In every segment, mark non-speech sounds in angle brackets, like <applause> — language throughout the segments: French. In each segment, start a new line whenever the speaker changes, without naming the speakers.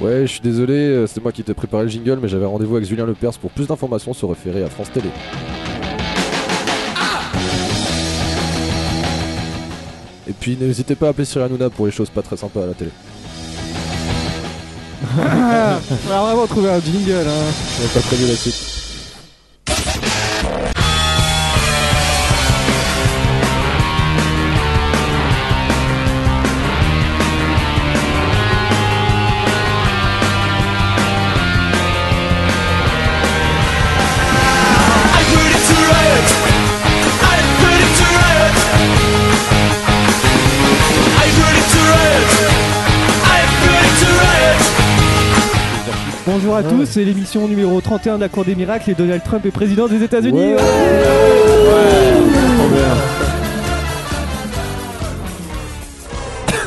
Ouais, je suis désolé, euh, c'est moi qui t'ai préparé le jingle, mais j'avais rendez-vous avec Julien Lepers pour plus d'informations se référer à France Télé. Et puis n'hésitez pas à appeler Cyril Hanouna pour les choses pas très sympas à la télé.
Ah, on a vraiment trouvé un jingle. Hein.
On pas prévu la suite.
I'm ready to riot. I'm ready to riot. I'm ready to riot. I'm ready to riot.
Bonjour à tous, c'est l'émission numéro 31 de la Cour des Miracles et Donald Trump est président des États-Unis.
Ouais.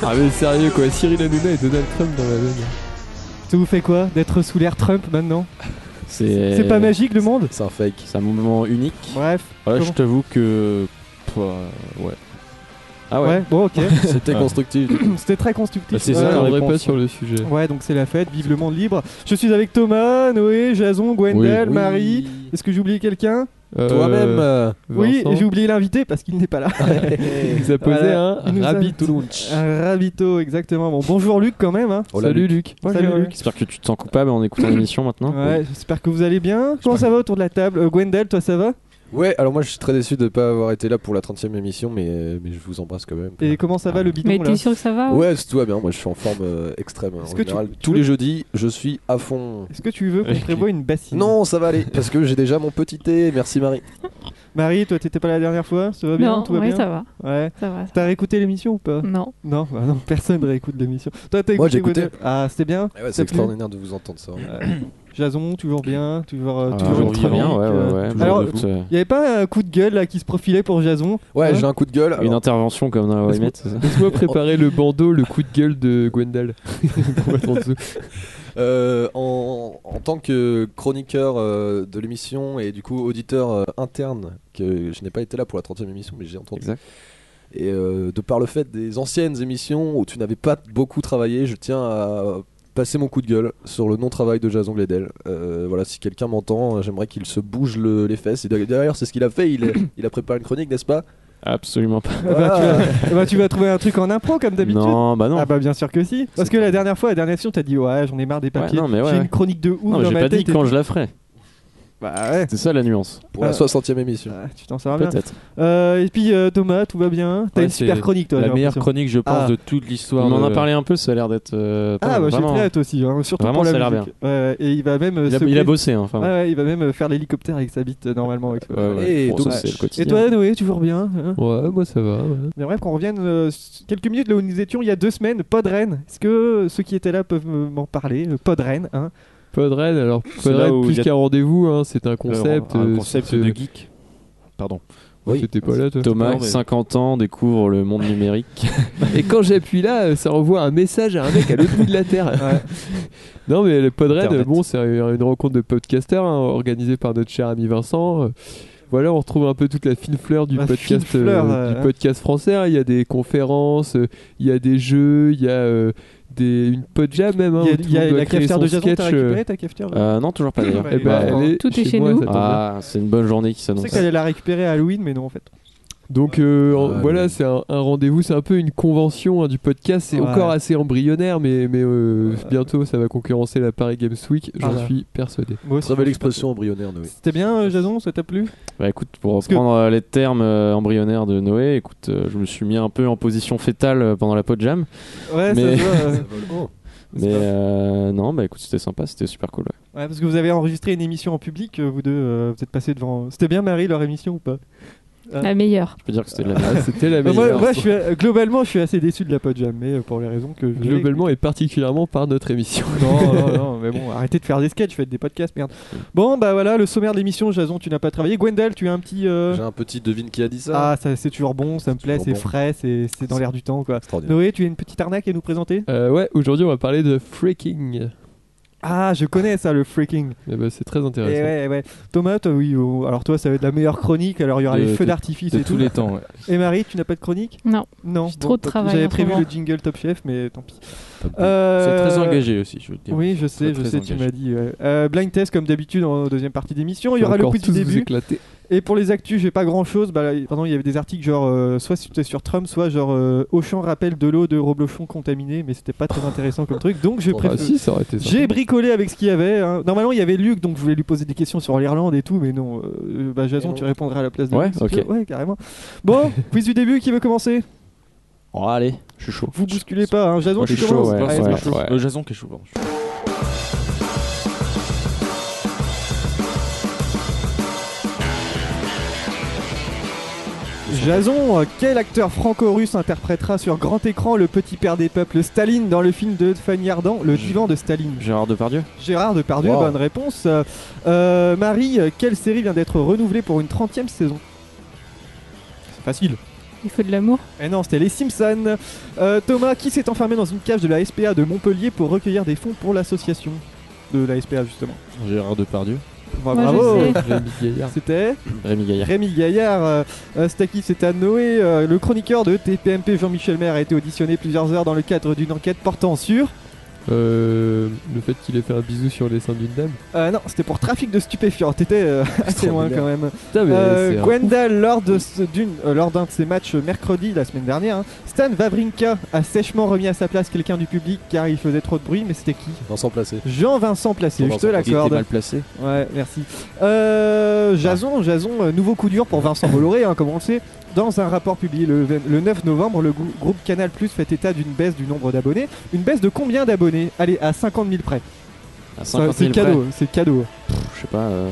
Ah mais sérieux quoi, Cyril Hanouna et Donald Trump dans la même.
Ça vous fait quoi d'être sous l'ère Trump maintenant
C'est
C'est pas magique le monde
C'est un fake.
C'est un moment unique.
Bref.
Ouais, je
Comment
t'avoue que toi ouais. Ah
Ouais,
ouais.
bon, ok.
C'était
Ah.
Ouais.
constructif.
C'était très constructif.
C'est
Ouais.
ça, on
Ouais.
pas sur le sujet.
Ouais, donc c'est la fête, vive le monde libre. Je suis avec Thomas, Noé, Jason, Gwendal,
Oui.
Marie. Est-ce que j'ai oublié quelqu'un
Toi-même. euh,
Oui, et j'ai oublié l'invité parce qu'il n'est pas là.
il nous a posé
Voilà, il
un
nous a- Ah,
Rabbit Lunch.
Un rabito, exactement. Bon, bonjour Luc quand même. Hein.
oh là,
Salut
lui.
Luc.
Bonjour, Salut, Luc.
J'espère que tu te sens coupable en écoutant l'émission maintenant.
Ouais, j'espère que vous allez bien. Comment ça va autour de la table euh, Gwendal, toi ça va
Ouais, alors moi je suis très déçu de ne pas avoir été là pour la 30 e émission, mais, euh, mais je vous embrasse quand même.
Ah.
Ah
Et comment ça va le bidon
Mais
là
t'es sûr que ça va
Ouais, c'est- tout va bien, moi je suis en forme euh, extrême. hein,
Est-ce
En
que tu-
général,
tu
tous
veux-
les jeudis, je suis à fond.
Est-ce que tu veux qu'on
Avec
prévoie une bassine
Non, ça va aller, parce que j'ai déjà mon petit thé, merci Marie.
Marie, toi t'étais pas là la dernière fois Ça va bien
Non,
Tout va
ouais,
bien
ça va, Mm.
Ouais.
ça va. ça
T'as réécouté l'émission ou pas
va. Non,
Non, bah non, personne réécoute l'émission. Toi t'as écouté
Moi, j'ai écouté.
Gwendal Ah, c'était bien
Eh ouais,
Ça
c'est
pue.
extraordinaire de vous entendre ça. hein.
Jason, toujours bien, toujours, euh,
Ah,
toujours une
très bien,
chronique,
ouais,
euh,
ouais, ouais.
toujours
Alors,
de
Écoute, euh,
Il n'y avait pas un coup de gueule là qui se profilait pour Jason
Ouais,
Hein
j'ai un coup de gueule. alors-
une intervention comme dans la
Laisse-moi-
Waymet.
Laisse-moi préparer le bandeau, le coup de gueule de Gwendal. Pour mettre en dessous.
Euh, en, en tant que chroniqueur euh, de l'émission et du coup auditeur euh, interne, que je n'ai pas été là pour la 30e émission, mais j'ai entendu.
Exact.
Et euh, de par le fait des anciennes émissions où tu n'avais pas beaucoup travaillé, je tiens à passer mon coup de gueule sur le non-travail de Jason Gledel. Euh, voilà, si quelqu'un m'entend, euh, j'aimerais qu'il se bouge le- les fesses. Et d'ailleurs, c'est ce qu'il a fait, il, a- il a préparé une chronique, n'est-ce pas
Absolument pas.
Ah bah, tu, vas, ah bah, tu vas trouver un truc en impro comme d'habitude
Non, bah non.
Ah bah bien sûr que si Parce que la dernière fois, la dernière session, t'as dit ouais j'en ai marre des papiers,
non, mais ouais,
j'ai une
ouais.
chronique de ouf
Non, mais
dans
j'ai
ma
pas dit
tête et
quand
tout.
je la ferai.
Bah ouais,
C'est ça la nuance.
Pour
Ah.
la 60e émission.
Ah, tu t'en sers bien
Peut-être.
Euh, Et puis euh, Thomas, tout va bien T'as
Ouais,
une super
c'est
chronique toi j'ai
La meilleure
l'impression.
chronique, je pense,
Ah.
de toute l'histoire.
On en a
de-
parlé un peu, ça a l'air d'être. euh, pas
Ah bah
mal,
j'ai
vraiment.
très hâte aussi, hein, surtout pour
Vraiment,
la
ça a l'air
musique. Ouais, ouais, et il va même euh,
Il a,
se
il a
bri-
bossé, hein, enfin.
Ouais, ouais, il va même euh, faire l'hélicoptère avec sa bite euh, normalement. avec-
Ouais, ouais.
Et
Bon, ça,
donc-
c'est le
Et
quotidien.
toi Noé, toujours bien hein
Ouais, moi ça va. ouais.
Mais bref, qu'on revienne euh, s- quelques minutes là où nous étions il y a deux semaines, Podren. Est-ce que euh, ceux qui étaient là peuvent me- m'en parler euh, Podren, hein
Podred, alors
là où
Podred,
il y
plus
a-
qu'un rendez-vous, hein, c'est un concept.
un
euh,
concept
c'est-
de geek. Pardon.
Ouais, T'étais pas là, toi.
Thomas,
Non, mais-
50 ans, découvre le monde numérique.
Et quand j'appuie là, euh, ça renvoie un message à un mec à l'autre bout de la Terre. Non, mais le Podred,
Internet.
bon, c'est une rencontre de podcasters hein, organisée par notre cher ami Vincent. Euh, Voilà, on retrouve un peu toute la fine fleur du,
La fine
podcast, euh,
fleur, euh,
du
hein.
podcast français. hein. Il y a des conférences, euh, il y a des jeux, il y a euh, des, une podjam même. hein,
Il y a,
où
il y a
tout le monde doit
la
créer
cafetière
son
de Jason, t'as
sketch, euh,
récupéré ta cafetière là
Euh, non, toujours pas d'ailleurs.
Bah,
Eh ben,
Franchement,
elle est
tout est chez
moi,
nous.
ça tombe bien.
Ah, c'est une bonne journée qui
Je sais
s'annonce.
qu'elle allait la récupérer à Halloween, mais non en fait.
Donc euh, en-
Ouais,
voilà,
mais-
c'est un, un rendez-vous, c'est un peu une convention hein, du podcast. C'est
Ouais.
encore assez embryonnaire, mais, mais euh,
Ouais.
bientôt ça va concurrencer la Paris Games Week, j'en
Ah là.
suis persuadé.
Moi aussi,
Très belle
je sais pas
expression embryonnaire, Noé.
trop. C'était bien euh, Jason, ça t'a plu
Bah écoute, pour
Parce que-
reprendre euh, les termes euh, embryonnaires de Noé, écoute, euh, je me suis mis un peu en position fétale euh, pendant la pot jam.
Ouais,
Mais-
ça se voit.
<laughs>
euh.
Mais euh, non, bah écoute, c'était sympa, c'était super cool. ouais.
Ouais, parce que vous avez enregistré une émission en public, euh, vous deux, euh, vous êtes passés devant. C'était bien Marie leur émission ou pas
la meilleure.
Je peux dire que c'était de
Ah,
la merde.
C'était la
Bah,
meilleure.
Moi, moi, je suis, euh, globalement, je suis assez déçu de la Podjam, mais euh, pour les raisons que. je-
Globalement et particulièrement par notre émission. <laughs>
Non, non, non, mais bon, arrêtez de faire des sketchs, faites des podcasts, merde. Bon, bah voilà, le sommaire de l'émission, Jason, tu n'as pas travaillé. Gwendal, tu as un petit. euh,
J'ai un petit devine qui a dit ça.
Ah, ça, c'est toujours bon, ça me plaît,
toujours
c'est
bon.
frais, c'est c'est dans l'air du temps, quoi.
Extraordinaire.
Noé, tu as une petite arnaque à nous présenter
Euh, ouais, aujourd'hui on va parler de freaking.
Ah, je connais ça, le freaking.
Eh ben, c'est très
Et
intéressant.
ouais, ouais. Thomas, toi, oui, oh, alors toi, ça va être la meilleure chronique, alors il y aura
De-
les feux
de-
d'artifice
De
et
<laughs>
tous
tout.
les temps. ouais.
Et Marie, tu n'as pas de chronique
Non.
Non.
J'ai trop de
tant pis.
travail en
J'avais
ce
prévu
moment.
le jingle Top Chef, mais tant pis.
C'est
Euh,
très engagé aussi, je veux dire.
Oui, je sais,
Très,
je
très
sais, tu
engagé.
m'as dit. ouais. Euh, blind test, comme d'habitude, en deuxième partie d'émission. Il y
Faut
aura le
encore
quiz du
tous vous
début. <laughs>
éclater.
Et pour les actus, j'ai pas grand chose. Bah, là, pardon, il y avait des articles genre euh, soit c'était sur Trump, soit genre euh, Auchan rappelle de l'eau de Roblochon contaminée, mais c'était pas très intéressant comme truc. Donc je
Ah,
Ah
préfère.
si, ça aurait été ça.
J'ai bricolé avec ce qu'il y avait. hein. Normalement, il y avait Luc, donc je voulais lui poser des questions sur l'Irlande et tout, mais non. euh, bah,
Et
Jason,
non.
tu répondras à la place de
Ouais,
Luc, si
ok.
tu veux. Ouais, carrément.
<laughs>
Bon, quiz du début, qui veut commencer
Oh, allez, je suis chaud.
Vous bousculez pas, hein. Jason,
Moi, je
tu
suis
commences.
chaud, ouais.
Allez,
ouais,
c'est parti.
ouais.
Euh, Jason qui est chaud, pardon.
Jason, euh, quel acteur franco-russe interprétera sur grand écran le petit père des peuples Staline dans le film de Fanny Ardant, Le
Je-
divan de Staline
Gérard Depardieu
Gérard Depardieu,
Wow.
bonne réponse. Euh, euh, Marie, euh, quelle série vient d'être renouvelée pour une 30 e saison C'est facile.
Il faut de l'amour.
Eh non, c'était les Simpsons. Euh, Thomas, qui s'est enfermé dans une cage de la SPA de Montpellier pour recueillir des fonds pour l'association de la SPA, justement
Gérard Depardieu.
Bah,
Moi, je
Bravo
sais.
Ah, Rémi Gaillard.
C'était
Rémi Gaillard.
Rémi Gaillard. euh, euh, c'était qui C'était à Noé. euh, le chroniqueur de TPMP, Jean-Michel Maire, a été auditionné plusieurs heures dans le cadre d'une enquête portant sur...
Euh, le fait qu'il ait fait un bisou sur les seins d'une dame.
Euh, non, c'était pour trafic de stupéfiants. T'étais
<laughs>
euh, assez loin quand même.
Putain, mais
Euh,
c'est un-
Gwendal, lors de ce- d'une- euh, lors d'un de ses matchs euh, mercredi la semaine dernière, hein, Stan Wawrinka a sèchement remis à sa place quelqu'un du public car il faisait trop de bruit, mais c'était qui
Vincent Placé.
Jean-Vincent
Jean-Vincent Placé,
Placé, je te
Il était
l'accorde.
mal placé.
Ouais, merci. Euh, Jason, Jason, euh, nouveau coup dur pour Vincent Bolloré, hein, comme on le sait. Dans un rapport publié le, vingt- le 9 novembre, le grou- groupe Canal Plus fait état d'une baisse du nombre d'abonnés. Une baisse de combien d'abonnés Allez, à 50 000 près.
À
Ça,
50
C'est
000
cadeau, hein, c'est cadeau.
près. Pff, Je sais pas, euh,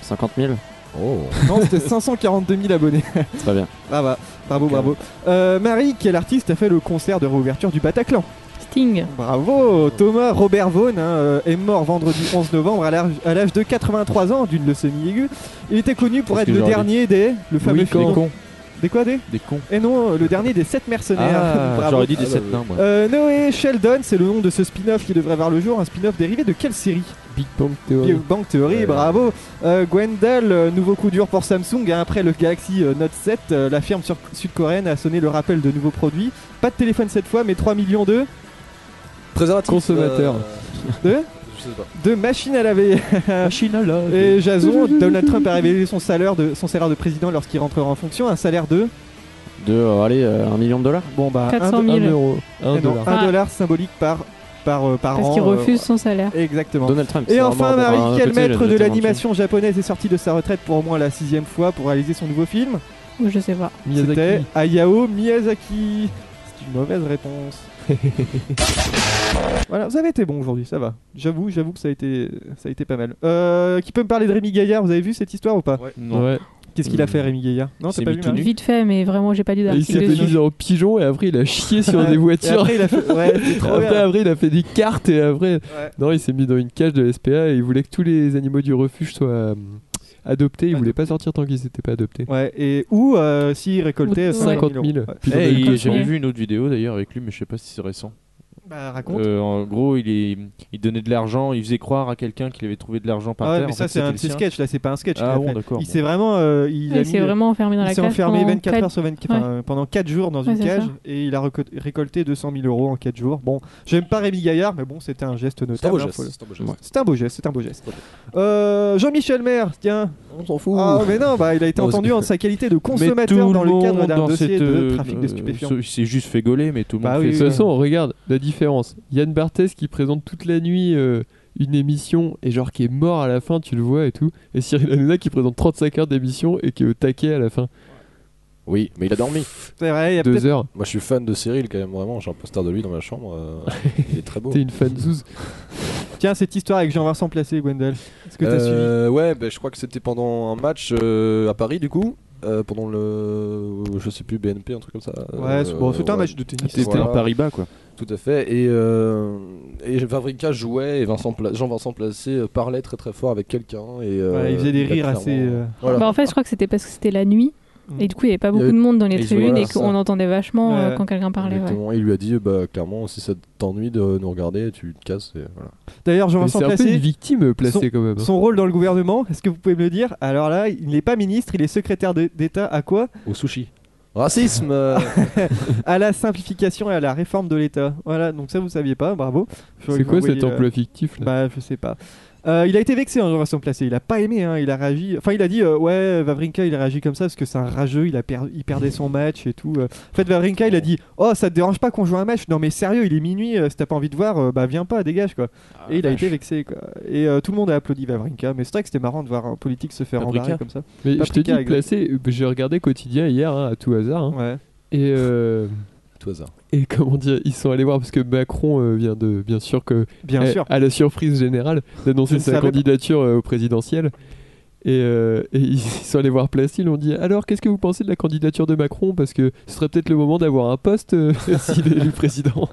50 000
Oh.
Non, c'était 542 000 abonnés. <laughs>
Très bien.
Ah bah, bravo, bravo. Euh, Marie, quel artiste a fait le concert de réouverture du Bataclan
Sting.
Bravo Thomas Robert Vaughan hein, euh, est mort vendredi 11 novembre à l'âge- à l'âge de 83 ans d'une leucémie aiguë. Il était connu pour
Parce
être
que
le
j'aurais
dernier des... Le fameux
Des cons.
Des quoi des
Des cons.
Eh non, euh, le dernier des 7 mercenaires.
Ah,
<laughs> Bravo.
j'aurais dit des
Ah,
sept
bah,
nains, moi.
Euh, Noé Sheldon, c'est le nom de ce spin-off qui devrait voir le jour, un spin-off dérivé de quelle série
Big Bang Theory.
Big Bang Theory,
Ouais.
bravo. Euh, Gwendal, euh, nouveau coup dur pour Samsung. hein, après le Galaxy euh, Note 7, euh, la firme sur- sud-coréenne a sonné le rappel de nouveaux produits. Pas de téléphone cette fois, mais 3 millions de,
Préservatif.
Consommateur.
euh,
De
Je sais pas.
de machines à laver. <laughs>
Machine à laver.
Et Jason, Donald Trump a révélé son salaire de, son salaire de président lorsqu'il rentrera en fonction. Un salaire de. bah,
De, euh, allez, euh, 1 million de dollars
Bon, bah.
400
un,
000.
1 euro. 1
eh non,
dollar.
un
Ah.
dollar symbolique par, par, euh, par an.
Parce qu'il
euh,
refuse son salaire.
Exactement.
Donald Trump.
Et
c'est
enfin,
vraiment-
Marie,
un
quel
petit, j'ai-
maître de
j'étais
l'animation japonaise est sorti de sa retraite pour au moins la sixième fois pour réaliser son nouveau film
Ou je sais pas.
C'était
Miyazaki.
Hayao Miyazaki. C'est une mauvaise réponse. voilà, vous avez été bon aujourd'hui, ça va. J'avoue, j'avoue que ça a été, ça a été pas mal. Euh, qui peut me parler de Rémi Gaillard Vous avez vu cette histoire ou pas
Non.
Ouais.
Qu'est-ce qu'il a fait, Rémi Gaillard Non,
Il
t'as
s'est
pas
mis
vu
tout
Marie
nu.
Vite fait, mais vraiment, j'ai pas lu
Il s'est
d'article
fait
dessus.
viser en pigeon et après il a chié sur des
Et
voitures.
après, il a fait. <laughs> Ouais, c'est trop
après,
bien.
après, il a fait des cartes et après.
Ouais.
Non, il s'est mis dans une cage de SPA et il voulait que tous les animaux du refuge soient euh, adoptés. Il voulait pas sortir tant qu'ils n'étaient pas adoptés.
Ouais, et ou euh, s'il récoltait
Ouais.
50 000.
euros. Ouais.
Puis il en a
Eh,
eu
il-
400.
J'avais vu une autre vidéo d'ailleurs avec lui, mais je sais pas si c'est récent.
Bah, raconte.
Euh, en gros, il, est... il donnait de l'argent, il faisait croire à quelqu'un qu'il avait trouvé de l'argent par
ah ouais,
terre.
mais
en
ça,
fait,
c'est un
c'était
petit
le sien.
sketch, là, c'est pas un sketch.
Ah
qu'il a
bon,
fait.
d'accord,
Il
bon.
s'est vraiment. euh, il
Ouais,
a
il s'est
mis-
vraiment enfermé dans
Il
la
s'est
cage.
enfermé
pendant
24
quatre-
heures sur 24, enfin, euh, pendant 4 jours dans
Ouais,
une
c'est
cage
ça.
et il a reco- récolté 200 000 euros en 4 jours. Bon, j'aime pas Rémi Gaillard, mais bon, c'était un geste
C'est un
notable.
beau
hein,
geste.
faut le-
c'est un beau geste.
Ouais.
C'est un beau geste, c'est un beau geste. Euh, Jean-Michel Maire, tiens.
On s'en fout.
Ah, mais non, bah, il a été
Non,
entendu
c'est-
en sa qualité de
Oh, Mais
consommateur
tout
dans le cadre
monde
d'un
dans
dossier
cette,
de
euh,
trafic de
euh,
stupéfiants.
ce- Il s'est juste fait gauler, mais tout le
Bah
monde
oui,
fait
De
ça.
toute façon, regarde la différence. Yann Barthès qui présente toute la nuit euh, une émission et genre qui est mort à la fin, tu le vois et tout. Et Cyril Hanouna qui présente 35 heures d'émission et qui est au taquet à la fin.
Oui, mais il a dormi.
C'est vrai, il y a peut-être.
Deux heures.
Moi, je suis fan de Cyril quand même, vraiment. J'ai un poster de lui dans ma chambre. euh, il
<laughs>
est très beau.
T'es une
Oh.
fan zouze.
Tiens, cette histoire avec Jean-Vincent Placé, Gwendal. Est-ce que t'as suivi
Euh, Ouais, bah, je crois que c'était pendant un match euh, à Paris, du coup. Euh, pendant le. Je sais plus, BNP, un truc comme ça.
Ouais, c'est- bon,
Euh,
c'était un
ouais,
match de tennis.
C'était
Voilà.
un Paris-Bas, quoi.
Tout à fait. Et, euh, et Fabrica jouait et Vincent Pla- Jean-Vincent Placé euh, parlait très très fort avec quelqu'un. Et, euh,
Ouais, il faisait des
a
rires
clairement-
assez. euh,
Voilà.
Bah, en fait, je crois que c'était parce que c'était la nuit.
Mm.
Et du coup, il n'y avait pas beaucoup
avait-
de monde dans les
Et ils ont-
tribunes
voilà,
et qu'on
ça.
entendait vachement euh,
Ouais.
quand quelqu'un parlait. ouais.
Exactement. Il lui a dit bah, clairement, si ça t'ennuie de nous regarder, tu te casses. Et voilà.
D'ailleurs,
Mais
Jean-Vincent
C'est un peu une
Placé.
victime euh, placée quand même. hein.
Son rôle dans le gouvernement, est-ce que vous pouvez me le dire Alors là, il n'est pas ministre, il est secrétaire de- d'État à quoi
Au sushi. Racisme euh,
à la simplification et à la réforme de l'État. Voilà, donc ça vous saviez pas, bravo. Je crois
C'est
que
quoi
vous voyez,
cet
euh,
emploi fictif là
Bah, je sais pas. Euh, il a été vexé en Jean-Vincent Placé, il a pas aimé, hein, il a réagi. Enfin, il a dit euh, Ouais, Vavrinka, il a réagi comme ça parce que c'est un rageux, il, a per- il perdait son match et tout. euh. En fait, Vavrinka, il a dit Oh, ça te dérange pas qu'on joue un match Non, mais sérieux, il est minuit, euh, si t'as pas envie de voir, euh, bah viens pas, dégage quoi.
Ah,
et
Ah,
il a été vexé quoi. Et euh, tout le monde a applaudi Vavrinka, mais c'est vrai que c'était marrant de voir un politique se faire
Vavrinka.
embarrer comme ça.
Mais je te
Paprika
dis
avec-
placé, euh, j'ai regardé quotidien hier hein, à tout hasard. hein,
Ouais.
et, euh,
Tout hasard.
et <laughs> comment dire, ils sont allés voir parce que Macron euh, vient de, bien sûr que
Bien
eh,
sûr.
à la surprise générale,
Je
d'annoncer
ne
sa
savais pas.
candidature euh, au présidentiel. Et, euh, et ils sont allés voir Placé, ils ont dit alors qu'est-ce que vous pensez de la candidature de Macron parce que ce serait peut-être le moment d'avoir un poste euh, <laughs> s'il est
<laughs>
élu président.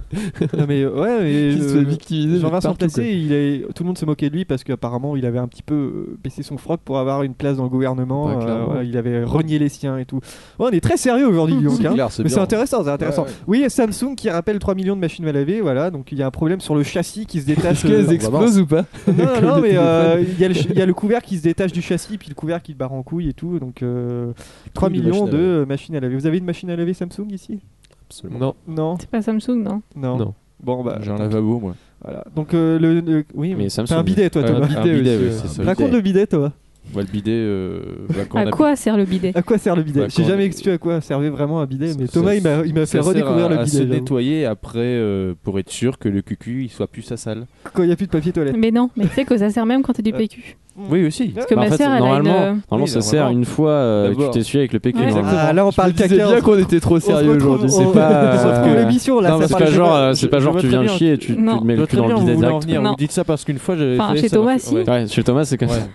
Non, mais
<laughs>
ouais, mais.
Il se fait
euh,
victimiser de
Jean-Vincent
partout,
Placé, il est... tout le monde se moquait de lui parce qu'apparemment il avait un petit peu euh, baissé son froc pour avoir une place dans le gouvernement.
Bah,
euh,
clairement.
ouais, il avait renié les siens et tout. Ouais, on est très sérieux aujourd'hui, dis donc.
<laughs> C'est
hein.
clair, c'est
Mais
bien.
c'est intéressant, c'est intéressant.
Ouais, ouais.
Oui, et Samsung qui rappelle 3 millions de machines à laver, voilà, donc il y a un problème sur le châssis qui se détache.
<laughs> Est-ce qu'elles
bah, mince.
explosent ou pas
non, non, non,
le
mais
téléphone.
euh, il y, a le ch- il y a le couvert qui se détache du châssis, puis le couvert qui le barre en couille et tout, donc euh, 3
Couille de
millions
machine à
de
laver.
euh, machines à laver. Vous avez une machine à laver Samsung ici
Absolument.
Non,
non,
C'est pas Samsung, non
non,
Non.
Bon, bah,
J'ai un lavabo, moi.
voilà. Donc, euh, le, le- Oui,
Mais
t'as
Samsung.
un bidet, toi,
Ouais,
Thomas.
un bidet aussi,
Euh, oui,
ouais.
c'est ça.
Bah,
Raconte le bidet, toi.
Bah, le bidet, euh, bah, quand on
À
a-
quoi sert le
<laughs>
bidet
À quoi sert le bidet
Bah,
Je sais
quand-
jamais su à quoi servait vraiment un bidet, mais
Ça-
Thomas il m'a il m'a fait
ça sert
redécouvrir
à-
le
à se
bidet. j'avoue.
nettoyer après euh, pour être sûr que le cucu il soit plus sa sale.
Quand il n'y a plus de papier toilette.
Mais non, mais tu sais que ça sert même quand t'as du PQ.
Oui, aussi.
Parce que
Bah, en
ma
fait,
sœur, elle a une.
normalement,
euh,
normalement,
Oui,
ça
bah,
sert
vraiment.
une fois euh, que tu
D'abord.
t'essuies avec le PQ.
Ouais.
normalement.
Ah, là on parle
je me disais
caca.
bien qu'on était trop sérieux aujourd'hui.
c'est pas,
On se retrouve
euh,
l'émission là.
Non, mais
ça
c'est
parle
pas
de-
genre, euh,
je-
c'est pas
je
genre
vois
tu
très
viens
bien.
chier, et tu, tu
Non.
te mets le
Je vois
cul
très
dans le
bien où
bidet
vous voulez en
direct.
venir.
Non.
Vous dites ça parce qu'une fois j'avais
Enfin,
fait
chez
ça m'a
Thomas,
fait-
si.
ouais.
Ouais, chez Thomas, c'est comme
Ouais.
ça.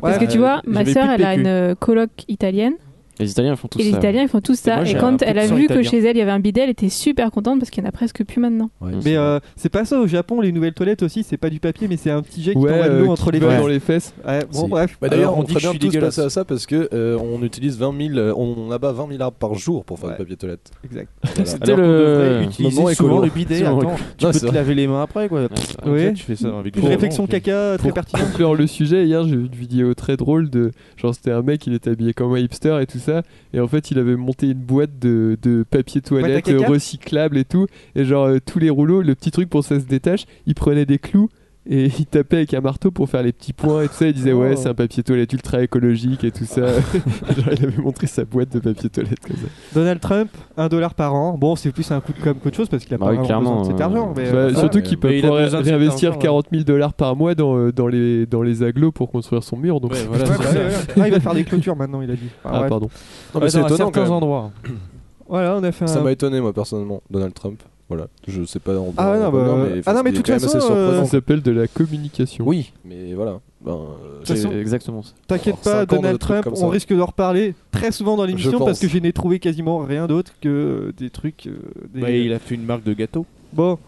Parce que
Ouais,
tu vois, ma
j'avais
sœur,
plus de
elle a
PQ.
une euh, coloc italienne.
Les Italiens font tout
et
ça.
les Italiens, ils font tous ça.
moi,
Et
j'ai un
quand
peu
elle a
de sang
vu que
italien.
chez elle, il y avait un bidet, elle était super contente parce qu'il n'y en a presque plus maintenant.
Ouais,
Mais,
c'est
Mais
vrai.
euh, c'est pas ça au Japon, les nouvelles toilettes aussi, c'est pas du papier, mais c'est un petit jet qui
Ouais,
t'envoie de
euh,
l'eau entre
qui
les
va
doigts.
dans les fesses.
Ouais, bon,
Si.
bref.
Bah, D'ailleurs,
Alors,
on
on dit
pourrait
que je
bien
suis
tous
dégueulasse.
passer à ça parce que euh, on utilise 20 000, euh, on abat 20 000 arbres par jour pour faire
Ouais.
du papier toilette.
Exact.
Voilà.
C'était
Alors qu'on
le-
devrait utiliser
moment
souvent
écolo.
le bidet.
C'est le moment
Attends, tu
Non,
peux
c'est
te
vrai.
laver les mains après quoi.
Oui.
Toi, Tu fais ça avec
Une
les
réflexion
gens,
caca très
Pour
<laughs>
pertinente.
conclure le sujet, hier j'ai vu une vidéo très drôle de genre c'était un mec, il était habillé comme un hipster et tout ça, et en fait il avait monté une boîte de, de papier toilette
caca
euh, recyclable et tout, et genre euh, tous les rouleaux, le petit truc pour que ça se détache, il prenait des clous. Et <laughs> il tapait avec un marteau pour faire les petits points et tout ça. Il disait, ouais,
Oh.
c'est un papier toilette ultra écologique et tout
<laughs>
ça. Genre, il avait montré sa boîte de papier toilette comme ça.
Donald Trump, un dollar par an. Bon, c'est plus un coup de com qu'autre chose parce qu'il a
Bah
pas
oui,
vraiment besoin de
clairement,
cet
euh,
argent. mais,
bah,
euh,
Bah,
ouais,
surtout
mais-
qu'il peut
mais il a
pouvoir
besoin de cet
réinvestir
argent, ouais.
40 000 dollars par mois dans, euh, dans, les, dans les agglos pour construire son mur. Donc
Ouais,
c'est
voilà,
plutôt
c'est
ouais,
ça.
ça.
ouais, ouais. Ah, il va faire des clôtures maintenant, il a dit. Ah,
Ah,
bref.
pardon.
Non, mais
Ouais,
c'est
dans
étonnant. quand
certains
même.
endroits.
Voilà, on a fait
Ça
un
m'a étonné moi personnellement, Donald Trump. Voilà, je sais pas. en-
Ah ouais,
en-
non, bah,
en-
euh,
enfin,
ah non, mais
c'était
de toute
quand même assez
façon,
surprenant.
Ça s'appelle de la communication.
Oui, mais voilà. Ben, euh,
toute façon-
C'est exactement ça.
T'inquiète
Cinq
pas,
ans dans
Donald
des trucs
Trump,
comme ça.
on risque d'en reparler très souvent dans l'émission
pense.
parce que je n'ai trouvé quasiment rien d'autre que euh, des trucs. euh, des-
Bah, il a fait une marque de gâteau.
Bon,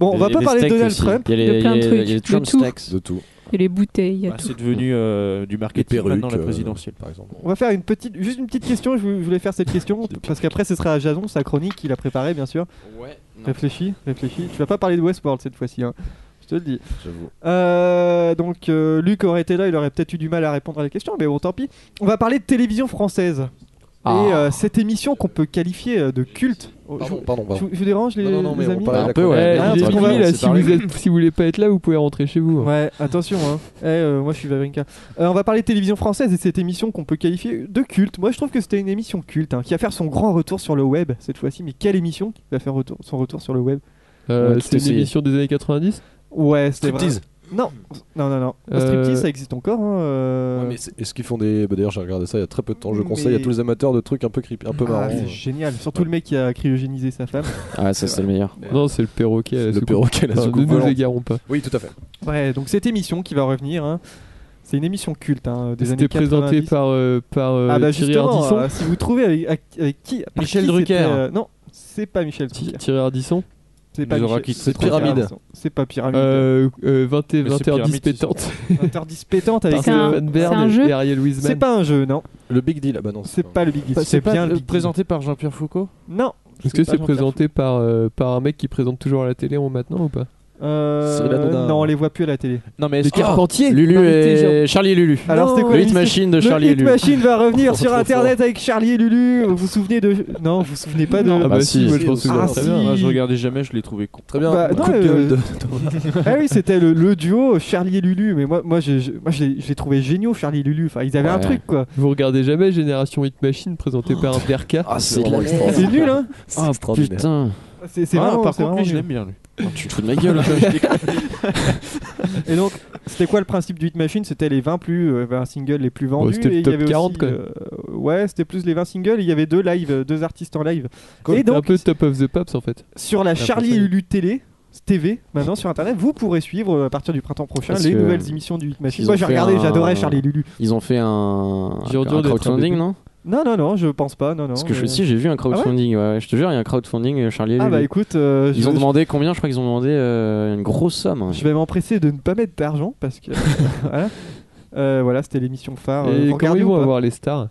bon on
Il y
va
a
pas
des
parler de
steaks
Donald
aussi.
Trump.
Il y a les-
Il y a plein de
il y a-
trucs,
Il y a les
le
Trump
tout.
steaks.
de tout.
Et les bouteilles, il y a
Bah,
tout.
c'est devenu euh, du
Des
marketing
perruques,
maintenant la
euh,
présidentielle.
par exemple.
On va faire une petite, juste une petite question. Je vou- je voulais faire cette
<laughs>
question parce qu'après ce sera à Jason, sa chronique qu'il a préparée bien sûr.
Ouais.
Réfléchis, réfléchis. Tu vas pas parler de Westworld cette fois-ci, hein. je te le dis.
J'avoue.
Euh, donc euh, Luc aurait été là, il aurait peut-être eu du mal à répondre à la question, mais bon tant pis. On va parler de télévision française
Ah.
et euh, cette émission qu'on peut qualifier euh, de culte. Oh, je-
Pardon, pardon,
Je,
pardon.
vous- je vous dérange les,
Non, non, non,
les
mais on
amis
parle
Un peu, ouais.
Eh,
Ah,
il est
parce qu'on
minuit,
va
là,
laisser
si
parler.
vous, êtes, si vous voulez pas être là, vous pouvez rentrer chez vous.
Ouais, attention. Hein. Eh, euh, moi, je suis Vavrinka. Euh, on va parler de télévision française et cette émission qu'on peut qualifier de culte. Moi, je trouve que c'était une émission culte hein, qui va faire son grand retour sur le web cette fois-ci. Mais quelle émission qui va faire retour- son retour sur le web
Euh,
Ouais,
C'était
tout
une
essayé.
émission des années 90
Ouais, c'était vrai.
Striptease.
Non, non, non, non. Le
Euh,
Striptease, ça existe encore. hein, euh.
Ouais, mais c'est- est-ce qu'ils font des. Bah, D'ailleurs, j'ai regardé ça il y a très peu de temps. Je
Mais-
conseille à tous les amateurs de trucs un peu creepy, un peu
Ah,
marrants. euh,
c'est génial. Surtout le mec qui a cryogénisé sa femme.
Ah, ça, c'est le meilleur.
Non, c'est le perroquet. à la
Le
soucoupe.
perroquet, la
Enfin,
soucoupe
Ne nous
volante.
égarons pas.
Oui, tout à fait.
ouais, donc cette émission qui va revenir. hein, C'est une émission culte hein, des années
C'était
90.
présenté par, euh, par euh,
Ah bah
Thierry
justement,
Ardisson.
euh, si vous trouvez avec, avec- avec qui par
Michel
qui
Drucker.
c'était, euh, non, c'est pas Michel
Thi-
Drucker.
Thierry Ardisson.
C'est
nous aura
Michel-
quitté
c'est
trop tard.
Pyramide. C'est pas pyramide. <laughs>
Euh, euh, 20 et
Mais c'est
20h10
pyramide,
pétante.
Interdit pétante avec.
Par
C'est un-
euh,
Stéphane Bern
c'est un
et-
jeu
et Ariel Wiesman.
C'est pas un jeu, non.
Le Big Deal. Ah, bah non,
C'est pas le Big Deal.
C'est pas
bien le
euh,
Big Deal.
présenté par Jean-Pierre Foucault
Non.
Est-ce que
C'est pas
c'est
Jean-Pierre
présenté par, euh, par un mec qui présente toujours à la télé on- maintenant ou pas
Euh,
Cyril Hanouna.
non, on les voit plus à la télé.
Non, mais
Les
est-ce que.
Carpentiers
Lulu
Arrêtez, Jérôme.
et Charlie et Lulu.
Alors, c'est quoi
Le Hit
l'histoire-
Machine de Charlie
le
et
Hit
Lulu.
Machine va revenir
Trop
sur
fort.
internet avec Charlie et Lulu. Vous vous souvenez de. Non, vous vous souvenez pas de.
Ah bah
Bah
si,
si,
moi je pense que
ah,
c'est très
si.
bien.
Ah, je regardais jamais, je l'ai trouvé con.
Très bien.
Bah,
Coup
non,
de
euh,
gueule de-
<laughs> Ah oui, c'était le, le duo Charlie et Lulu. Mais moi, moi, j'ai- j'ai- moi je, les, je les trouvais géniaux, Charlie et Lulu. Enfin, ils avaient un
Ouais.
truc, quoi.
Vous regardez jamais Génération Hit Machine présenté par Berka
Ah, c'est de la
vraiment
merde.
C'est nul, hein
C'est
Ah,
extraordinaire.
Putain,
C'est c'est
Ah,
vraiment,
par
c'est
contre, lui,
vraiment
je
nul.
l'aime bien, lui.
tu te fous de ma gueule. quoi.
Et donc, c'était quoi le principe du Hit Machine C'était les 20 plus euh, 20 singles les plus vendus.
c'était le
et il y
top
avait
40,
aussi,
quoi.
euh, ouais, c'était plus les 20 singles. et Il y avait deux lives, euh, deux artistes en live.
Cool.
Et
C'est un
donc,
peu Top of the Pops en fait.
sur la
peu
Charlie
ça.
et Lulu télé. TV, maintenant sur internet, vous pourrez suivre euh, à partir du printemps prochain
Parce
les
que
nouvelles émissions du Hit Machine.
ils
Moi
ont
j'ai
fait
regardé,
un-
j'adorais Charlie et Lulu.
Ils ont fait un,
J'ai entendu
un
d'être un
crowdfunding,
bébé.
non
Non, non, non, je pense pas, non, non.
Parce que je,
mais-
si, j'ai vu un crowdfunding, ouais, ouais, je te jure, il y a un crowdfunding euh, Charlie et
Ah bah
Lulu.
écoute, euh,
Ils
je,
ont demandé combien Je crois qu'ils ont demandé euh, une grosse somme. hein.
je vais m'empresser de ne pas mettre d'argent parce que. <laughs> voilà, Euh, voilà c'était l'émission phare. euh,
Et
vous
comment
regardez
ils
ou
vont
pas
avoir les stars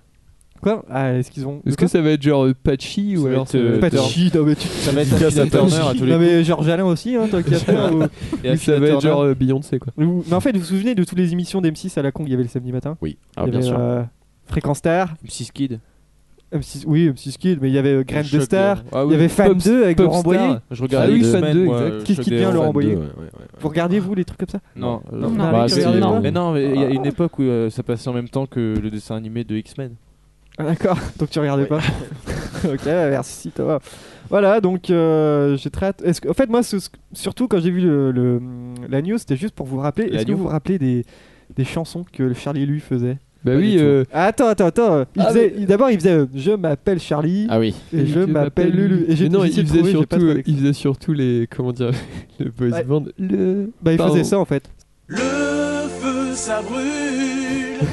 Quoi Ah, est-ce qu'ils ont.
Est-ce que ça va être genre euh, Patchy ou
Ça va
alors
être, euh,
ça va
<laughs>
être-
Patchy.
Patchy, non mais
<laughs>
tu.
Ça va être
Dédicace à
Tina Turner à tous les
Non mais Georges Alain aussi, hein, tant qu'à faire. ou-
coups. Et à
Oui, ça
Tina
va être
Turner.
genre euh, Beyoncé quoi.
ou- Mais en fait, vous vous souvenez de toutes les émissions d'M6 à la con qu'il y avait le samedi matin
Oui, ah,
Il y
bien
avait,
sûr.
euh, Fréquence Star,
M6 Kid.
M6, oui, M6 Kid, mais il y avait euh, Graine de
Choc
Star,
des- Ah
il y
oui,
avait Fan
Pop-
2 avec
Pop
Laurent Boyer.
Star.
je regardais
Ah oui,
les
Fan
semaines,
2,
moi,
exact.
euh,
Qu'est-ce
Choc
qui
des
devient
Héros.
Laurent
Fan
Boyer
deux, ouais, ouais, ouais.
Vous regardez vous les trucs comme ça
Non, euh,
Non,
non.
non,
Bah,
arrêtez de
c'est-
regarder, non.
non.
Mais non, mais il y a une époque où euh, ça passait en même temps que le dessin animé de X-Men.
Ah, D'accord, <laughs> donc tu regardais pas. <laughs> ok, merci Thomas. Voilà, donc euh, j'ai très hâte. Est-ce que- En fait, moi, ce- ce- surtout quand j'ai vu le, le- la news, c'était juste pour vous rappeler.
La
Est-ce que
news.
vous vous rappelez des, des chansons que le Charlie lui faisait
Bah
Pas
oui,
du tout.
euh,
Ah, Attends, attends, attends. Il
Ah,
faisait- il- D'abord, il faisait euh, Je m'appelle Charlie
Ah oui,
et je m'appelle Lulu. Et j'ai
Mais non, il
difficile de
faisait
trouver, j'ai pas
surtout,
trouvé
euh,
l'extrait.
il faisait surtout les comment dire, <laughs> le boys
Ouais.
band. Le...
Bah, il faisait
Pardon.
ça en fait.
Le feu ça
<laughs>
brûle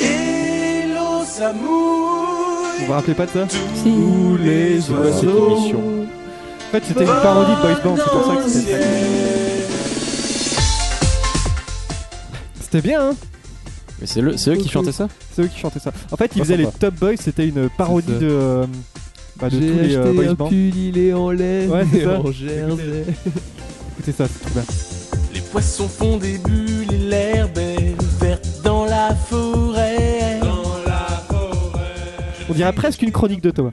et l'eau ça mouille.
Vous vous rappelez pas de ça
Si.
les
quoi cette émission
En fait, c'était une parodie de Boys Band, c'est pour ça que c'était ça. C'était bien, hein
mais c'est le- c'est eux qui
Coucou.
chantaient ça
C'est eux qui chantaient ça. En fait, ils
Pas
faisaient les
sympa.
Top Boys, c'était une parodie
C'est
de,
ça.
euh, bah, de tous
J'ai
les
acheté
euh, boys
un
bands.
pull, il est en lait,
Ouais, c'est
et
ça. <laughs>
en jersey.
Écoutez ça, c'est trop bien.
Les poissons font des bulles et l'herbe est verte dans la forêt. Dans la forêt.
On dirait presque une chronique de Thomas.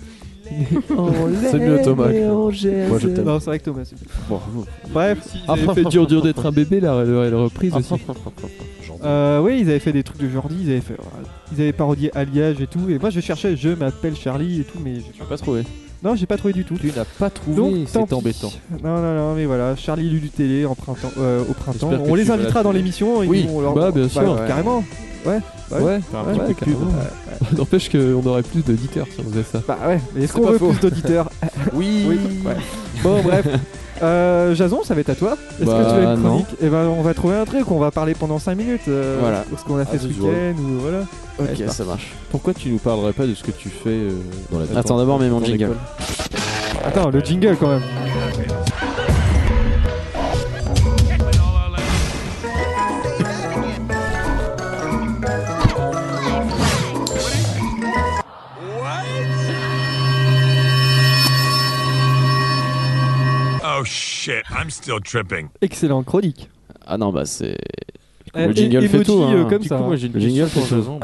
C'est mieux Thomas. Moi je t'aime.
Non, c'est vrai que Thomas. c'est bien. Bref,
Ils avaient fait dur dur d'être un bébé la, la, la reprise aussi.
euh, oui, ils avaient fait des trucs de Jordi, ils avaient, fait, ils avaient parodié Alliage et tout. Et moi, je cherchais Je m'appelle Charlie et tout, mais j'ai-
Pas trouvé.
non, j'ai pas trouvé du tout.
Tu n'as pas trouvé,
Donc, tant
c'est
pis.
embêtant.
Non, non, non, mais voilà, Charlie Lulu Télé en printemps, euh, au printemps.
J'espère que
On les
tu vas la
invitera dans
trouver.
l'émission. ils
Oui,
vont leur-
bah, bien sûr.
ouais, carrément. Ouais. Euh,
Ouais,
Faire un
ouais,
petit peu de pub.
carrément. N'empêche qu'on aurait plus d'auditeurs si on faisait ça.
Bah ouais, mais est-ce
C'est
qu'on
pas
veut
faux.
plus d'auditeurs
Oui.
Oui. Bon, bref. Euh, Jason, ça va être à toi. Est-ce que tu as
Bah,
une
non.
chronique Eh ben, on va trouver un truc, on va parler pendant 5 minutes. euh,
Voilà.
Ce qu'on a fait
As
ce
usual.
week-end, ou voilà.
Ok, ça marche.
Pourquoi tu nous parlerais pas de ce que tu fais euh,
Dans la-
Attends, d'abord, mets mon
dans
jingle.
l'école
Attends, le jingle quand même.
Oh shit, I'm still tripping.
Excellente chronique.
Ah non, bah c'est.
Euh,
Le jingle
et-
fait
emoji,
tout. hein.
euh, comme
Du
ça.
coup, moi j'ai une
Le jingle,
question pour
c'est tout.
Jason.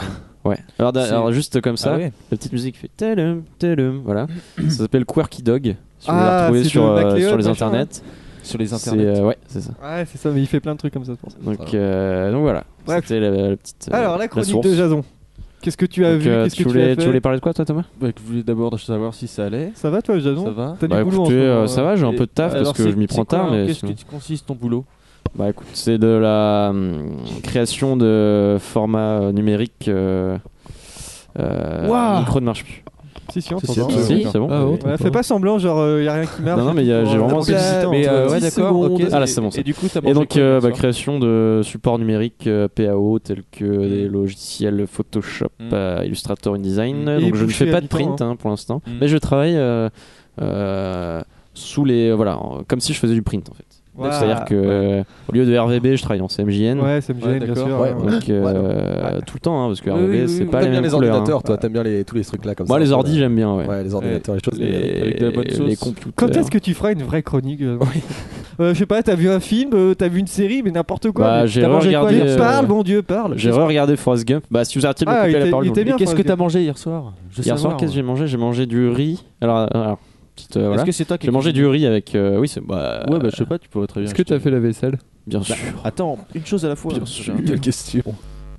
Ouais. Alors, d'a-
C'est-
alors, juste comme ça,
Ah ouais.
la petite musique fait telum, telum.
<clears throat>
Voilà. ça s'appelle Quirky Dog. Si vous voulez
Ah,
la retrouver
c'est
sur,
de
euh,
MacLeod,
sur les
machin,
internets.
Sur les
C'est,
internets.
euh, ouais, c'est ça.
Ouais, c'est ça, mais il fait plein de trucs comme ça, je pense.
Donc, euh, donc voilà.
Bref.
C'était la, la petite. euh,
Alors, la chronique
source.
de Jason. Qu'est-ce que tu as
Donc,
vu
euh,
Qu'est-ce
tu,
que tu as
voulais,
fait
tu voulais parler de quoi, toi, Thomas
Bah, que je voulais d'abord savoir si ça allait.
Ça va, toi, Jason
Ça va
T'as
Bah
du boulot en ce
écoutez, euh,
moment,
ça
euh.
va, j'ai un peu de taf
Alors,
parce que
c'est-
je m'y
c'est
prends
quoi,
tard.
hein,
Mais
Qu'est-ce
sinon-
que consiste ton boulot
Bah écoute, c'est de la hum, création de format euh, numérique. Euh, euh,
Waouh
micro ne marche plus.
Si, si, on
Si, si, on
t'entend.
t'entend.
Ouais,
Si, c'est bon.
Ah bon
Ouais, fais pas semblant, genre, euh, y a rien qui marche.
Non, non, mais y a- j'ai vraiment-
Mais euh, ouais,
dix
d'accord. ok,
secondes.
Ah, là,
et-
c'est bon, ça.
Et du coup, t'as
Et
mangé
donc,
quoi,
euh, bah,
hier soir
création de supports numériques euh, PAO tels que
Mm.
les logiciels Photoshop,
Mm.
euh, Illustrator, InDesign.
Mm.
Et
Donc, je ne
boucher
fais
à
pas de
mi-temps,
print hein, pour l'instant,
Mm.
mais je travaille euh, euh, sous les. Voilà, en- comme si je faisais du print en fait.
Voilà.
C'est-à-dire que euh, au lieu de RVB, je travaille en CMJN.
Ouais, ça me gêne,
Ouais,
bien
d'accord.
sûr.
Ouais,
ouais.
Donc, euh,
Ouais.
tout le temps, hein, parce que
Oui,
RVB,
oui, oui,
c'est
oui.
pas les
T'aimes bien
mêmes
les
couleurs, hein.
ordinateurs, toi, t'aimes bien les- tous les trucs là comme ça.
Moi,
un
les
peu,
ordi,
là.
j'aime bien, ouais.
Ouais, les ordinateurs, les choses.
Les,
les-
Avec de la bonne
les
sauce.
computers.
Quand est-ce que tu feras une vraie chronique euh, Euh, je sais pas, t'as vu un film, euh, t'as vu une série, mais n'importe quoi.
Bah,
mais
j'ai
t'as mangé quoi
regardé,
hier
euh,
Parle, mon Dieu, parle.
J'ai re-regardé Forrest Gump. Bah, si vous arrêtez de me
Ah,
couper
il
la
était-
parole,
il
je vous
était
le dis.
bien,
Qu'est-ce que
Forrest
t'as
Gump.
mangé hier soir Je veux
Hier soir,
savoir,
qu'est-ce que
moi.
j'ai mangé J'ai mangé du riz. Alors, euh, alors, petite, euh, voilà.
Est-ce que c'est toi qui
J'ai mangé du riz avec. euh, oui, c'est. Bah,
Ouais, bah je sais pas, tu pourrais très bien.
Est-ce que t'as fait la vaisselle
Bien
Bah,
sûr.
Attends, une chose à la fois.
Quelle question.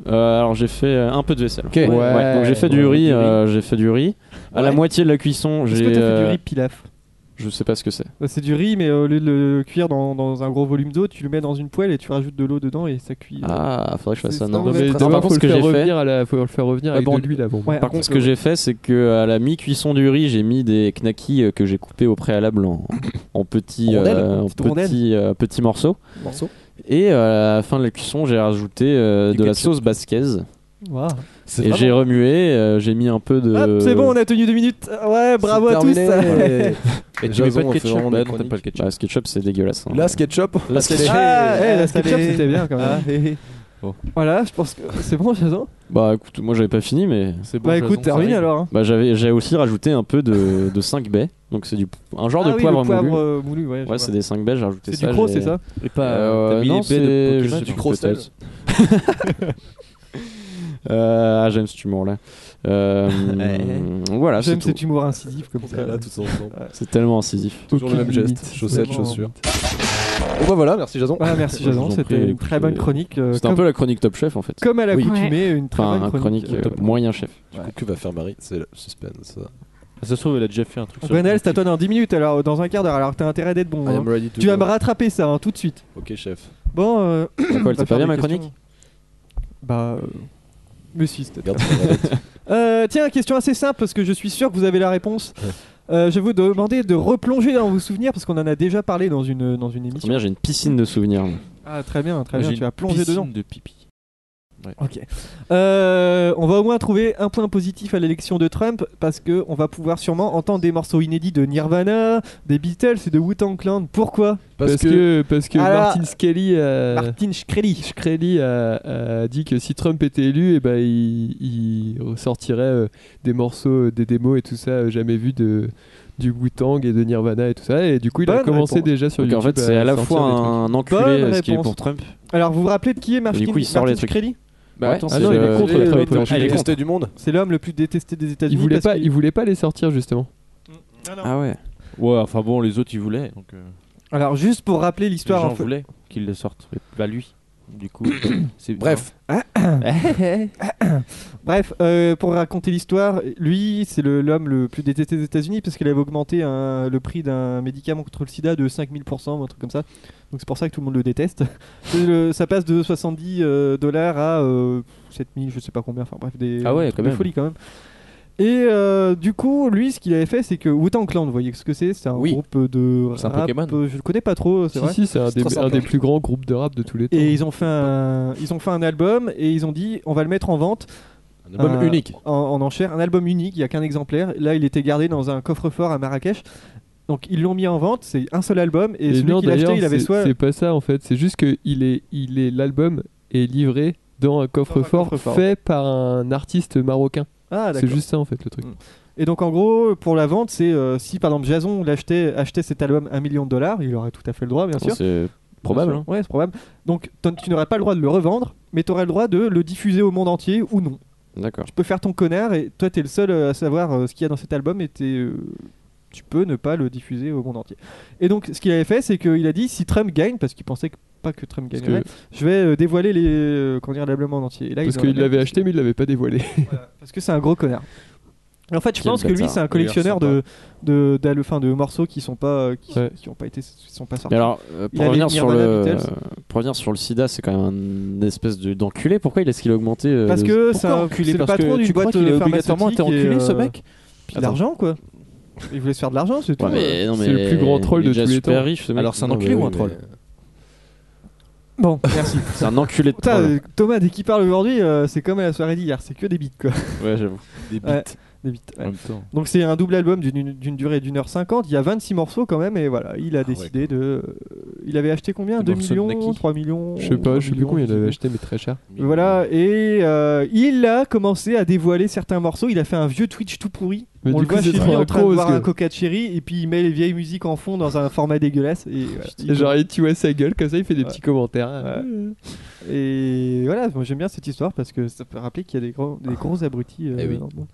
Euh, alors, j'ai fait euh, un peu de vaisselle.
Ouais.
Ouais, donc j'ai fait du
Ouais,
riz,
du riz.
euh, j'ai fait du riz. À la
Ouais.
moitié de la cuisson,
Est-ce
j'ai.
que t'as fait du
euh,
riz pilaf
Je sais pas ce que c'est.
Bah, C'est du riz, mais euh, au lieu de le cuire dans, dans un gros volume d'eau, tu le mets dans une poêle et tu rajoutes de l'eau dedans et ça cuit. euh.
Ah, faudrait que je fasse
C'est
ça.
ça,
Non,
ouais.
mais
Très
par
D'abord,
contre,
faut
ce
le
que j'ai
faire
fait.
revenir à la, faut le faire revenir
Ah
avec
bon.
de l'huile avant.
Ouais,
Par
un
contre, ce
peu,
que
ouais.
j'ai fait, c'est que à la mi-cuisson du riz, j'ai mis des knackis euh, que j'ai coupés au préalable en, en petits,
Rondelles,
euh, en
petites rondelles.
petits, euh, petits morceaux.
Morceau.
Et euh, à la fin de la cuisson, j'ai rajouté euh,
Du
de la
ketchup.
sauce basquaise.
Waouh.
Et j'ai remué, euh, j'ai mis un peu de.
Hop, c'est bon, on a tenu deux minutes. Ouais, bravo à tous.
<laughs>
<laughs>
Et tu mets
Jason,
pas de
on fait
ketchup
vraiment des
Bah non, t'as pas le ketchup.
Bah, ce ketchup, c'est dégueulasse. hein.
Là, SketchUp.
Là, sketch-
Ah, eh, la
salut.
SketchUp, c'était bien quand même.
Ah,
eh,
hé, hé.
Voilà, je pense que c'est bon, Jason.
Bah écoute, moi j'avais pas fini, mais.
C'est bon,
Bah
Jason,
écoute,
ça
termine
arrive.
alors. hein.
Bah, j'avais, j'ai aussi rajouté un peu de, de 5 baies. Donc c'est du, un genre
Ah
de
oui,
poivre,
le poivre
moulu.
euh, moulu, ouais. je
Ouais,
vois.
c'est des 5 baies, j'ai rajouté
C'est
ça.
du croc,
j'ai-
c'est ça
Et pas.
Euh,
t'as mis
non,
les baies de
c'est- je
Pokémon,
sais
tu
plus,
crois,
peut-être.
peut-être.
Euh, ah, j'aime cet humour-là. Euh, voilà, c'est
J'aime
tout.
cet humour incisif comme ça.
Là, tous ensemble.
C'est tellement incisif.
<laughs> Toujours le
Aucune
même geste.
limite.
Chaussettes,
Vraiment.
chaussures. Bon bah voilà, merci Jason.
Ah, merci
Je vous en
Jason,
prie,
c'était une très
écoutez,
bonne chronique. euh,
C'était un
comme,
peu la chronique Top Chef en fait.
comme à la
Oui.
coutumée, une très
Enfin,
bonne
un
chronique.
chronique euh, moyen chef.
Du coup, que va faire Marie C'est le suspense.
Ça se trouve, elle a déjà fait un truc. sur-
Grenelle, c'est à toi dans 10 minutes, alors euh, dans un quart d'heure, alors t'as intérêt d'être
Ah,
bon.
I
hein.
am ready to
Tu vas me
go.
rattraper ça hein, tout de suite.
Ok, chef.
Bon, euh, <clears throat>
Quoi, elle
on va
t'est pas
faire
bien
des
ma
questions.
chronique
Bah. euh, Mais si, c'était
Regarde, on arrête.
Euh, tiens, question assez simple parce que je suis sûr que vous avez la réponse. Euh, je vais vous demander de replonger dans vos souvenirs parce qu'on en a déjà parlé dans une, dans une
Ça
émission.
tombe bien, j'ai une piscine de souvenirs.
Ah, très bien, très
J'ai
bien,
une
tu vas plonger
piscine
dedans.
de pipi.
Ok. Euh, on va au moins trouver un point positif à l'élection de Trump parce que on va pouvoir sûrement entendre des morceaux inédits de Nirvana, des Beatles et de Wu-Tang Clan. Pourquoi
Parce que.
que, parce que
Alors-
Martin Skelly a,
Martin Shkreli.
Shkreli a, a dit que si Trump était élu, eh ben, il, il ressortirait euh, des morceaux, euh, des démos et tout ça euh, jamais vu de du Wu-Tang et de Nirvana et tout ça. Et du coup, il a
Bonne
commencé
réponse.
déjà sur
Donc en
YouTube.
fait, c'est à la
sortir
fois
des trucs.
un enculé
Bonne
à ce qu'il est
réponse.
pour Trump.
Alors vous vous rappelez de qui est Martin,
Du coup, il sort
Martin
les trucs.
Shkreli
Bah
attends,
Ah
c'est
non, il
le-
est contre
le-
le travail
le-
pour
Ah, il est contre.
C'était du monde.
C'est l'homme le plus détesté des États-Unis.
Il voulait
parce
pas,
qu'il-
il voulait pas les sortir justement.
Ah ouais.
Ouais, enfin bon, les autres ils voulaient. Donc, euh,
Alors juste pour rappeler
les
l'histoire.
gens
en fait-
voulaient qu'ils le sortent. Bah lui, du <coughs> coup. c'est-
Bref,
<coughs>
Bref, euh, pour raconter l'histoire, lui, c'est le- l'homme le, plus détesté des États-Unis parce qu'il avait augmenté un- le prix d'un médicament contre le sida de 5000% ou un truc comme ça. Donc c'est pour ça que tout le monde le
<laughs>
déteste. C'est le- ça passe de 70 euh, dollars à euh, 7000, je sais pas combien. Enfin bref, des,
Ah ouais,
des trucs
quand
de
même.
folie quand même. Et euh, du coup, lui, ce qu'il avait fait, c'est que Wu-Tang Clan, vous voyez ce que c'est C'est un
Oui.
groupe de
C'est un
rap,
Pokémon.
euh, Je le connais pas trop, c'est
Si,
vrai.
si, c'est un,
C'est très
des, un
sympa.
des plus grands groupes de rap de tous les temps.
Et ils ont fait un, ils ont fait un album et ils ont dit on va le mettre en vente
un album
un-
unique.
En, en enchère, un album unique, il n'y a qu'un exemplaire. Là, il était gardé dans un coffre-fort à Marrakech. Donc, ils l'ont mis en vente, c'est un seul album. Et, celui
non,
qui l'a acheté,
d'ailleurs,
il avait
c'est-
soit.
C'est pas ça en fait. C'est juste que il est, il est l'album est livré dans un coffre-fort
coffre-fort.
fait par un artiste marocain.
Ah,
c'est
d'accord.
juste ça en fait le truc.
Et donc, en gros, pour la vente, c'est euh, si par exemple Jason l'achetait, achetait cet album 1 million de dollars, il aurait tout à fait le droit,
Ah,
bien sûr.
C'est probable.
Bien
hein.
sûr. Ouais, c'est probable. Donc, t'en- tu n'aurais pas le droit de le revendre, mais tu aurais le droit de le diffuser au monde entier ou non.
D'accord.
Tu peux faire ton connard et toi, t'es le seul euh, à savoir euh, ce qu'il y a dans cet album et t'es, euh, tu peux ne pas le diffuser au monde entier. Et donc, ce qu'il avait fait, c'est qu'il a dit si Trump gagne, parce qu'il pensait que- pas que Trump
Parce
gagnerait, je vais euh, dévoiler les, euh, comment dire, l'album en entier. Et là,
Parce
ils ont Oh,
qu'il
la-
l'avait acheté mais il l'avait pas dévoilé.
voilà, parce que c'est un gros connard. Et en fait, je
Quel
pense que lui,
bâtard.
c'est un collectionneur de, de, d'al- enfin, de morceaux qui sont pas, euh, qui,
Ouais.
qui ont pas été, qui sont pas sortis.
Mais alors, euh,
Il
pour,
a les
revenir sur
Nirvana,
le,
Beatles.
pour revenir sur le sida, c'est quand même une espèce de- d'enculé. Pourquoi il est-ce qu'il a augmenté euh,
parce
de-
que c'est,
Pourquoi
un, c'est
enculé
le
Parce
patron
que
d'une
tu crois
boîte
qu'il est
euh,
obligatoirement été
pharmaceutique et,
enculé ce
euh,
mec
puis de l'argent, quoi. Il voulait se faire de l'argent, c'est tout.
Ouais, mais non,
C'est
mais
le plus grand troll
il est
de
déjà
tous les
super
temps.
riche, ce mec.
Alors c'est un
Non,
enculé
mais
ou un
oui,
troll
mais-
Bon, merci.
C'est un enculé de
Putain,
troll.
euh, Thomas, dès qu'il parle aujourd'hui, euh, c'est comme à la soirée d'hier, c'est que des beats quoi.
Ouais, j'avoue.
Des
Ouais.
bites.
Des beats, ouais.
En même temps.
Donc c'est
Ah
un double album d'une d'une durée d'une heure cinquante, il y a 26 morceaux quand même, et voilà, il a
ouais.
décidé de. euh, il avait acheté combien
De
2
morceaux de
millions
Naki.
3 millions
<laughs> Je sais pas,
3
je sais plus
millions,
combien il
sais
avait
plus.
acheté, mais très cher.
Voilà, et euh, il a commencé à dévoiler certains morceaux. Il a fait un vieux Twitch tout pourri.
Mais
On
du
le
coup,
voit
c'est
chez lui
trop
en train de
accro,
boire
parce
un
que-
coca cherry, et puis il met les vieilles musiques en fond dans un format dégueulasse. Et, voilà,
Et
il-
genre, il- tu vois sa gueule comme ça, il fait des
Ouais.
petits commentaires.
et voilà, moi j'aime bien cette histoire parce que ça peut rappeler qu'il y a des gros, des gros abrutis. euh,
Eh oui.
dans le monde.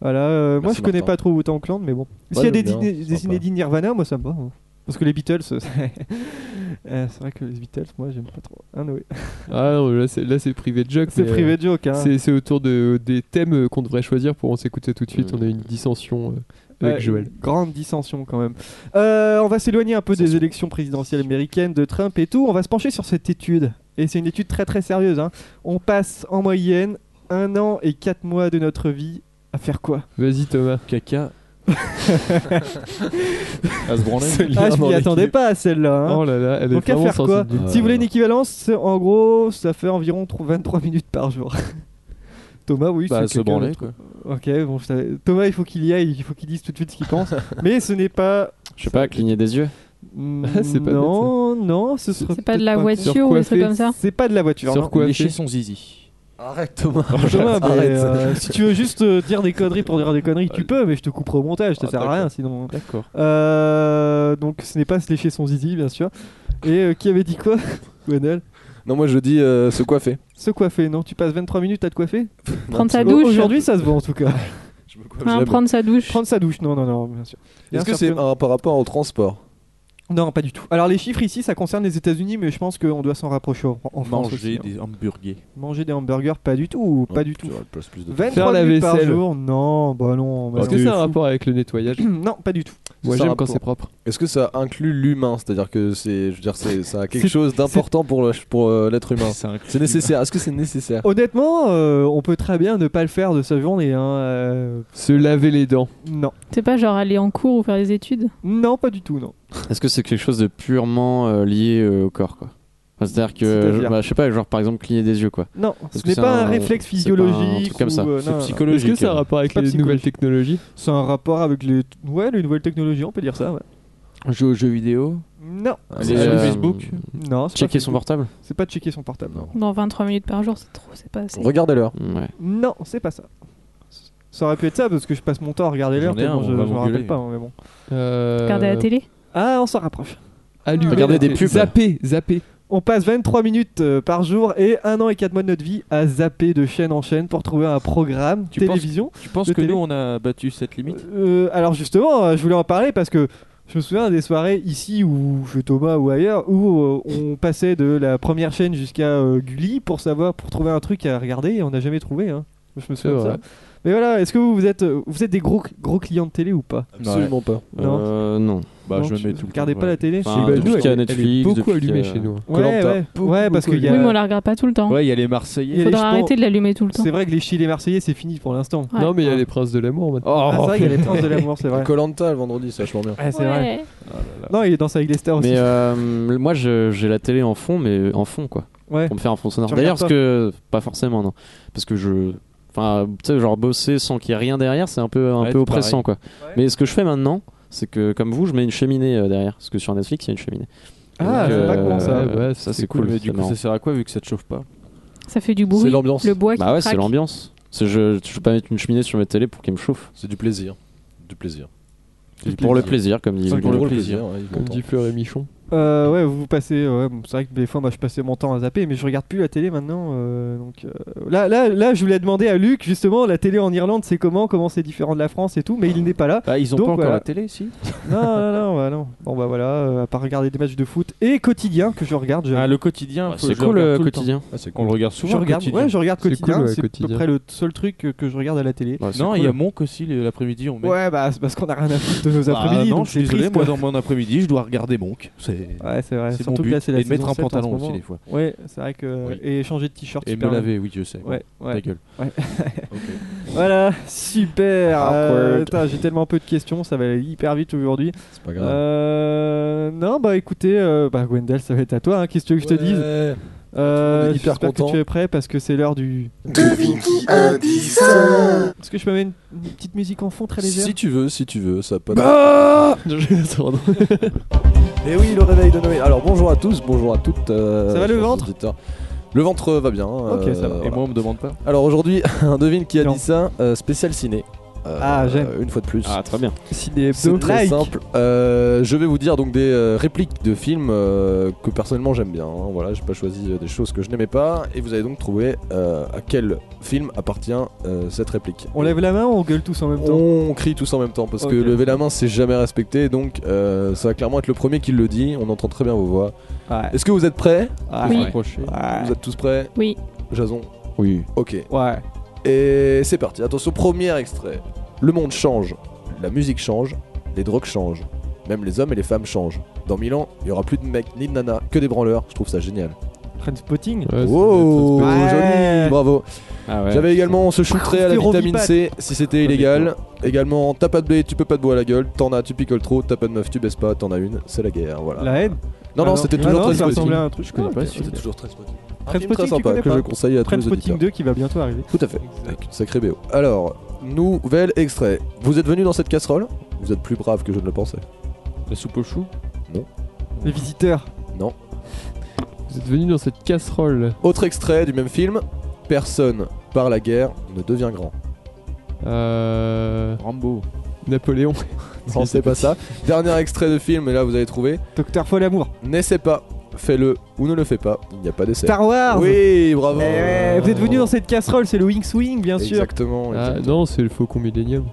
Voilà, euh, moi
Merci,
je connais
Martin.
pas trop Wu-Tang Clan, mais bon. S'il y a
j'aime
des,
bien,
dîners-
c'est
des
sympa.
inédits Nirvana, moi ça me va. hein. Parce que les Beatles, <laughs> euh, c'est vrai que les Beatles, moi j'aime pas trop. Hein, Noé
Ah non, là c'est, là, c'est privé de joke.
<laughs> c'est
mais, euh,
privé de joke. Hein.
c'est, c'est autour de, des thèmes euh, qu'on devrait choisir pour on s'écouter tout de suite.
Mm.
Mmh.
On a eu une dissension euh,
Ouais,
avec Joël.
une Grande dissension quand même. Euh, on va s'éloigner un peu des élections présidentielles américaines, de Trump et tout. On va se pencher sur cette étude. Et c'est une étude très très sérieuse. hein. On passe en moyenne un an et quatre mois de notre vie à faire quoi
Vas-y Thomas.
<laughs>
Caca. à se branler.
Ce lien
Ah, je
dans
m'y
les
attendais
clips.
pas à celle-là. hein.
Oh là là, elle est
Donc à
vraiment
faire quoi
sensible.
Si vous voulez une équivalence, en gros, ça fait environ tro- 23 minutes par jour. <laughs> Thomas, oui,
Bah,
c'est
se
quelqu'un
branler
de-
quoi.
Ok, bon, je savais- Thomas, il faut qu'il y aille, il faut qu'il dise tout de suite ce qu'il
<laughs>
pense. Mais ce n'est pas.
Je sais pas, cligner des yeux.
c'est pas
non, non, ce serait
C'est pas de
peut-être
la voiture ou
surcoiffé.
des trucs comme ça
C'est pas de la voiture. non.
Sur quoi
Lécher
fait
son zizi.
Arrête Thomas.
Thomas, mais,
Arrête.
euh, si tu veux juste euh, dire des conneries pour dire des conneries, tu peux, mais je te couperai au montage, ça
Ah,
sert à rien
d'accord.
sinon. hein.
D'accord.
Euh, donc ce n'est pas se lécher son zizi, bien sûr. Et euh, qui avait dit quoi <laughs> Wendell
Non, moi je dis euh, se coiffer.
Se coiffer, non Tu passes 23 minutes à te coiffer
Prendre sa
absolument.
douche.
Aujourd'hui, ça se voit en tout
Ah,
cas.
Je me coiffe
Hein,
jamais.
Prendre sa
<laughs>
douche.
Prendre sa douche, non, non, non, bien sûr. Bien
Est-ce que
sûr
c'est un par rapport au transport
Non, pas du tout. Alors les chiffres ici, ça concerne les États-Unis, mais je pense qu'on doit s'en rapprocher en, en France. aussi,
Manger
hein.
des hamburgers.
Manger des hamburgers, pas du tout, pas du tout.
Tu vois, plus- plus de-
23
Faire la
minutes par
vaisselle.
jour, non, bah non. bah
Est-ce que
non.
c'est un rapport avec le nettoyage
<clears throat> Non, pas du tout.
Moi
Ça
j'aime quand
rapporte.
c'est propre.
Est-ce que ça inclut l'humain C'est-à-dire que c'est, je veux dire, c'est, ça a quelque
C'est-
chose d'important pour, le- pour euh, l'être humain.
C'est un
C'est nécessaire. Est-ce que c'est nécessaire
Honnêtement, euh, on peut très bien ne pas le faire de sa journée. Hein. euh,
Se laver les dents.
non.
C'est pas genre aller en cours ou faire des études
Non, pas du tout, non.
Est-ce que c'est quelque chose de purement euh, lié euh, au corps, quoi Enfin, C'est-à-dire que,
C'est-à-dire
bah, je sais pas, genre par exemple cligner des yeux, quoi.
Non,
Parce
ce
que
n'est
c'est
pas un,
un-
réflexe
c'est pas un truc
physiologique.
comme ça.
ou, euh, non, non.
Est-ce
psychologique.
que ça a un rapport avec
C'est pas
les nouvelles
psychologique.
technologies
C'est un rapport avec les... Ouais, les nouvelles technologies, on peut dire ça. ouais.
Jouer aux jeux vidéo.
Non,
Aller
Et,
sur
euh,
Facebook.
non. c'est pas
Checker
Facebook.
son portable
C'est pas de checker son portable. Non,
Dans 23 minutes par jour, c'est trop, c'est pas assez.
Regardez l'heure.
Ouais.
c'est pas ça. Ça aurait pu être ça parce que je passe mon temps à regarder l'heure.
J'en ai un,
tellement
on
Je, je
va
me rappelle
m'engueuler.
pas, hein, mais bon.
Euh,
Regarder la télé
Ah, on s'en rapproche.
allumer
Regarder
la
des
télé.
pubs.
Zapper, zapper.
On passe 23 minutes euh, par jour et un an et 4 mois de notre vie à zapper de chaîne en chaîne pour trouver un programme
Tu penses-
télévision.
Tu penses
Le
que
télé.
nous on a battu cette limite
Euh, alors justement, euh, je voulais en parler parce que je me souviens des soirées ici ou chez Thomas ou ailleurs où euh, on passait de la première chaîne jusqu'à euh, Gulli pour savoir pour trouver un truc à regarder et on n'a jamais trouvé. hein. Je me souviens de
C'est
ça.
vrai.
Mais voilà, est-ce que vous vous êtes euh, vous êtes des gros gros clients de télé ou pas
Absolument pas.
Non. bah,
Euh, non.
Bah
Non,
je me
tu-
mets tout.
vous
le
regardez
temps,
pas
ouais.
la télé
Enfin, depuis
nous,
qu'il y a
elle- elle est
Netflix,
beaucoup
depuis euh, qu'il y a-
allumée chez nous. hein.
Ouais,
Koh-Lanta.
ouais,
Beaucoup,
ouais, parce
beaucoup
qu'il y a.
Oui, mais on la regarde pas tout le temps.
Ouais, il y a les
il y
Marseillais.
a les- je
Faudra
pense-
arrêter de l'allumer tout le temps.
C'est vrai que les Chili et les Marseillais, c'est fini pour l'instant.
Ouais.
Non mais il y a les princes de l'amour maintenant.
Ah, c'est vrai qu'il y a les princes de l'amour, c'est vrai.
Colanta le vendredi, c'est vachement bien.
Ouais, c'est vrai.
Ouais.
Non, il est dans sa avec les stars aussi.
Mais euh, moi, je- j'ai la télé en fond, mais en fond, quoi.
Ouais.
Pour me faire un fond sonore.
Tu
D'ailleurs,
regardes
parce que. Pas forcément, non. Parce que je. Enfin, tu sais, genre bosser sans qu'il y ait rien derrière, c'est un peu, un
Ouais,
peu
c'est
oppressant, quoi.
Ouais.
Mais ce que je fais maintenant, c'est que, comme vous, je mets une cheminée euh, derrière. Parce que sur Netflix, il y a une cheminée.
Ah,
Donc,
c'est pas
euh,
con ça.
ouais,
ça,
c'est
c'est cool.
mais
c'est
du coup
marrant.
ça sert à quoi vu que ça te chauffe pas
Ça fait du
C'est
bruit.
l'ambiance.
Le bois qui
Bah ouais, c'est
craque.
l'ambiance. C'est- Je je peux pas mettre une cheminée sur ma télé pour qu'elle me chauffe.
C'est du plaisir. Du plaisir.
C'est Pour le plaisir, comme dit.
C'est
Hugo.
pour le plaisir. ouais, il
Comme
l'entend.
dit Fleur et Michon.
Euh, ouais, vous passez. ouais, bon, c'est vrai que des fois, moi, je passais mon temps à zapper, mais je regarde plus la télé maintenant. euh, donc euh, là, là, là, je voulais demander à Luc justement, la télé en Irlande, c'est comment Comment c'est différent de la France et tout Mais il n'est pas là.
Bah ils ont
Donc,
pas encore
voilà.
la télé si
Non, non, non, bah, non. Bon, bah voilà, euh, à part regarder des matchs de foot et quotidien que je regarde. Je,
Ah le quotidien
Bah,
faut-
C'est
je
cool
regarde
le
tout temps.
quotidien.
Ah, c'est
euh, On
cool.
le regarde
je
souvent. le
regarde.
quotidien.
Ouais, je regarde
C'est
quotidien.
cool, ouais,
c'est à peu
quotidien.
près le seul truc que, que je regarde à la télé.
Ouais, c'est
Non, il y a
cool.
Monk aussi le- l'après-midi on met.
Ouais, Ah, bah c'est parce qu'on a rien à foutre de nos
Bah,
après-midi.
non,
donc
je
c'est
suis désolé,
triste.
moi
quoi.
dans mon après-midi, je dois regarder Monk. C'est
Ouais, c'est vrai.
c'est mon
Surtout que
but.
là, c'est la
et de mettre
saison
un
7 en ce
pantalon aussi
moment.
des fois.
Ouais, c'est vrai que
Oui.
et changer de t-shirt.
Et
hyper
me
long.
laver, oui, je sais.
Ouais, ouais.
Ta gueule.
Voilà, super. euh,
Awkward.
putain, J'ai tellement peu de questions, ça va aller hyper vite aujourd'hui.
C'est pas grave.
Euh, non, bah écoutez, euh, bah Gwendal, ça va être à toi. hein, Qu'est-ce que tu veux que je te dise Euh,
Tout le monde est hyper
J'espère que
content.
tu es prêt parce que c'est l'heure du.
Devine qui a dit ça
Est-ce que je peux mettre une, une petite musique en fond très légère
Si tu veux, si tu veux, ça a pas de- <laughs>
Bah
Et Eh oui, le réveil de Noé. Alors bonjour à tous, bonjour à toutes. euh,
Ça va, le
chers
ventre
auditeurs. Le ventre euh, va bien.
Ok, ça va. Et
voilà.
Et moi, on me demande pas.
Alors aujourd'hui, <laughs> un devine qui a
Non.
dit ça, euh, spécial ciné. Euh,
Ah, j'aime.
euh, Une fois de plus.
Ah, très bien.
Ciné
C'est très
Like.
simple. Euh, je vais vous dire donc des euh, répliques de films euh, que personnellement j'aime bien. hein. Voilà, j'ai pas choisi euh, des choses que je n'aimais pas. Et vous allez donc trouver euh, à quel film appartient euh, cette réplique.
On lève la main ou on gueule tous en même temps
On crie tous en même temps parce
Ok.
que lever la main c'est jamais respecté. Donc euh, ça va clairement être le premier qui le dit. On entend très bien vos voix.
Ouais.
Est-ce que vous êtes prêts
Ah, Ouais.
Oui.
Approcher.
Vous êtes tous prêts
Oui.
Jason
Oui.
Ok.
Ouais.
Et c'est parti. Attention, premier extrait. Le monde change. La musique change. Les drogues changent. Même les hommes et les femmes changent. Dans Milan, il y aura plus de mecs ni de nanas que des branleurs. Je trouve ça génial.
Trainspotting
Ouais,
Oh.
ça
Wow,
doit être
Ouais.
joli, bravo.
Ah ouais.
J'avais également on se shooterait à la
C'était
vitamine
Robipat.
C si c'était illégal. Également, t'as pas de blé, tu peux pas te boire la gueule. T'en as, tu picoles trop. T'as pas de meuf, tu baisses pas. T'en as une, c'est la guerre. Voilà.
La haine
Non, non,
Ah
c'était
Ah
toujours
non,
très
ça
spotting.
ressemblait à un truc.
Je connais
Ah,
pas
ok.
C'était toujours très spotting. Un film
Trainspotting,
très
tu
sympa
connais
que
pas
je conseille à tous les auditeurs.
Trainspotting 2 qui va bientôt arriver.
Tout à fait, avec une sacrée BO. Alors, nouvel extrait. Vous êtes venu dans cette casserole Vous êtes plus brave que je ne le pensais.
La soupe au chou.
Les visiteurs.
Vous êtes venu dans cette casserole.
Autre extrait du même film. Personne, par la guerre, ne devient
<laughs>
grand.
Euh...
Rambo.
Napoléon.
Non, c'est pas ça. Dernier extrait de film, et là vous avez trouvé.
Docteur Folamour.
N'essaie pas, fais-le ou ne le fais pas, il n'y a pas d'essai.
Star Wars
Oui, bravo.
Eh ouais, Vous êtes venu dans cette casserole, c'est le Wing Swing, bien sûr.
Exactement.
Ah
exactement.
non, c'est le Faucon Millennium.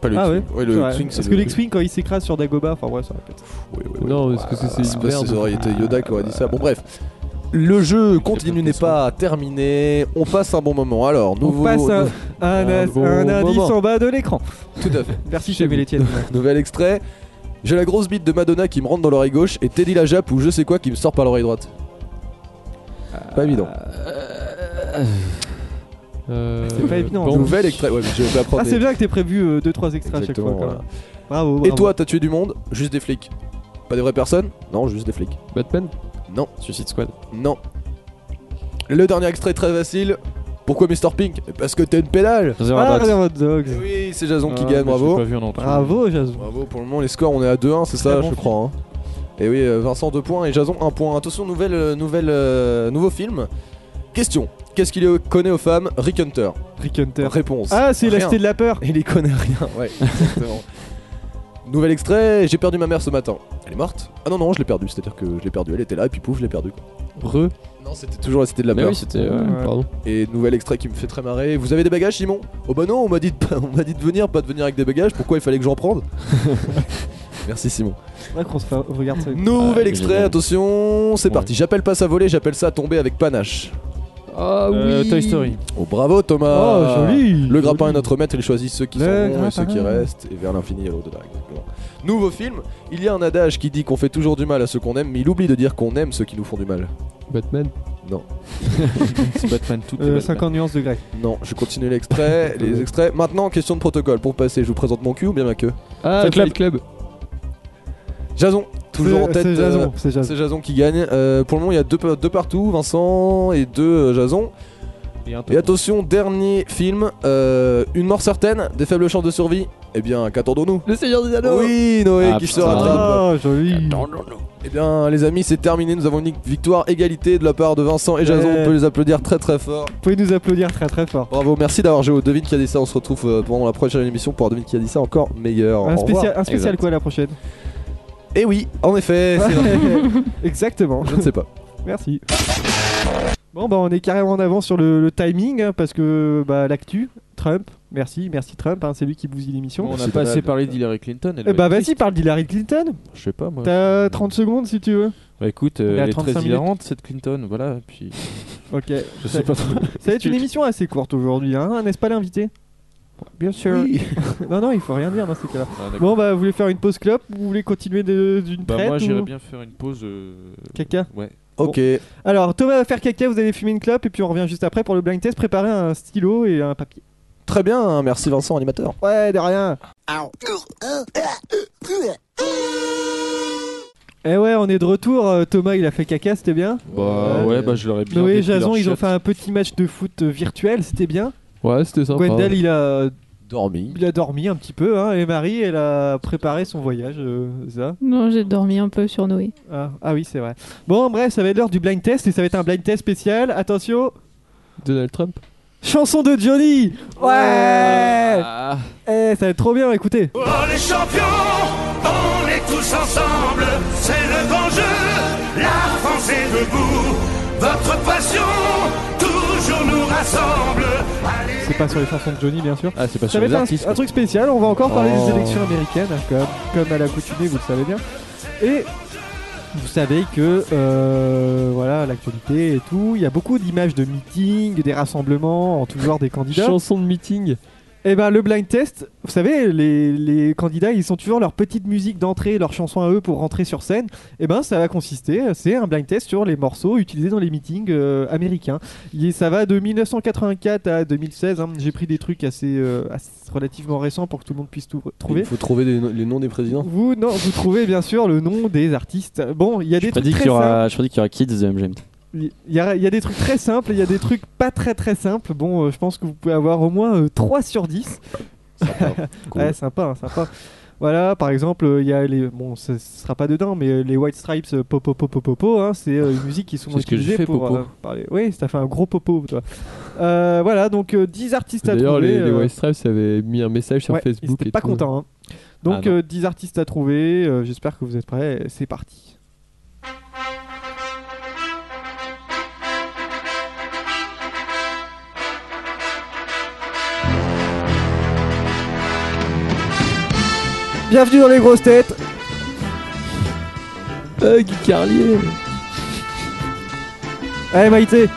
Pas le
Ah
X-Wing. le
Ouais,
X-Wing, c'est
Parce que
le-
l'X-Wing, quand il s'écrase sur Dagobah, enfin ouais, ça répète.
Oui, oui, oui.
Non, parce que
Ah,
c'est- c'est
Je sais
une
pas si
merde.
ça aurait été Yoda qui aurait dit ça. Bon, bref. Le jeu continue, n'est pas terminé. On passe un bon moment. Alors, nouveau.
On passe un,
nou-
un,
un
as-
bon
un indice
moment.
en bas de l'écran.
Tout à fait.
<laughs> Merci, j'aimais les tiennes.
Nouvel extrait. J'ai la grosse bite de Madonna qui me rentre dans l'oreille gauche et Teddy la Jappe ou je sais quoi qui me sort par l'oreille droite. Pas évident.
Euh,
C'est pas évident.
Bambi.
Nouvel extrait. Ouais, mais je vais pas apprendre
Ah,
des-
c'est bien que t'aies prévu 2-3 extraits à chaque
Exactement,
fois. quand
voilà.
même. Bravo,
Et
bravo.
toi, t'as tué du monde Juste des flics. Pas des vraies personnes Non, juste des flics.
Batman
Non,
Suicide Squad.
non. Le dernier extrait très facile. Pourquoi Mr. Pink Parce que t'es une pédale
Réservoir
Ah,
Dogs.
Reservoir Dogs.
Eh Oui, c'est Jason qui
Ah,
gagne,
mais je l'ai
bravo.
pas vu en entier.
Bravo, Jason.
Bravo, pour le moment, les scores, on est à 2-1, c'est ça,
bon
je
film.
crois. hein. Et oui, euh, Vincent 2 points et Jason 1 point. Attention, nouvelle, euh, nouvelle, euh, nouveau film. Question Qu'est-ce qu'il est- connaît aux femmes Rick Hunter.
Rick Hunter.
Réponse.
Ah, c'est la
Rien.
cité de la peur.
Il y connaît rien, <laughs> ouais, exactement. Nouvel extrait, j'ai perdu ma mère ce matin. Elle est morte Ah non, non, je l'ai perdue, c'est-à-dire que je l'ai perdue, elle était là et puis pouf, je l'ai perdue. quoi.
Re Euh,
Non, c'était toujours la cité de la
Mais
peur.
oui, c'était. ouais.
Ouais.
Pardon.
Et nouvel extrait qui me fait très marrer. Vous avez des bagages, Simon Oh bah non, on m'a dit, de pas- on m'a dit de venir, pas de venir avec des bagages, pourquoi il fallait que j'en prenne Merci Simon.
C'est vrai qu'on se fait- on regarde ça.
Nouvel
Ah,
extrait,
génial.
attention, c'est
Ouais.
parti. J'appelle pas ça voler, j'appelle ça tomber avec panache.
Ah
Euh, Toy Story.
Oh bravo Thomas
Oh, joli
euh, Le grappin est notre maître, il choisit ceux qui
Le
sont bons
grappin.
et ceux qui restent, et vers l'infini et l'au-delà. exactement. Nouveau film, il y a un adage qui dit qu'on fait toujours du mal à ceux qu'on aime, mais il oublie de dire qu'on aime ceux qui nous font du mal.
Batman.
C'est Batman tout.
Euh, 50 nuances de grec.
Non, je continue
<laughs>
l'extrait, les extraits. Maintenant, question de protocole, pour passer, je vous présente mon cul ou bien ma queue
Ah,
Fight
Fight Club.
Jason, toujours en
C'est-
tête.
C'est
euh,
Jason. C'est Jason.
C'est Jason qui gagne. Euh, pour le moment, il y a deux, pa- deux partout, Vincent et deux euh, Jason.
Et un
Et attention, dernier film, euh, une mort certaine, des faibles chances de survie. Eh bien, qu'attendons-nous
Le Seigneur des
Oui, Noé
Ah,
qui se
putain.
rattrape.
Oh, joli.
Eh bien, les amis, c'est terminé. Nous avons une victoire égalité de la part de Vincent et Jason.
Ouais.
On peut les applaudir très très fort.
Vous pouvez nous applaudir très très fort.
Bravo, merci d'avoir joué au Devine qui a dit ça. On se retrouve euh, pendant la prochaine émission pour Devine qui a dit ça encore meilleur. Au
Un
revoir.
spécial, un spécial
Exact.
quoi la prochaine
Eh oui, en effet. <laughs> c'est vrai.
<laughs> Exactement.
Je ne sais pas.
Merci. Bon bah on est carrément en avance sur le, le timing hein, parce que bah, l'actu Trump. Merci, merci Trump. hein, c'est lui qui bousille l'émission.
on
Merci,
a pas assez
Donald.
parlé d'Hillary Clinton. elle
Eh
doit
bah
être
vas-y, parle d'Hillary Clinton.
triste. Je sais pas moi.
T'as 30 secondes si tu veux.
Bah écoute, euh,
On est à
elle est
35
très
minutes.
hilarante cette Clinton, voilà.
<laughs>
Puis
Ok.
je sais pas trop.
<laughs> Ça va être une émission assez courte aujourd'hui, hein, n'est-ce pas l'invité Bien sûr. non non, il faut rien dire dans ces cas-là.
Ah, d'accord.
Bon bah vous voulez faire une pause clope ou vous voulez continuer de- d'une
bah
traite
moi
ou-
j'irais bien faire une pause. euh,
Caca.
Ouais.
Ok.
Alors Thomas va faire caca, vous allez fumer une clope et puis on revient juste après pour le blind test, préparer un stylo et un papier.
Très bien. Merci Vincent, animateur.
bah,
Ouais, de rien. Eh ouais, on est de retour. euh, Thomas, il a fait caca, c'était bien.
Bah
Ouais.
ouais, bah je l'aurais bien.
Noé et
détruit
Jason,
leur
ils ont
chatte.
fait un petit match de foot euh, virtuel, c'était bien.
Ouais, c'était sympa.
Gwendal, il a,
Dormi.
il a dormi un petit peu. hein, et Marie, elle a préparé son voyage. euh, ça.
Non, j'ai dormi un peu sur Noé.
Ah, ah oui, c'est vrai. Bon, bref, ça va être l'heure du blind test. Et ça va être un blind test spécial. Attention.
Donald Trump.
Chanson de Johnny Ouais
Ah.
Eh, ça va être trop bien, écoutez.
Oh les champions, on est tous ensemble, c'est le bon jeu, la France est debout, votre passion toujours nous rassemble. Allez,
C'est pas sur les chansons de Johnny, bien sûr.
Ah, c'est pas
Ça
sur
va
les
être un,
artistes.
un
quoi.
truc spécial, on va encore parler
Oh.
des élections américaines, hein, comme, comme à l'accoutumée, vous le savez bien. Et vous savez que, euh, voilà, l'actualité et tout, il y a beaucoup d'images de meetings, des rassemblements en tout genre des candidats.
Chanson de meeting.
Et ben le blind test, vous savez, les, les candidats, ils ont toujours leur petite musique d'entrée, leur chanson à eux pour rentrer sur scène. Et ben ça va consister, c'est un blind test sur les morceaux utilisés dans les meetings euh, américains. Il- ça va de 1984 à 2016. hein. J'ai pris des trucs assez, euh, assez- relativement récents pour que tout le monde puisse tout trouver.
Il faut trouver des no- les noms des présidents.
Vous non, vous trouvez bien sûr le nom des artistes. Bon, il y a des
Je
trucs
prédis
très
qu'il y, aura... je prédis qu'il y aura Kids euh, de MGM.
il y, a, il y a des trucs très simples et il y a des trucs pas très très simples. Bon, euh, je pense que vous pouvez avoir au moins euh, 3 sur 10. <laughs>
Cool.
Ouais, sympa, hein, sympa. Voilà, par exemple, euh, il y a les. Bon, ce ce sera pas dedans, mais euh, les White Stripes, euh, popo popo popo, hein, c'est euh, une musique qui sont
C'est ce que j'ai
utilisées
fait,
pour
popo.
euh, parler. Oui, ça fait un gros popo, toi. Euh, voilà, donc euh, 10 artistes à trouver.
D'ailleurs, les, les
euh,
White Stripes avaient mis un message sur
ouais, Ils
Facebook.
étaient
et
pas
tout.
contents. hein. Donc,
Ah, non.
euh, 10 artistes à trouver. euh, J'espère que vous êtes prêts. C'est parti. Bienvenue dans les grosses têtes.
Ah, Guy Carlier.
Allez, Eh, Maïté.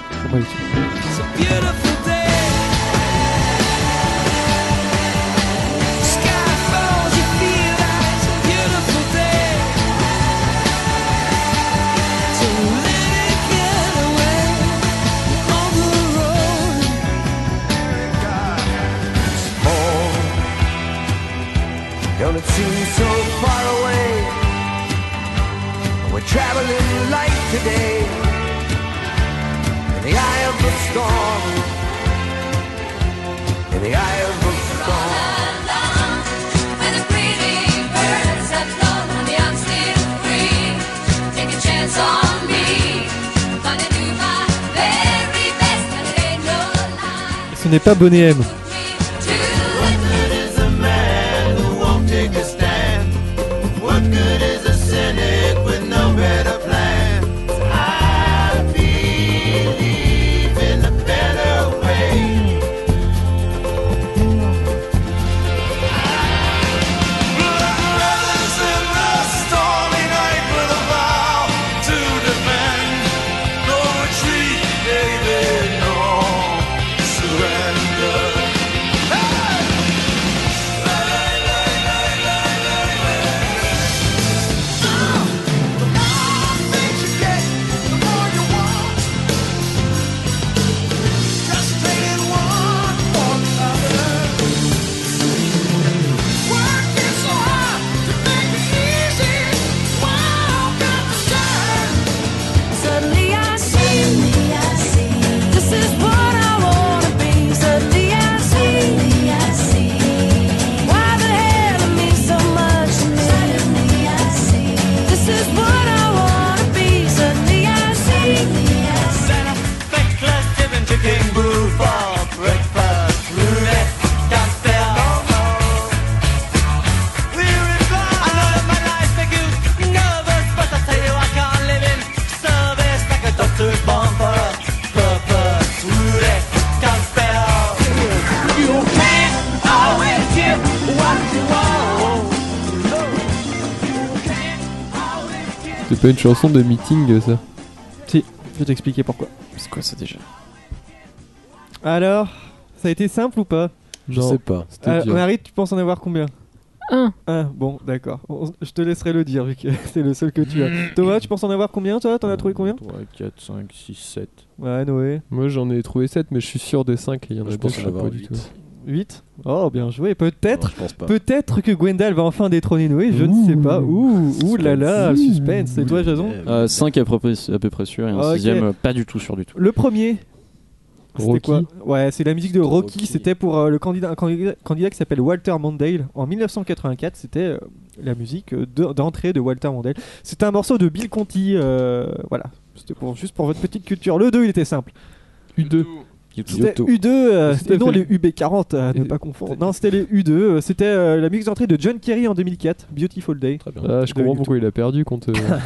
And it seems so far away. We're traveling light today. In the eye of the storm. In the eye of the storm.
On me, gonna do my very best, but it ain't no lie.
Ce n'est pas Bonnet M.
To Suddenly I see, I see, this is what I wanna be. Suddenly I see, I see, why the hell it means so much to me. Suddenly I see, this is what I wanna be. Suddenly I see, I see,
C'était pas une chanson de meeting, ça.
Je vais t'expliquer pourquoi.
C'est quoi ça déjà
Alors, ça a été simple ou pas
Je sais pas.
C'était
Euh,
dur.
Marie, tu penses en avoir combien
Un.
Un, bon, d'accord. On- Je te laisserai le dire vu que <laughs> c'est le seul que tu as. Thomas, tu penses en avoir combien toi T'en as trouvé combien
3, 4, 5, 6, 7.
Ouais, Noé.
Moi j'en ai trouvé 7, mais je suis sûr des 5. Il y en a
Je
deux
pense en
que je sais
avoir
pas du
huit.
tout.
8 Oh, bien joué. Peut-être
Je pense pas.
peut-être que Gwendal va enfin détrôner Noé, je ne sais pas. Ouh, ouh là là, suspense. Et toi, Jason
Ah,
5 Euh, à, peu près- à peu près sûr et
Ok.
un 6 pas du tout sûr du tout.
Le premier. C'était
Rocky.
quoi Ouais, c'est la musique de Rocky.
Rocky.
C'était pour euh, le candidat, un candidat, candidat qui s'appelle Walter Mondale. En 1984, c'était euh, la musique euh, de- d'entrée de Walter Mondale. C'était un morceau de Bill Conti. euh, voilà. C'était pour, juste pour votre petite culture. Le 2, il était simple.
U2.
C'était
Kyoto.
U2, euh,
Tout à
c'était- non
fait.
les UB40, à euh, ne
Et-
pas confondre. Non, c'était les U2. euh, C'était euh, la musique d'entrée de John Kerry en 2004, Beautiful Day.
Très bien.
Ah, je
De
comprends
U2.
pourquoi il a perdu contre. euh,
<laughs>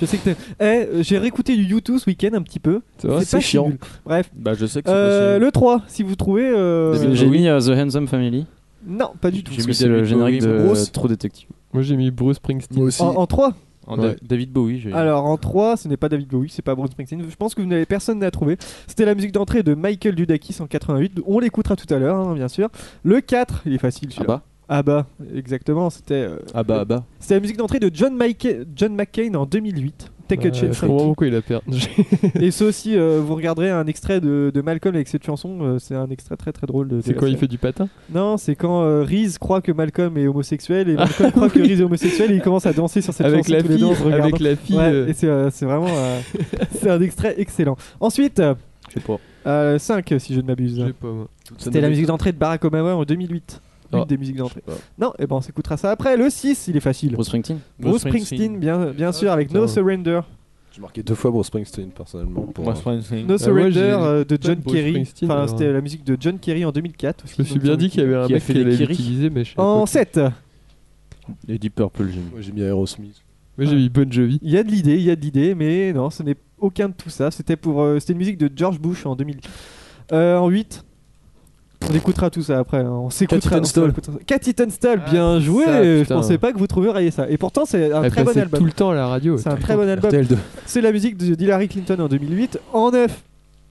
Je sais que t'es- Eh, euh, j'ai réécouté du U2 ce week-end un petit peu.
C'est vrai
pas si
chiant.
nul. Bref,
Bah, je sais que
Euh,
c'est
le 3, si vous trouvez. euh,
David
J'ai
Bowie.
mis euh, The Handsome Family.
Non, pas du tout.
J'ai
Parce
mis
que c'est le
David
générique
Bowie,
de
Bruce.
Trop Détective.
Moi j'ai mis Bruce Springsteen.
Moi aussi.
En, 3
En
Ouais.
Da- David Bowie, j'ai
Alors en 3, ce n'est pas David Bowie, c'est pas Bruce Springsteen. Je pense que vous n'avez personne à trouver. C'était la musique d'entrée de Michael Dudakis en 88. On l'écoutera tout à l'heure, hein, bien sûr. Le 4, il est facile.
Ah
celui-là.
bah,
Ah bah, exactement. C'était euh,
ah bah, ah bah.
c'était la musique d'entrée de John, Mike- John McCain en 2008. Take a
Euh,
chance.
je comprends pourquoi il
<laughs>
a perdu. <laughs>
Et ça aussi, euh, vous regarderez un extrait de, de Malcolm avec cette chanson. euh, c'est un extrait très très drôle. de- de
C'est
la
quand il
série.
fait du patin
Non, c'est quand euh, Reese croit que Malcolm est homosexuel et Malcolm croit que Reese est homosexuel et il commence à danser sur cette
avec
chanson
la,
tous les
fille,
deux en se regardant.
avec la fille.
Ouais,
euh,
et c'est, euh, c'est vraiment
<laughs>
euh, c'est un extrait excellent. Ensuite,
Je sais pas.
5 si je ne m'abuse.
je sais pas, moi.
C'était la musique d'entrée de Barack Obama en 2008. Une
Ah.
des musiques d'entrée.
Je sais
Non, et ben on s'écoutera ça après. Le 6, il est facile. Bruce,
Bruce Springsteen.
Springsteen, bien, bien sûr, avec
Ah, putain.
No Surrender.
J'ai marqué deux fois Bruce Springsteen personnellement. Pour,
Bruce Springsteen.
No
Ah, moi, j'ai
Surrender euh, de
pas
John
de Bruce
Kerry.
Springsteen,
Enfin,
alors.
c'était la musique de John Kerry en 2004.
Je me suis bien dit qu'il y avait un
Qui a
mec
fait
qui
des
allait
Kiri.
l'utiliser, mais je sais
En
pas.
7,
Et Deep Purple, j'ai mis.
Moi j'ai mis Aerosmith.
Moi j'ai mis Bon Jovi.
il y a de l'idée, il y a de l'idée, mais non, ce n'est aucun de tout ça. C'était pour, euh, c'était une musique de George Bush en 2000. Euh, en 8, on écoutera tout ça après. hein. On s'écoutera.
Cathy Tunstall.
on s'écoutera. Cathy Tunstall, bien joué.
Ah, ça,
je
putain.
pensais pas que vous trouveriez ça. Et pourtant, c'est un
Elle
très bon
passait tout
album.
le temps à la radio.
C'est un très bon album.
RTL2.
C'est la musique de Hillary Clinton en 2008. En 9,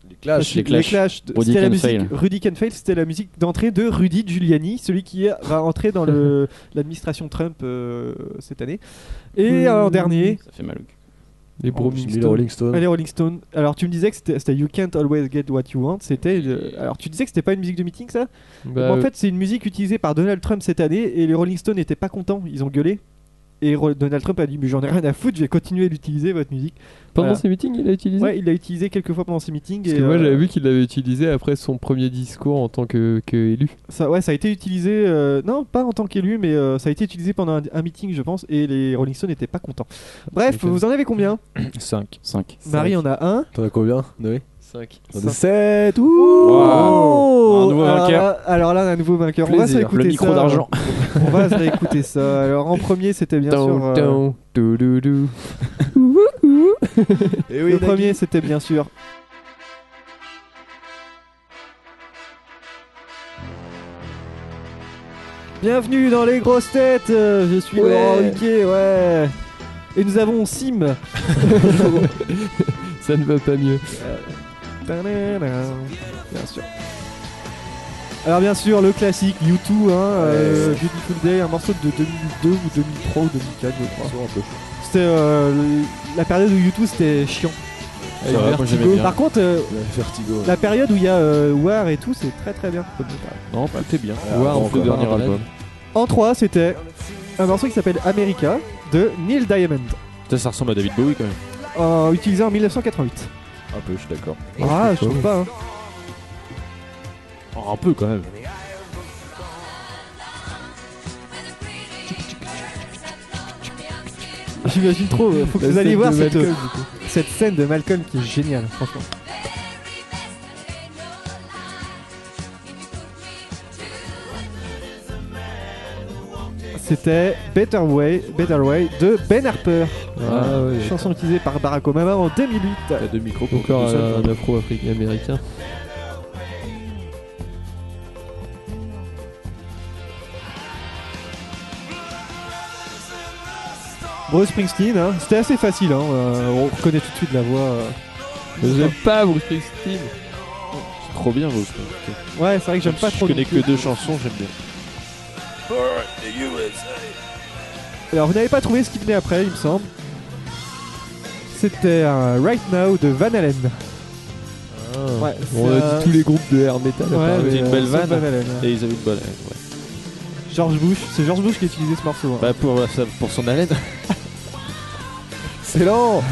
Les Clash.
les Clash.
de-
Rudy
c'était la
Kenfail.
musique Rudy Kenfail, c'était la musique d'entrée de Rudy Giuliani, celui qui va entrer dans
<laughs>
le- l'administration Trump euh, cette année. Et
Euh,
en dernier,
Ça fait mal.
Les
J'ai
Brooming
mis les
Stones.
Rolling Stones.
Allez Rolling Stone. Alors tu me disais que c'était c'était You Can't Always Get What You Want. C'était. euh, alors tu disais que c'était pas une musique de meeting ça
Bah,
En fait c'est une musique utilisée par Donald Trump cette année et les Rolling Stones n'étaient pas contents. Ils ont gueulé. Et Ro- Donald Trump a dit mais j'en ai rien à foutre, je vais continuer d'utiliser votre musique.
pendant
voilà.
ses meetings, il a utilisé.
Ouais, il l'a utilisé quelques fois pendant ses meetings.
Parce
et,
que moi
euh,
j'avais vu qu'il l'avait utilisé après son premier discours en tant que, que élu.
Ça, ouais, ça a été utilisé, euh, non pas en tant qu'élu, mais euh, ça a été utilisé pendant un, un meeting, je pense, et les Rolling Stones n'étaient pas contents. Bref,
Ok.
vous en avez combien
5.
5.
Marie en a un.
T'en as combien Noé
5.
T'en
Cinq.
as 7
Oh
Un nouveau
alors,
vainqueur.
là- alors là, on a un nouveau vainqueur. On va se
Plaisir.
réécouter
Le micro
ça.
d'argent.
On va se réécouter ça. Alors en premier, c'était bien sûr. euh,
Et
le premier, c'était bien sûr. Bienvenue dans les grosses têtes. euh, Je suis
Ouais.
Laurent Ruquier, ouais. Et nous avons Sim.
Ça ne va pas mieux.
Bien sûr. Alors bien sûr le classique U2, hein, euh, Beautiful Day, un morceau de 2002 ou 2003 ou 2004 je crois. C'était euh, le- la période où U2 c'était chiant.
Avec
va, moi,
Vertigo.
j'aimais bien.
Par contre, euh,
Le Vertigo.
la période où il y a euh, War et tout, c'est très très bien.
Non, tout est bien.
Ah,
War,
bon,
on fait
quoi.
le dernier
Dernier
album.
album.
En 3 c'était un morceau qui s'appelle America de Neil Diamond,
Ça, ça ressemble à David Bowie quand même.
euh, utilisé en 1988.
Un peu, je suis d'accord.
Ah je trouve pas. hein.
Oh, un peu quand même.
J'imagine trop. euh, Faut que
La
vous allez
scène
voir
de
cette,
Malcolm,
cette scène de Malcolm qui est géniale, franchement. C'était Better Way, Better Way de Ben Harper,
Ah ouais.
chanson utilisée par Barack Obama en 2008.
T'as deux micros pour
Encore
tout seul,
euh,
un,
quoi.
un afro-africain américain.
Bruce Springsteen, hein, c'était assez facile, hein, euh, on reconnaît tout de suite la voix. euh.
J'aime pas Bruce Springsteen.
C'est trop bien, vous.
Ouais, c'est vrai que j'aime pas trop.
Je connais
non plus.
que deux chansons, j'aime bien.
Alors vous n'avez pas trouvé ce qui venait après, il me semble. C'était un Right Now de Van Halen. Ouais,
on
c'est,
a
euh,
dit tous les groupes de air metal.
Ouais,
apparemment.
mais,
C'était
euh, sauf Van Halen, ouais.
Et ils avaient une bonne haleine, ouais.
George Bush, c'est George Bush qui a utilisé ce morceau. hein.
Bah pour, euh, ça- pour son haleine.
Excellent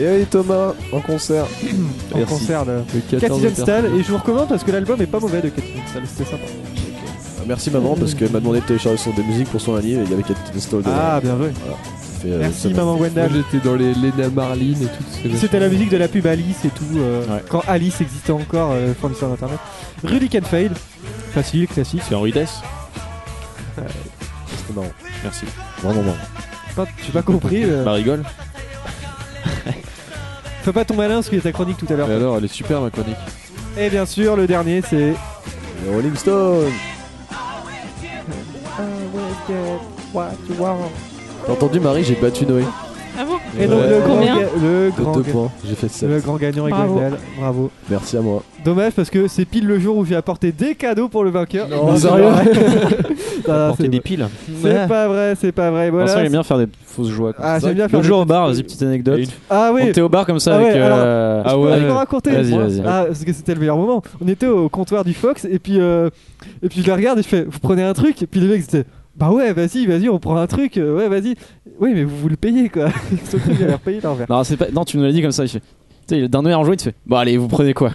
Et oui, Thomas, en concert.
en
Merci.
concert de
Le 14
Cathy Hempstall,
Interpol.
et je vous recommande parce que l'album est pas mauvais de Cathy Hempstall, c'était sympa.
Ah, Merci maman parce qu'elle m'a demandé de télécharger son des musiques pour son anniversaire et il y avait Captain Stall dedans.
Ah, bien joué.
Voilà. Ça fait, euh,
Merci
semaine.
maman
Moi,
Gwendal.
j'étais dans les Lena Marlin et tout. c'est-
C'était la musique de la pub Alice et tout, euh,
Ouais.
quand Alice existait encore, euh, fournisseur d'internet. Rudy Can Fail, facile, classique.
C'est Henri Dess.
C'était marrant.
Merci.
Vraiment marrant.
Pas- J'ai pas compris. euh,
Bah rigole.
<laughs> Fais pas ton malin parce qu'il y a ta chronique tout à l'heure.
Mais alors elle est super ma chronique.
Et bien sûr, le dernier c'est.
Les Rolling Stones T'as entendu Marie, j'ai battu Noé
Ah bon
Et donc
Ouais.
le grand,
Combien
ga- le
de
grand,
deux
ga-
points. J'ai fait ça.
le grand gagnant est
Bravo.
Gwendal, bravo.
Merci à moi.
Dommage parce que c'est pile le jour où j'ai apporté des cadeaux pour le vainqueur.
Non, sérieux
<laughs> T'as
Porter des piles.
C'est pas vrai, c'est pas vrai. Ah, Voilà.
Vincent, Ah, il aime bien faire des fausses joies. quoi.
Ah, j'aime bien faire
L'autre jour
des-
au bar, vas-y, petite anecdote.
Et une-
Ah
On
oui.
était au bar comme ça
Ah
avec.
ouais, alors-
euh,
Ah
Je
ouais.
peux le raconter
Vas-y, vas-y.
Ah, parce que c'était le meilleur moment. On était au comptoir du Fox et puis euh, et puis je la regarde et je fais vous prenez un truc et puis les mecs étaient bah ouais vas-y vas-y on prend un truc euh, ouais vas-y oui mais vous vous le payez quoi. <laughs> Sauf que j'avais repayé
<laughs>
leur verre.
Non, c'est pas... non, tu nous l'as dit comme ça. Il fait... Tu sais, D'un œil enjoué, tu fais Bon, allez, vous prenez quoi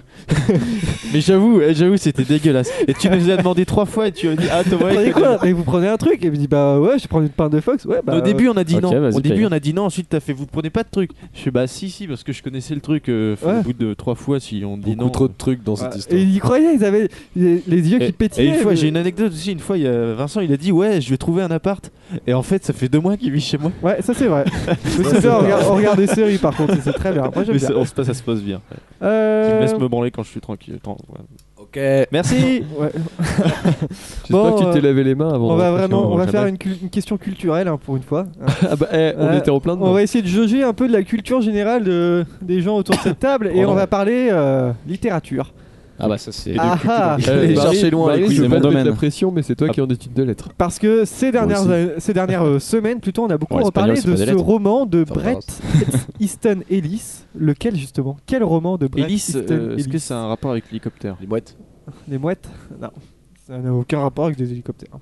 Mais j'avoue, eh, j'avoue c'était dégueulasse. Et tu nous as demandé trois fois et tu as dit ah
Vous
Thomas. il
prenez
fait
quoi Et vous prenez un truc et il me dit bah ouais je prends une pain de Fox ouais bah
au début on a dit
Ok,
non.
vas-y,
Au début
paye.
on a dit non. Ensuite t'as fait vous prenez pas de truc. Je suis bah si si parce que je connaissais le truc. euh, faut
Ouais.
Au bout de trois fois si on dit
Beaucoup
non.
trop de trucs dans
Ah,
cette
et
histoire.
ils y croyaient ils avaient les, les yeux qui
Et- et
pétillaient.
une fois,
mais-
j'ai une anecdote aussi. Une fois, il y a Vincent, il a dit ouais, je vais trouver un appart. Et en fait, ça fait deux mois qu'il vit chez moi.
Ouais, ça
<laughs>
c'est vrai. Mais c'est bien, on regarde, on regarde des séries par contre, et c'est très bien. Moi j'aime
Mais
bien.
ça, on se passe, ça se passe bien. Tu
Euh,
me laisses me branler quand je suis tranquille. Attends, ouais.
Ok.
Merci. <laughs>
ouais,
J'espère
Bon,
que tu
euh,
t'es lavé les mains avant. hein,
on va
parce que
vraiment, on va
jamais-
faire une, cul- une question culturelle hein, pour une fois. hein.
Ah bah, eh, on
Ouais.
était en plein dedans.
On va essayer de jauger un peu de la culture générale de, des gens autour de cette table et
<laughs> Oh
on
non.
va parler euh, littérature.
Ah bah, ça c'est.
Ah ah
Eh,
Allez,
Marie-
cherchez loin,
Marie,
les couilles,
je
c'est
veux pas
mon
te mettre
domaine.
la pression, mais c'est toi
Ah.
qui es en étude de lettres.
Parce que ces dernières,
aussi.
euh, ces dernières euh, semaines, plutôt, on a beaucoup
Ouais, l'espagnol,
reparlé
c'est pas
de
des
ce
lettres.
roman de
Ça
Bret
<laughs>
Easton Ellis. Lequel justement Quel roman de Bret
Elise,
Easton
euh, est-ce
Ellis
que c'est un rapport avec l'hélicoptère
Les mouettes.
Des mouettes Non. Ça n'a aucun rapport avec des hélicoptères.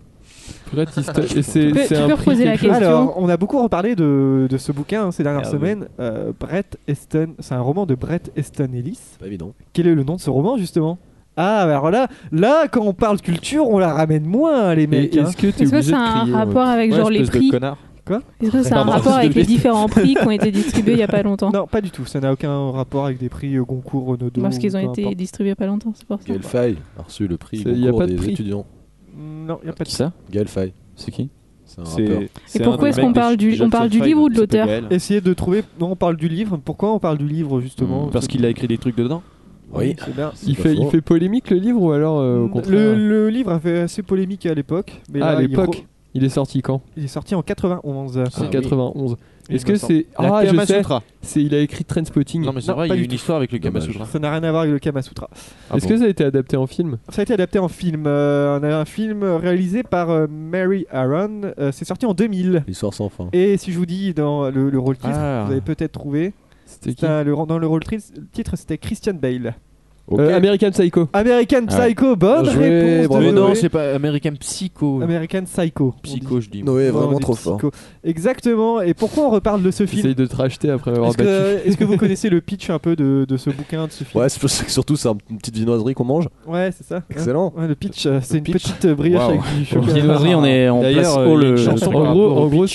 Brett
<laughs>
Easton- et c'est
peux- tu
c'est un
peux
prix
reposer la
quelque
question.
Alors, on a beaucoup reparlé de, de ce bouquin hein, ces dernières
Ah,
semaines. Euh, Brett Easton, c'est un roman de Brett Easton Ellis.
Pas évident.
Quel est le nom de ce roman justement Ah, alors là, là, quand on parle culture, on la ramène moins hein, les
chose.
mecs.
Et
hein.
Est-ce que tu es
Est-ce que
obligé
ça
de
a un
crier, ouais.
rapport avec genre les prix
connard.
Est-ce que ça a un
Pardon,
<laughs>
rapport avec les
désolé.
différents prix qui ont été distribués il y a pas longtemps
Non, pas du tout. Ça n'a aucun rapport avec des prix euh, Goncourt, Renaudot.
Parce qu'ils
ou
ont
peu
été
importe.
distribués il y a pas longtemps, c'est pour ça.
Gaël Fay a reçu le prix
C'est- y a
Goncourt
pas de
des
prix.
étudiants.
Mm, Non, il n'y a pas de
Qui ça
Gaël Fay,
C'est qui
c'est un rappeur.
Et pourquoi est-ce qu'on parle du, on parle du livre ou de l'auteur
Essayez de trouver. Non, on parle du livre. Pourquoi on parle du livre
Mm,
justement
Parce
C'est-
qu'il a écrit des trucs dedans.
Oui.
c'est bien.
C'est
Il
pas
fait, il
faux.
fait polémique le livre ou alors euh, au contraire
Mm, Le, le livre a fait assez polémique à l'époque. mais
Ah,
là,
à
il
l'époque.
re-
Il est sorti quand
Il est sorti en 91.
Ah
C'est
oui.
91. Est-ce
Il me
que
semble.
c'est
La
Ah, je
Kama
sais.
Sutra.
C'est il a écrit Trainspotting.
Non mais c'est
Non,
vrai, il y
pas
a
du
une histoire avec le Kama
Dommage.
Sutra.
Ça n'a rien à voir avec le Kama Sutra.
Ah
Est-ce
bon.
que ça a été adapté en film
Ça a été adapté en film. euh, un, un film réalisé par euh, Mary Aaron. Euh, c'est sorti en 2000.
L'histoire sans fin.
Et si je vous dis dans le, le rôle titre,
Ah.
vous avez peut-être trouvé.
C'était qui
C'est un- le, dans le rôle tri- titre, c'était Christian Bale.
Ok.
Euh, American Psycho.
American
Ah ouais.
Psycho, bonne
Bien joué,
réponse.
bravo.
de
Mais non,
Noé.
c'est pas American Psycho.
American Psycho. on dit.
Psycho, je dis.
Noé est
Non, on
vraiment
dit
trop
psycho.
fort.
Exactement. Et pourquoi on reparle de ce film
J'essaye de te racheter après avoir
Est-ce
battu.
que, est-ce que vous connaissez le pitch un peu de, de ce bouquin, de ce film
Ouais, c'est- c'est- surtout c'est un- une petite viennoiserie qu'on mange.
Ouais, c'est ça. hein.
Excellent.
Ouais, le pitch, euh, c'est une petite euh, brioche
Waouh.
avec du chocolat.
Viennoiserie, on est on place
D'ailleurs, euh,
haut
il y a
le.
une chanson
le-
par
en
rapport
gros,
au
en gros,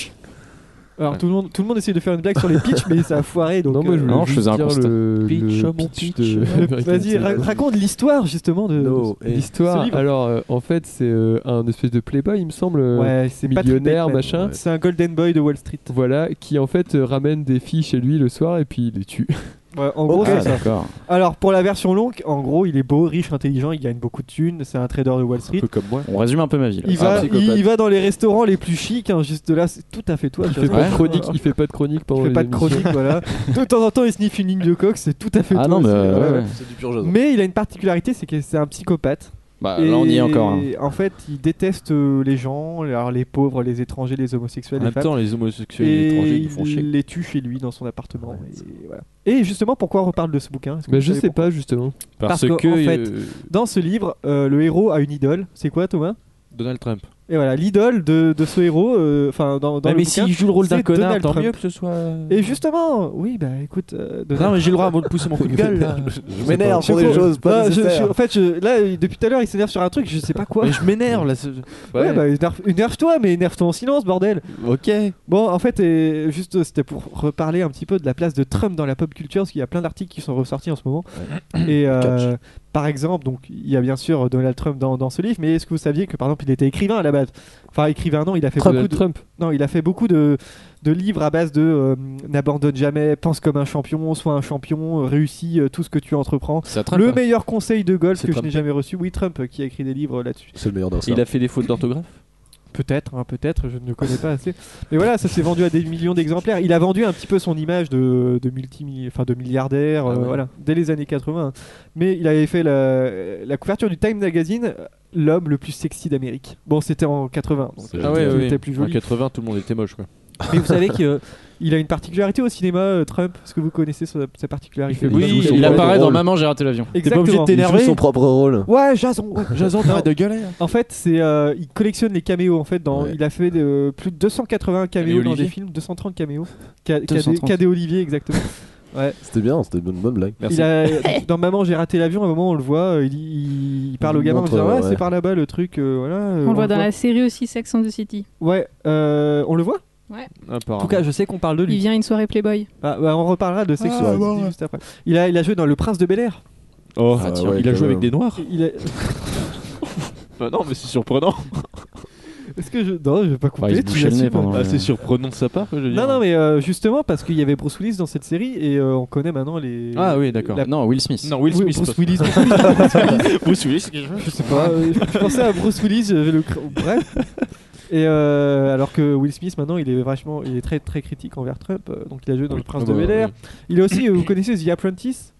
Alors tout le monde, tout le monde essaie de faire une blague sur les pitchs, mais ça a foiré. Donc,
non, moi je
euh,
voulais
Non, je
juste
faisais un
dire
constat.
le,
Pitch,
le
mon
pitch
pitch.
de American
vas-y,
Psycho.
ra- raconte l'histoire justement de.
No. eh. Et-
de- ce
L'histoire,
livre.
alors euh, en fait, c'est euh, un espèce de playboy, il me semble, euh,
Ouais, c'est Patrick
millionnaire,
Bateman.
machin,
Ouais.
C'est un Golden Boy de Wall Street.
voilà, qui en fait euh, ramène des filles chez lui le soir et puis il les tue.
Ouais, en gros,
Ok.
c'est
Ah,
ça.
d'accord.
Alors pour la version longue, en gros, il est beau, riche, intelligent, il gagne beaucoup de thunes, c'est un trader de Wall Street.
comme moi.
On résume un peu ma vie. là.
Il
Ah,
va, il,
psychopathe.
il va dans les restaurants les plus chics, hein, juste là, c'est tout à fait toi.
Il
tu
fait
vois.
pas
Ouais.
de chronique, il fait pas de chronique
Il
pendant
fait
les
pas de
émissions.
chronique, voilà. De temps en temps, il sniffe une ligne de coke, c'est tout à fait
Ah
toi
non, mais
aussi, hein.
euh,
voilà.
ouais, ouais.
C'est du pur jeu.
Mais il a une particularité, c'est que c'est un psychopathe.
Bah, là, on y est encore, hein.
En fait, il déteste euh, les gens, alors les pauvres, les étrangers, les homosexuels.
En même
femmes.
temps, les homosexuels et les
Et
étrangers, ils nous font chier.
Il les tue chez lui dans son appartement. et, voilà. Et justement, pourquoi on reparle de ce bouquin Est-ce que
Bah,
vous
je
savez
sais
pourquoi
pas, justement.
Parce
qu'en
que,
fait,
euh,
dans ce livre, euh, le héros a une idole. C'est quoi, Thomas
Donald Trump.
Et voilà, l'idole de, de ce héros, euh, enfin dans, dans
Ah,
le
mais
bouquin,
s'il joue le rôle d'un
c'est
connard,
Donald
tant
Trump.
mieux que ce soit.
Et justement, oui, bah écoute, euh, Donald
Non, mais j'ai le droit à moi de pousser mon coup de gueule. là.
Je m'énerve pour
Je sais
des choses pas
Ah, je- je-
nécessaires.
en fait, je- là, il- depuis tout à l'heure, il s'énerve sur un truc, je sais pas quoi.
Mais je m'énerve là. c'est-
Ouais, bah énerve- énerve-toi, mais énerve-toi en silence, bordel.
Ok.
Bon, en fait, et juste, euh, c'était pour reparler un petit peu de la place de Trump dans la pop culture, parce qu'il y a plein d'articles qui sont ressortis en ce moment. Et euh, par exemple, donc il y a bien sûr Donald Trump dans, dans ce livre, mais est-ce que vous saviez que par exemple il était écrivain à la base Enfin, écrivain, non, il a fait
Trump.
beaucoup de
Trump.
non, il a fait beaucoup de, de livres à base de euh, n'abandonne jamais, pense comme un champion, sois un champion, euh, réussis euh, tout ce que tu entreprends.
Ça Trump,
Le
hein.
meilleur conseil de golf
C'est
que je
Trump.
n'ai jamais reçu, oui, Trump euh, qui a écrit des livres là-dessus.
C'est le meilleur dans ça.
Il a fait des fautes d'orthographe
Peut-être, hein, peut-être, je ne le connais pas assez. Mais voilà, ça s'est vendu à des millions d'exemplaires. Il a vendu un petit peu son image de, de, multi, enfin, de milliardaire,
Ah
euh,
ouais.
voilà, dès les années 80. Mais il avait fait la, la couverture du Time Magazine, euh, l'homme le plus sexy d'Amérique. Bon, c'était en 80, donc
C'est
euh,
Ah ouais,
tout
ouais,
était plus
En
joli.
80, tout le monde était moche quoi.
Mais vous savez qu'il euh, il a une particularité au cinéma, euh, Trump. Est-ce que vous connaissez sa, sa particularité
Il fait beaucoup de choses.
il apparaît dans
drôle.
Maman, j'ai raté l'avion.
T'es pas obligé de
Exactement.
Il joue
t'énerver.
son propre rôle.
Ouais, Jason. ouais.
Jason,
Non,
t'arrêtes de gueuler.
En fait, c'est euh, il collectionne les caméos. En fait, dans,
Ouais.
il a fait euh, plus de 280 caméos
Caméo
dans
Olivier.
des films, 230 caméos. Ca-
230.
KD KD Olivier, exactement. Ouais.
C'était bien, c'était une bonne blague.
Merci.
Il a, dans Maman, j'ai raté l'avion. À un moment, on le voit. euh, Il, il- il parle
Il
au gamin en
montre,
disant
euh,
ouais,
ouais.
c'est par là-bas le truc. euh, voilà. euh,
On le voit
le
dans la série aussi, Sex and the City.
Ouais. euh, on le voit. En tout
Apparemment.
cas, je sais qu'on parle de lui.
Il vient à une soirée Playboy.
Ah, bah, on reparlera de Sex
Ah,
and the City
ouais, ouais.
juste après. Il a, il a joué dans Le Prince de Bel Air.
Oh,
Ah,
tiens,
ouais,
il a
quand
joué avec
même.
des noirs.
Il a- <laughs>
Bah non, mais c'est surprenant.
Est-ce que je. Non, je vais pas
Bah,
couper.
il se
tu
bouchait le nez
l'assumes.
pendant.
Ah,
le-
c'est surprenant de sa part, je veux dire.
Non, non, mais euh, justement parce qu'il y avait Bruce Willis dans cette série et euh, on connaît maintenant les.
Ah oui, d'accord.
la-
Non, Will Smith.
Non, Will
Oui,
Smith.
Bruce
parce-
Willis.
Bruce Willis, c'est quelque chose.
je sais pas. euh, je pensais à Bruce Willis. Je vais le. cr- Bref. Et euh, alors que Will Smith maintenant il est vachement, il est très très critique envers Trump. euh, donc il a joué dans Le Prince de
bah,
Bel Air.
oui.
Il a aussi, euh, vous connaissez The Apprentice,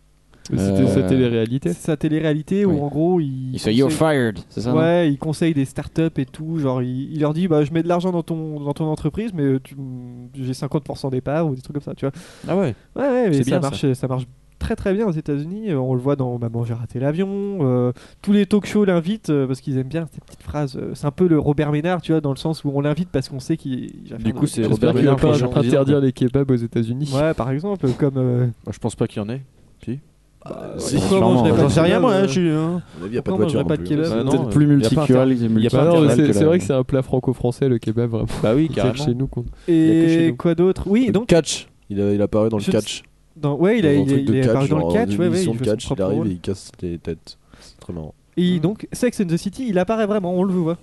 C'était sa
Euh,
télé-réalité.
c'est sa télé-réalité où
Oui.
en gros il.
Il fait You're
conseille-
fired, c'est ça non
Ouais, il conseille des startups et tout. Genre, il, il leur dit bah, Je mets de l'argent dans ton, dans ton entreprise, mais euh, tu- j'ai 50% des parts ou des trucs comme ça, tu vois.
Ah ouais.
Ouais, ouais, mais
C'est
ça
bien, ça.
marche, ça. marche très très bien aux États-Unis. Euh, on le voit dans Maman, j'ai raté l'avion. Euh, tous les talk shows l'invitent euh, parce qu'ils aiment bien ces petites phrases. Euh, c'est un peu le Robert Ménard, tu vois, dans le sens où on l'invite parce qu'on sait qu'il. il va
Du
faire
coup,
un-
c'est
J'espère
Robert
qu'il va
Ménard,
pas
qui est président.
interdire les kebabs aux États-Unis. Bah
Ouais, par exemple, comme. euh, bah,
Bah, Je pense pas qu'il y en ait.
Si,
pourquoi
sûrement,
mangerais
hein.
pas
J'en
de
sais rien,
kebab,
moi.
euh,
hein, Je suis. hein.
À mon avis, il a pas de
Pourquoi
voiture.
on mangerait
non
pas
plus. hein.
de kebab
Bah non,
Peut-être
euh,
plus
y a pas
multiculturel.
inter- y a pas
Ah non, mais
inter-
Internet
c'est
que
c'est
la-
vrai que c'est un plat franco-français le kebab, vraiment.
Bah oui,
C'est
carrément.
chez nous qu'on.
y a que chez
euh, Et
nous.
quoi d'autre Oui,
Le
donc.
catch. Il a, il apparaît dans le
Je-
catch.
Dans, ouais, il, a,
dans un
il, est-
truc de
il est
catch,
apparu dans
genre,
le catch,
une
ouais, ouais,
émission
il
de
joue son
catch, il
propre
arrive
rôle.
et il casse les têtes. C'est très marrant.
Et donc, Sex and the City, il apparaît vraiment, on le voit.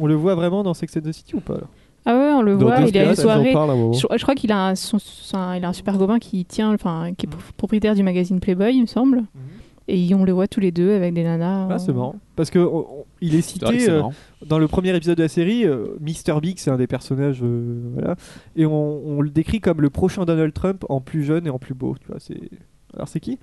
On le voit vraiment dans Sex and the City ou pas alors
Ah ouais, on le voit, il est à une soirée.
parle un moment.
Je, je crois qu'il a un, son- son- il a un super copain qui tient, enfin,
Mm.
qui est pro- propriétaire du magazine Playboy, il me semble.
Mhm.
Et on les voit tous les deux avec des nanas.
Ah, c'est
euh,
marrant. Parce que on- on- il est cité
C'est vrai que c'est
euh,
marrant.
dans le premier épisode de la série. euh, Mr. Big, c'est un des personnages, euh, voilà, et on, on le décrit comme le prochain Donald Trump en plus jeune et en plus beau. Tu vois, c'est. Alors c'est qui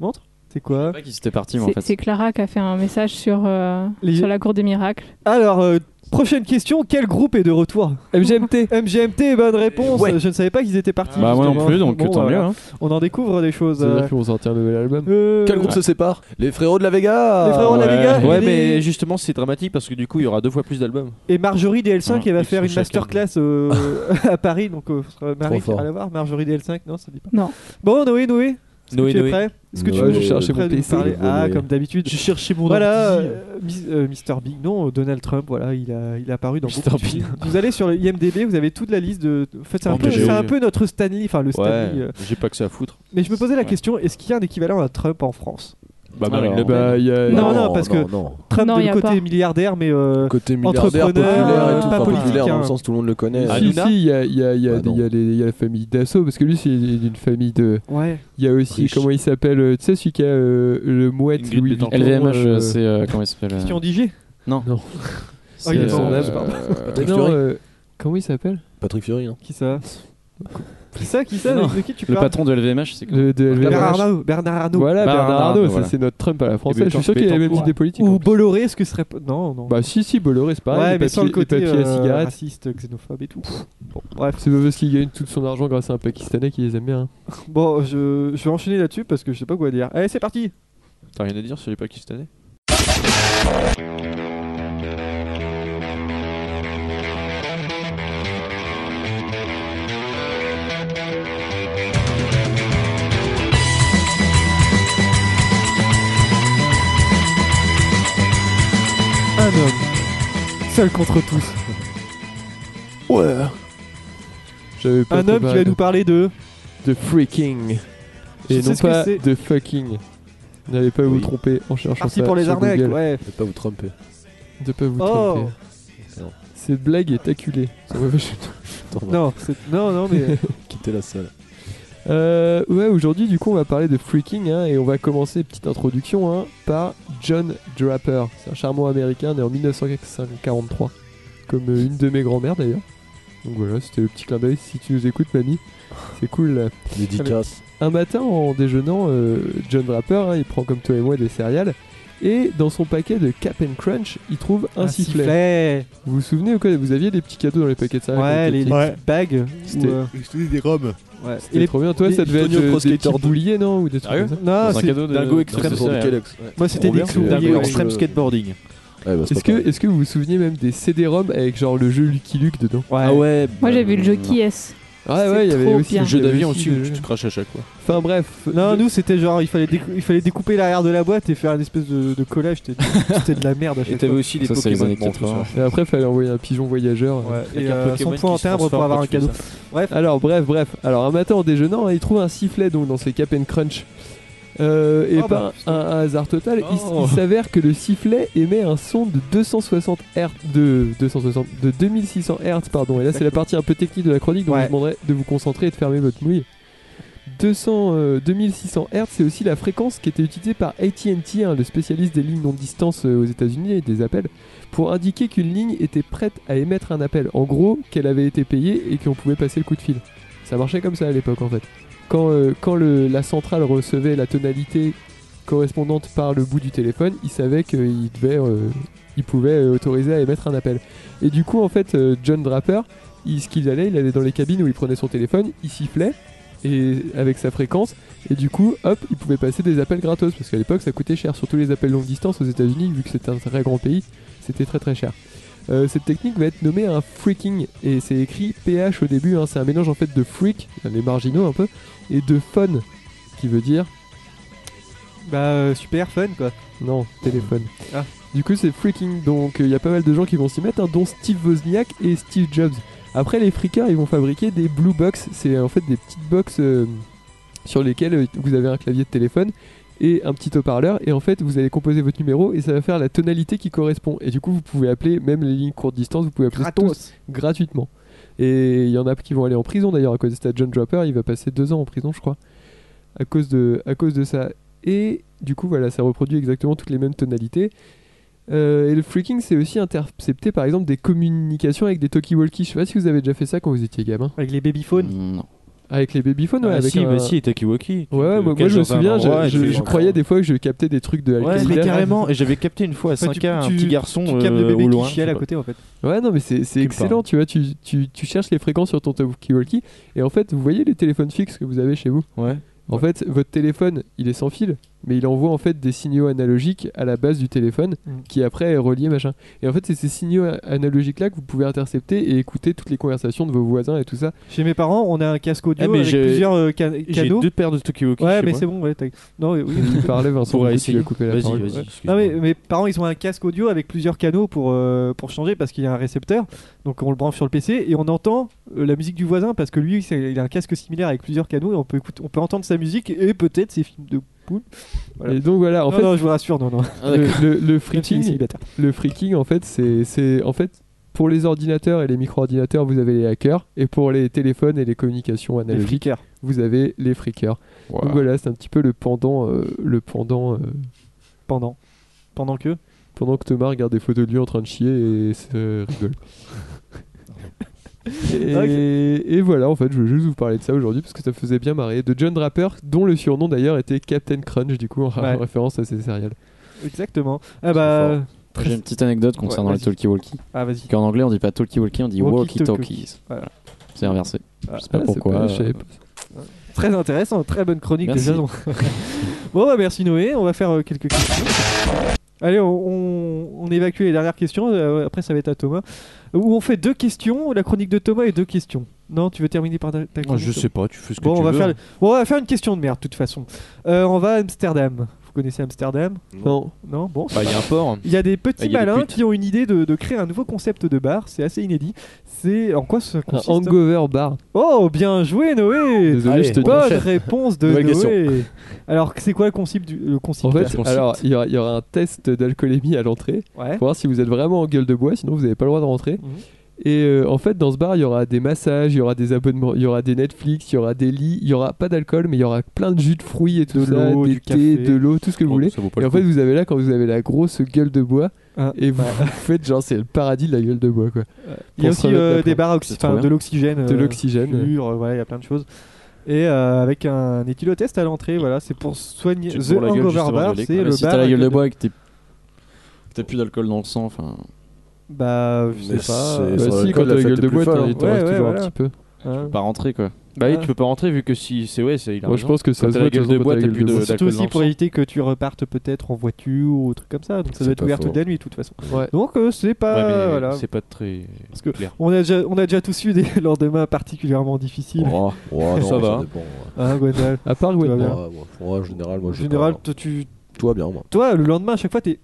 Montre. C'est quoi
C'est vrai qu'ils étaient partis, mais en
C'est c'est
fait.
Clara qui a fait un message sur, euh,
Les-
sur la cour des miracles.
Alors euh, prochaine question. Quel groupe est de retour <laughs>
MGMT
MGMT, bonne réponse. Je ne savais pas qu'ils étaient partis.
Bah, moi non
justement.
plus, donc
Bon, euh,
tant
voilà.
mieux. hein.
On en découvre des choses.
C'est-à-dire
euh,
qu'ils vont sortir un nouvel album.
euh,
Quel groupe se sépare Les frérots de la Vega
Les frérots de la
Ah, Ouais,
Vega,
ouais,
il est-
mais justement, c'est dramatique parce que du coup, il y aura deux fois plus d'albums.
Et Marjorie DL5
Voilà,
qui va
ils
faire
sont
une
chacun.
masterclass euh, <laughs> à Paris, donc euh, sera Marie
Trop fort.
à la voir. Marjorie DL5, non, ça dit pas.
Non.
Bon, Noé, Noé, est-ce que
Noé,
tu es
Noé.
prêt Est-ce que tu
Noé,
veux-
je cherchais
prêt
mon
de nous
PC.
parler
Noé.
Ah, comme d'habitude.
J'ai cherché mon
Voilà, euh, Mis- euh, Mr Big, non, euh, Donald Trump, voilà, il a, il a apparu dans
Mr.
beaucoup de
Big.
films. Vous allez sur le IMDb, vous avez toute la liste de. En fait, c'est un,
Oh,
peu,
j'ai
c'est un
eu.
peu notre Stanley, enfin le Stanley. euh.
Ouais, j'ai pas que ça à foutre.
Mais je me posais la
Ouais.
question, est-ce qu'il y a un équivalent à Trump en France
Bah,
Marine Le Pen.
Bah, il y a.
Non, non, parce que-
non.
Trump
Non,
de
il y a
côté
pas.
milliardaire, mais euh,
Côté milliardaire,
Entrepreneur,
populaire et tout.
pas
Enfin,
politique,
populaire dans
hein.
le sens où tout le monde le connaît.
Ah,
Si,
Hanouna
si, il y a, il y, a, il y, a,
Bah, non.
il y a les- il y a la famille d'Assaut, parce que lui, c'est d'une famille de.
ouais.
Il y a aussi,
Riche.
comment il s'appelle euh, Tu sais, celui qui a euh, le mouette
Ingrid
Louis
Betancourt.
Vuitton,
LVMH,
euh,
euh, c'est. euh, Comment il s'appelle euh,
Question d'IG
c'est,
il est
euh,
dans-
euh,
pardon.
Patrick
non,
Fury.
euh, Comment il s'appelle
Patrick Fury, hein.
Qui ça Qui ça, qui ça
Non.
De qui tu
Le
parles
patron de LVMH, c'est quoi
Le- de-
Ah, Bernard
LVMH.
Arnault. Bernard Arnault.
Voilà,
Bernard
Bernard
Arnault,
Arnault, ça
voilà.
c'est notre Trump à la française. Je suis
Bétancourt,
sûr qu'il a les mêmes
Bétancourt.
idées politiques. hein.
Ou Bolloré, ce que ce serait pas- Non, non.
Bah si, si, Bolloré, c'est pareil.
ouais,
les
mais sans
papiers-
le côté
les papiers à
euh,
cigarette.
raciste, xénophobe et tout. Bon, bref.
C'est pas parce qu'il gagne tout son argent grâce à un Pakistanais qui les aime bien. hein.
Bon, je, je vais enchaîner là-dessus parce que je sais pas quoi dire. Allez, c'est parti
T'as rien à dire sur les Pakistanais
Un homme. Seul contre tous.
Ouais. J'avais pas
Un homme qui
préparé
va nous parler de.
de freaking et
Je sais
non
ce que
pas
c'est.
de fucking. N'allez pas vous
Oui.
tromper en cherchant
Parti
ça
pour les
sur
arnaques,
Google.
ouais.
Ne pas vous tromper.
De pas vous
Oh.
tromper.
Excellent.
Cette blague est acculée. Ça m'a fait chier.
Non, c'est- non, non, mais.
Quittez la salle.
Euh, ouais, aujourd'hui, du coup, on va parler de freaking hein, et on va commencer, petite introduction, hein, par John Draper. C'est un charmant américain né en 1943, comme euh, une de mes grand-mères d'ailleurs. Donc voilà, c'était le petit clin d'œil. Si tu nous écoutes, mamie, c'est cool. euh,
Dédicace.
un matin, en déjeunant, euh, John Draper, hein, il prend comme toi et moi des céréales. Et dans son paquet de Cap and Crunch, il trouve <laughs> un, sifflet. Vous vous souvenez ou quoi Vous aviez des petits cadeaux dans les paquets de céréales
Ouais,
quand vous
les
étiez
petites bagues.
C'était-
ou, euh,
C'était des robes.
ouais.
petit.
Et les-
C'était trop bien. Toi,
les-
ça devait être
Tonio
euh,
Pro
des
Skater
petits
2.
bouliers, non Ou des trucs
Ah
comme
oui
Non,
ça
Dans un
c'est-
cadeau de
Dingo Extreme
de
pour le
céréales.
Kellogg's.
moi c'était
Trop
des
bien,
sous-
c'est-
des-
Dingo
Dingo
Extreme
le-
Skateboarding.
Ouais, bah, c'est
Est-ce
pas
que,
pareil.
est que vous vous souvenez même des CD-ROM avec genre le jeu Lucky Luke dedans
Ah ouais
Moi j'avais le
Mm.
Jockey S.
Ah
C'est
ouais, il y avait
trop
aussi
bien.
il y
Jeu
avait
d'avion
aussi
aussi
le
où tu
jeu.
te craches à chaque fois.
Enfin bref.
Non,
je-
nous c'était genre il fallait, décou- il fallait découper l'arrière de la boîte et faire une espèce de, de collage. C'était <laughs> c'était de la merde à
Et
chaque
t'avais
fois.
aussi les
Ça, c'est les
Pokémon
années
bon, tout
80.
ça.
Et après, fallait envoyer un pigeon voyageur.
Ouais,
Avec
et
un
euh,
Pokémon
100 points en
qui se
timbre pour
transforme
avoir
quand
un
tu fais
cadeau.
ça.
Alors bref, bref. Alors un matin en déjeunant, hein, il trouve un sifflet donc dans ses cap and crunch. Euh, et
Oh, bah,
par un, un hasard total, il s-
Oh.
il s'avère que le sifflet émet un son de 260 Hz, de 260, de 2600 Hz pardon. Et là c'est la partie un peu technique de la chronique, donc
Ouais.
je vous demanderai de vous concentrer et de fermer votre mouille. 200, euh, 2600 Hz, c'est aussi la fréquence qui était utilisée par AT&T, hein, le spécialiste des lignes non distance euh, aux États-Unis et des appels, pour indiquer qu'une ligne était prête à émettre un appel. En gros, qu'elle avait été payée et qu'on pouvait passer le coup de fil. Ça marchait comme ça à l'époque en fait. Quand, euh, quand le- la centrale recevait la tonalité correspondante par le bout du téléphone, il savait qu'il devait, euh, il pouvait euh, autoriser à émettre un appel. Et du coup, en fait, euh, John Draper, il, ce qu'il allait, il allait dans les cabines où il prenait son téléphone, il sifflait et avec sa fréquence, et du coup, hop, il pouvait passer des appels gratos parce qu'à l'époque, ça coûtait cher, surtout les appels longue distance aux États-Unis, vu que c'était un très grand pays, c'était très très cher. Euh, cette technique va être nommée un freaking et c'est écrit PH au début. hein, c'est un mélange en fait de freak, les marginaux un peu, et de fun, qui veut dire
Bah euh, super fun quoi.
non, téléphone.
Ah.
Du coup, c'est freaking. Donc, il y a pas mal de gens qui vont s'y mettre, hein, dont Steve Wozniak et Steve Jobs. Après, les freakers, ils vont fabriquer des blue box. C'est euh, en fait des petites box euh, sur lesquelles euh, vous avez un clavier de téléphone et un petit haut-parleur. Et en fait, vous allez composer votre numéro et ça va faire la tonalité qui correspond. Et du coup, vous pouvez appeler même les lignes courte distance. Vous pouvez appeler ton-
Gratos.
gratuitement. Et il y en a qui vont aller en prison d'ailleurs à cause de ça. John Draper, il va passer deux ans en prison, je crois, à cause de, à cause de ça. Et du coup, voilà, ça reproduit exactement toutes les mêmes tonalités. Euh, et le freaking, c'est aussi intercepter par exemple des communications avec des talkie-walkie. Je sais pas si vous avez déjà fait ça quand vous étiez gamin.
Avec les babyphones.
Mm, Non.
Avec les babyphones, ouais,
Ah
avec
si,
un-
bah si, Takiwaki.
Ouais, ouais, moi, moi, je me souviens, je, je- je croyais des fois que je captais des trucs de
Ouais,
Al-Qaïda.
mais carrément. Et j'avais capté une fois à
Enfin, tu-
5K un
tu-
petit garçon
Tu captes des
euh, au
bébés
loin.
qui chialent à côté en fait.
Ouais, non, mais c'est c'est
me
excellent, tu vois. Tu, tu, tu cherches les fréquences sur ton talkie-walkie et en fait, vous voyez les téléphones fixes que vous avez chez vous.
Ouais.
En fait, votre téléphone, il est sans fil, mais il envoie en fait des signaux analogiques à la base du téléphone,
Mm.
qui après est relié machin. Et en fait, c'est ces signaux a- analogiques-là que vous pouvez intercepter et écouter toutes les conversations de vos voisins et tout ça.
Chez mes parents, on a un casque audio
Ah, mais
avec
j'ai-
plusieurs euh, can-
J'ai
canaux.
deux paires de Takiwaki.
Ouais, mais c'est bon, ouais. t'as- Non, mais oui.
<laughs> Tu parlais, Vincent,
Pour
du coup, tu
essayer.
as coupé la
Vas-y,
parole.
vas-y.
Ouais.
excuse-moi.
Non mais mes parents ils ont un casque audio avec plusieurs canaux pour, euh, pour changer parce qu'il y a un récepteur donc on le branche sur le PC et on entend euh, la musique du voisin parce que lui c'est- il a un casque similaire avec plusieurs canaux et on peut, écouter, on peut entendre sa musique et peut-être ses films de poule. Voilà.
Et donc voilà, en
non
fait,
non je vous rassure <laughs> non non.
le, le, le
Même s'il est
freaking,
célibataire.
le freaking, en fait, c'est- c'est en fait pour les ordinateurs et les micro-ordinateurs, vous avez les hackers, et pour les téléphones et les communications
Les
analogiques,
flickers.
vous avez les freakers. Donc voilà, c'est un petit peu le pendant, euh, le pendant, euh,
Pendant. Pendant que.
<laughs>
pendant que Thomas regarde des photos de lui en train de chier et se rigole. Et, et voilà, en fait, je voulais juste vous parler de ça aujourd'hui parce que ça me faisait bien marrer. De John Draper, dont le surnom d'ailleurs était Captain Crunch, du coup, en
Ouais.
<laughs> référence à ces céréales.
Exactement. Ah bah.
J'ai une petite anecdote concernant
Ouais,
les talkie-walkie.
Ah, vas-y.
Qu'en anglais, on dit pas talkie-walkie, on dit
Walkie-talkies.
walkie-talkies.
Voilà.
C'est inversé.
Ah,
je sais pas
ah, c'est
pourquoi.
pas- je savais
euh,
pas.
Très intéressant, très bonne chronique
Merci.
de Jason. <laughs> bon, bah, merci Noé, on va faire euh, quelques questions. Allez, on, on- on évacue les dernières questions, euh, après ça va être à Thomas. Où on fait deux questions, la chronique de Thomas et deux questions. Non, tu veux terminer par ta, ta
Ah,
chronique
je sais pas, tu fais ce que
euh, Bon,
tu
on va,
veux. hein.
faire, bon, on va faire une question de merde, de toute façon. Euh, on va à Amsterdam. Vous connaissez Amsterdam
Non.
Non Bon.
Bah, il y a un port.
Il y a des petits
Il y a des
malins
putes.
qui ont une idée de, de créer un nouveau concept de bar, c'est assez inédit. C'est en quoi
Ah,
ça
Un
consiste
hangover bar.
Oh, bien joué Noé
Désolé,
Allez,
je te dis.
bon.
Bonne
enchaîne.
réponse de
Nouvelle question.
Noé. Alors, c'est quoi le concept du le concept
En
là
fait,
Concept.
alors, il y, aura, il y aura un test d'alcoolémie à l'entrée
Ouais.
pour voir si vous êtes vraiment en gueule de bois, sinon vous n'avez pas le droit de rentrer.
Mhm.
Et euh, en fait, dans ce bar, il y aura des massages, il y aura des abonnements, il y aura des Netflix, il y aura des lits, il y aura pas d'alcool, mais il y aura plein de jus de fruits et tout
De
ça,
l'eau,
des
du
thés,
café. Oh,
de l'eau, tout ce que vous voulez. Et en fait, vous avez là, quand vous avez la grosse gueule de bois,
Ah,
et <laughs> vous faites genre, c'est le paradis de la gueule de bois, quoi.
Il y a
Pour se
aussi
remettre
euh,
la
des
plante.
barres à oxy-
C'est trop
enfin,
bien.
de l'oxygène.
De
euh,
l'oxygène.
pur, euh, voilà, il y a plein de choses. Et euh, avec un éthylotest à l'entrée, voilà, c'est pour soigner.
Tu
The
te bourres la gueule juste
Hangover
avant
Bar,
d'y aller,
c'est
quoi.
le
Ah, Si
bar.
t'as la gueule
avec-
de bois et que t'es- que t'as plus d'alcool dans le sang, enfin.
Bah, je
Mais c'est-
sais pas. euh,
Bah
ça, la
si, quand
gueule, la
t'as la
fête
gueule
est
de
plus
bois, t'en-
folle,
il t'en
hein.
reste
Ouais,
toujours un
ouais,
petit peu.
hein.
Pas rentrer quoi.
Bah oui,
Ah.
tu peux pas rentrer vu que si c'est ouais, c'est il a
Moi, je
raison.
pense que ça
Quand
se
t'as la
voit de
gueule
toute
de
façon,
bois,
quand
t'as
t'as la
plus
gueule de
de-
bois.
Surtout
d'alcool dans
aussi
le
pour
sang.
éviter que tu repartes peut-être en voiture ou un truc comme ça. Donc ça
C'est
doit être
pas
ouvert
faux.
toute la nuit de toute façon.
Ouais.
Donc euh, c'est
Ouais,
pas.
mais
voilà.
C'est pas très
Parce que
clair.
On a déjà, on a déjà tous eu des <laughs> lendemains particulièrement difficiles.
Oh,
Ouais, non,
Ça va.
dépend, ouais.
Hein,
<laughs>
Gwenaël
À part
Tout va
Gwen.
bien.
Ouais, ouais, ouais, en général, moi
En
je.
général,
parle.
toi, tu,
Toi, bien, moi.
toi, le lendemain, à chaque fois, t'es.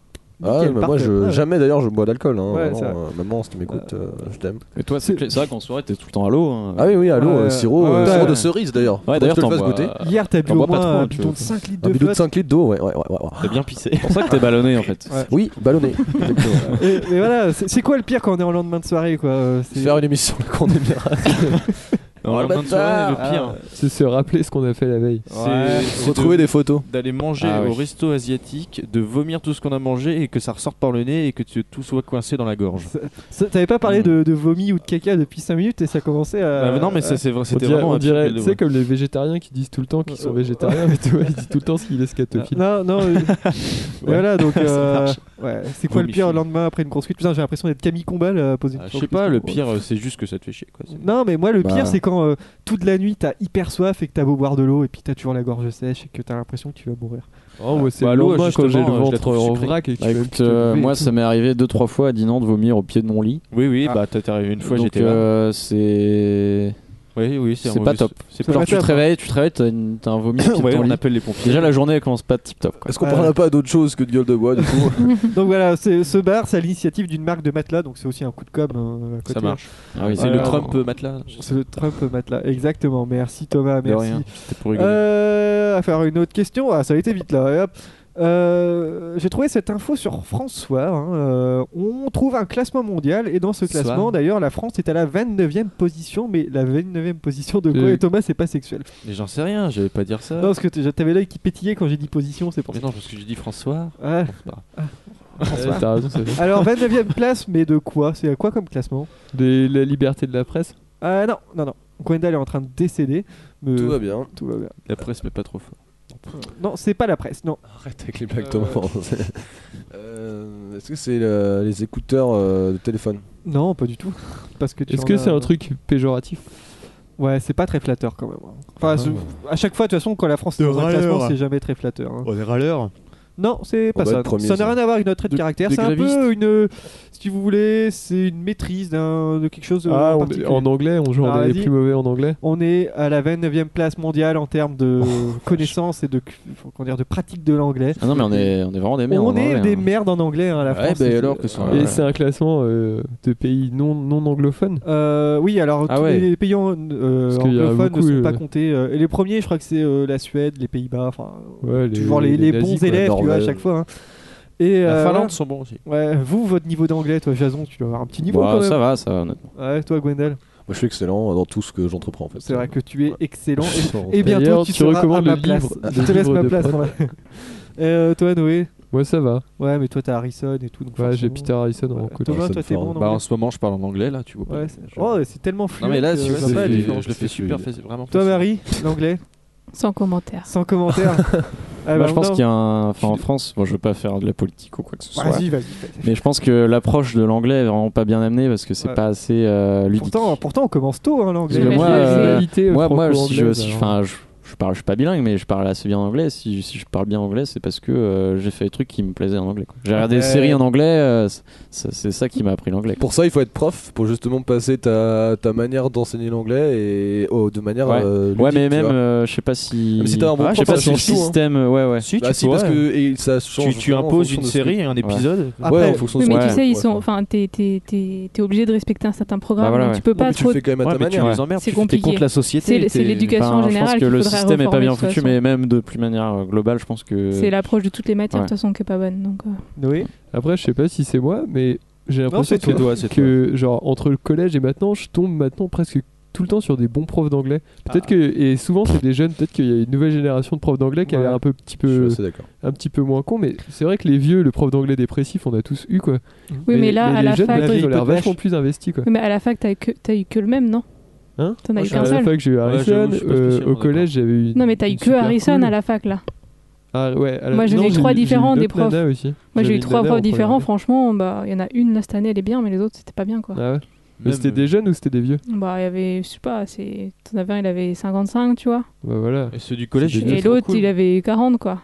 Ah,
nickel,
mais moi,
parfait.
je,
Ouais.
jamais d'ailleurs je bois d'alcool. Hein,
Ouais,
vraiment,
c'est vrai.
euh, maman, si tu m'écoutes, euh, je t'aime.
Mais toi, c'est
C'est-
clé- c'est vrai qu'en soirée, t'es tout le temps à l'eau. hein.
Ah oui, oui, allô,
Ouais,
euh,
ouais.
sirop, euh,
Ouais,
sirop
ouais.
de cerise d'ailleurs. Faudrait
Ouais,
que
d'ailleurs,
je te
t'en
le fasse
bois.
goûter.
Hier, t'as
Ah, bah,
bu
T'en
au
bois pas
moins
trop,
un
hein, tu
bidon
vois.
de 5 litres
Un bidou
de
de
flotte.
5 litres d'eau, ouais, ouais, ouais, ouais. ouais.
T'as bien pissé. C'est pour ça que t'es ballonné
<laughs>
en fait.
Oui, ballonné. exactement.
Et, et voilà, c'est c'est quoi le pire quand on est en lendemain de soirée, quoi euh, c'est-
Faire une émission le con des miracles.
Non,
Oh, le
le lendemain de soirée,
bâtard.
le pire,
C'est se rappeler ce qu'on a fait la veille.
Ouais.
c'est- c'est
Retrouver
de-
des photos.
d'aller manger
Ah,
au
oui.
resto asiatique, de vomir tout ce qu'on a mangé et que ça ressorte par le nez et que tu- tout soit coincé dans la gorge.
Ça- T'avais pas
Hmm.
parlé de, de vomi ou de caca depuis 5 minutes et ça commençait à.
Bah, non, mais ça, c'est vrai,
On
c'était
dirait,
vraiment
on
un petit
dirait
peu de-
tu sais, comme les végétariens qui disent tout le temps qu'ils sont
Euh,
végétariens, mais toi, ils disent tout le temps qu'ils
<laughs>
est scatophile.
Non, non. euh, Voilà, donc. euh, ouais, c'est quoi le
Vomifie.
pire le lendemain après une grosse cuite Putain, j'ai l'impression d'être Camille Combal à poser une
Ah, je
question.
sais pas, le pire, euh, c'est juste que ça te fait chier. Quoi. C'est-
Non, mais moi, le
Bah.
pire, c'est quand euh, toute la nuit, t'as hyper soif et que t'as beau boire de l'eau et puis t'as toujours la gorge sèche et que t'as l'impression que tu vas mourir.
Oh, moi, c'est
Bah,
le
l'eau,
lendemain quand j'ai le
justement, euh, je la
ventre
trouve
en
sucrée.
vrac et que
Bah,
tu
écoute, euh, moi, ça m'est arrivé deux trois fois à Dinan de vomir au pied de mon lit.
Oui, oui, bah t'es arrivé une fois,
Donc
j'étais là.
euh, c'est.
Oui, oui,
c'est
un
pas
mauvais-
top.
C'est
Ça
pas
Genre
va
tu
faire,
te réveilles, tu te réveilles, t'as une- t'as un vomi au pied <laughs> de
Ouais,
ton
on
lit.
appelle les pompiers.
Déjà la journée elle commence pas tip top quoi.
Est-ce qu'on
Euh.
parlera pas d'autre chose que de gueule de bois du coup
Donc voilà, c'est- ce bar, c'est à l'initiative d'une marque de matelas, donc c'est aussi un coup de com. euh, à côté.
ça marche.
Ah oui,
C'est
Voilà.
le Trump euh, matelas.
C'est le Trump matelas, exactement. Merci Thomas,
De
merci.
rien.
C'était pour rigoler.
Euh, à faire une autre question. Ah, ça a été vite là. et hop. Euh, J'ai trouvé cette info sur François. hein. Euh, on trouve un classement mondial et dans ce
Soir.
classement, d'ailleurs, la France est à la 29e position. Mais la 29e position de quoi
Euh.
Et Thomas, c'est pas sexuel.
Mais j'en sais rien, j'allais pas dire ça.
Non, parce que t- t'avais l'œil qui pétillait quand j'ai dit position, c'est pour
Mais
ça.
non, parce que j'ai dit François.
Ah.
Euh,
<laughs>
T'as raison, ça fait.
Alors 29e place, mais de quoi C'est à quoi comme classement
Des- La liberté de la presse.
Ah non, non, non. Gwendal est en train <laughs> de décéder. mais-
Tout va bien.
Tout va bien.
La presse, mais pas trop fort.
Non, c'est pas la presse, non.
Arrête avec les blagues Thomas. Euh, Est-ce que c'est euh, les écouteurs euh, de téléphone
Non, pas du tout. Parce que tu
Est-ce
en
que
as-
c'est un truc péjoratif
Ouais, c'est pas très flatteur quand même. hein. Enfin, c'est- à chaque fois, de toute façon, quand la France est dans un classement, c'est jamais très flatteur. hein.
On est râleur.
Non, c'est
On
pas
doit
ça.
être premier,
ça n'a
ça.
rien à voir avec notre trait de,
De-
caractère.
de
C'est un
grévistes.
peu une, euh, si vous voulez, c'est une maîtrise d'un- de quelque chose. de-
Ah,
en
on-
particulier.
en anglais, on joue en-
Ah,
les
vas-y.
plus mauvais en anglais.
On est à la 29e place mondiale en termes de
Oh,
<laughs> connaissances et de, faut qu'on dire, de pratique de l'anglais.
Ah non mais on est, on est vraiment des merdes.
On
en
est
vrai,
des
hein. ben
merdes en anglais hein, à la
Ouais,
France.
bah,
c'est-
alors que ça-
Et
Ouais.
c'est un classement euh, de pays non, non anglophones.
Euh, oui, alors
Ah
tous
ouais.
les pays en- euh,
Parce qu'il y a
anglophones ne
beaucoup,
sont pas
euh,
comptés. euh, et les premiers, je crois que c'est euh, la Suède, les Pays-Bas, enfin
Ouais,
toujours les, les
nazis,
bons
quoi.
élèves, tu vois, à
Norvège.
chaque fois. hein. Et
La
euh,
Finlande sont bons aussi.
ouais, vous, votre niveau d'anglais, toi, Jason, tu dois avoir un petit niveau
Bah,
quand même.
ça va, ça va honnêtement.
Ouais, toi, Gwendal,
Moi, je suis excellent dans tout ce que j'entreprends en fait. <laughs>
c'est vrai que tu es excellent.
Sans-
Et, et bientôt,
D'ailleurs,
tu,
tu
seras à
recommandes
ma
le
place.
livre-
Je
le
te laisse
livre
ma
de
place.
Proust.
voilà. Euh, toi, Noé,
Ouais, ça va.
Ouais, mais toi t'as Harrison et tout. Donc
Ouais, j'ai
forcément-
Peter Harrison en coach.
Thomas, toi t'es bon en
Bah, en
anglais
ce moment, je parle en anglais là, tu vois. pas.
Ouais, c'est- Oh, c'est tellement fluide.
Non, mais là,
que
tu vois,
ça va
c'est-
pas être dur.
je le fais super, fa- vraiment.
Toi, Marie, l'anglais
Sans commentaire.
Sans commentaire. Ah,
Moi,
bah,
je pense
non.
qu'il y a un. Enfin, en France, bon, je veux pas faire de la politique ou quoi que ce soit.
Vas-y, vas-y.
Mais je pense que l'approche de l'anglais est vraiment pas bien amenée parce que c'est
Ouais.
pas assez euh, ludique.
Pourtant, pourtant, on commence tôt hein,
Parce
l'anglais.
que moi, euh,
nationalité, euh,
moi, moi, si je,
franco-anglaise,
si je-
alors.
enfin, je, je parle, je suis pas bilingue, mais je parle assez bien anglais. Si, si je parle bien anglais, c'est parce que euh, j'ai fait des trucs qui me plaisaient en anglais. quoi. J'ai regardé des
Ouais.
séries en anglais, euh, c- c'est c'est ça qui m'a appris l'anglais.
Pour ça, il faut être prof pour justement passer ta, ta manière d'enseigner l'anglais et oh, de manière.
Ouais.
euh, ludique,
ouais, mais
tu
même,
vois.
euh, je sais pas si.
Ah, Mais si t'as un bon
Ouais, je sais
prof,
pas
ça
si le
change tout, hein.
système. euh, Ouais, ouais.
Si,
Bah,
tu
si,
pourrais.
parce que et ça change.
Tu, tu
vraiment en
imposes
fonction
une
de ce que-
série et un épisode.
Ouais,
Après-
en fonction
Oui,
de
mais
ce
Ouais. Bah,
tu
que-
sais, ils
ouais.
sont, enfin, t'es, t'es, t'es, t'es obligé de respecter un certain programme.
voilà,
donc
ouais.
tu peux
Non,
pas
mais tu
trop.
fais quand même à
Ouais,
ta
mais tu
manière.
les emmerdes.
C'est
tu- t'es
compliqué.
contre la société.
C'est-
t'es-
c'est l'éducation.
Enfin, Ben, je pense
générale
que
qu'il
le
faudrait
système est pas
reformer,
bien
de toute
foutu,
façon.
mais même de plus manière euh, globale, je pense que.
C'est l'approche de toutes les matières
Ouais.
de toute façon qui est pas bonne. Donc, euh,
Noé
Après, je sais pas si c'est moi, mais j'ai l'impression
c'est
que,
toi.
toi, c'est
que, genre, entre le collège et maintenant, je tombe maintenant presque tout le temps sur des bons profs d'anglais.
Ah.
Peut-être que, et souvent, c'est des jeunes, peut-être qu'il y a une nouvelle génération de profs d'anglais qui a
Ouais.
l'air un, peu, petit
Je
peu,
suis assez d'accord.
un petit peu moins con, mais c'est vrai que les vieux, le prof d'anglais dépressif, on a tous eu, quoi.
Oui, mais, là, à
les
la
jeunes,
fac.
maintenant, ils ont l'air
La vieille
vachement plus investis, quoi.
Oui, Mais à la fac, t'as, que, t'as eu que le même, non
Hein
T'en as
Moi,
eu
je
qu'un
à la
seul
fac, j'ai eu Harrison.
j'avoue, je suis pas
euh,
spécialement
au collège, j'avais eu.
Non, mais t'as eu que Harrison à la fac, là.
Ah, ouais, à la-
Moi, j'en ai
non,
eu trois
une-
différents
une
des
autre
profs.
nana aussi.
Moi, j'ai
J'avais
eu
une
trois
nana en
profs
première
différents.
année.
Franchement, bah, il y en a une là cette année, elle est bien, mais les autres, c'était pas bien, quoi.
Ah ouais. Mais
Même,
c'était
euh,
des jeunes ou c'était des vieux
Bah, il y avait, je sais pas, c'est... t'en avais un, il avait 55, tu vois.
Bah voilà.
Et ceux du collège,
C'est
ils
des-
étaient
Et
trop
l'autre,
cool.
il avait 40, quoi.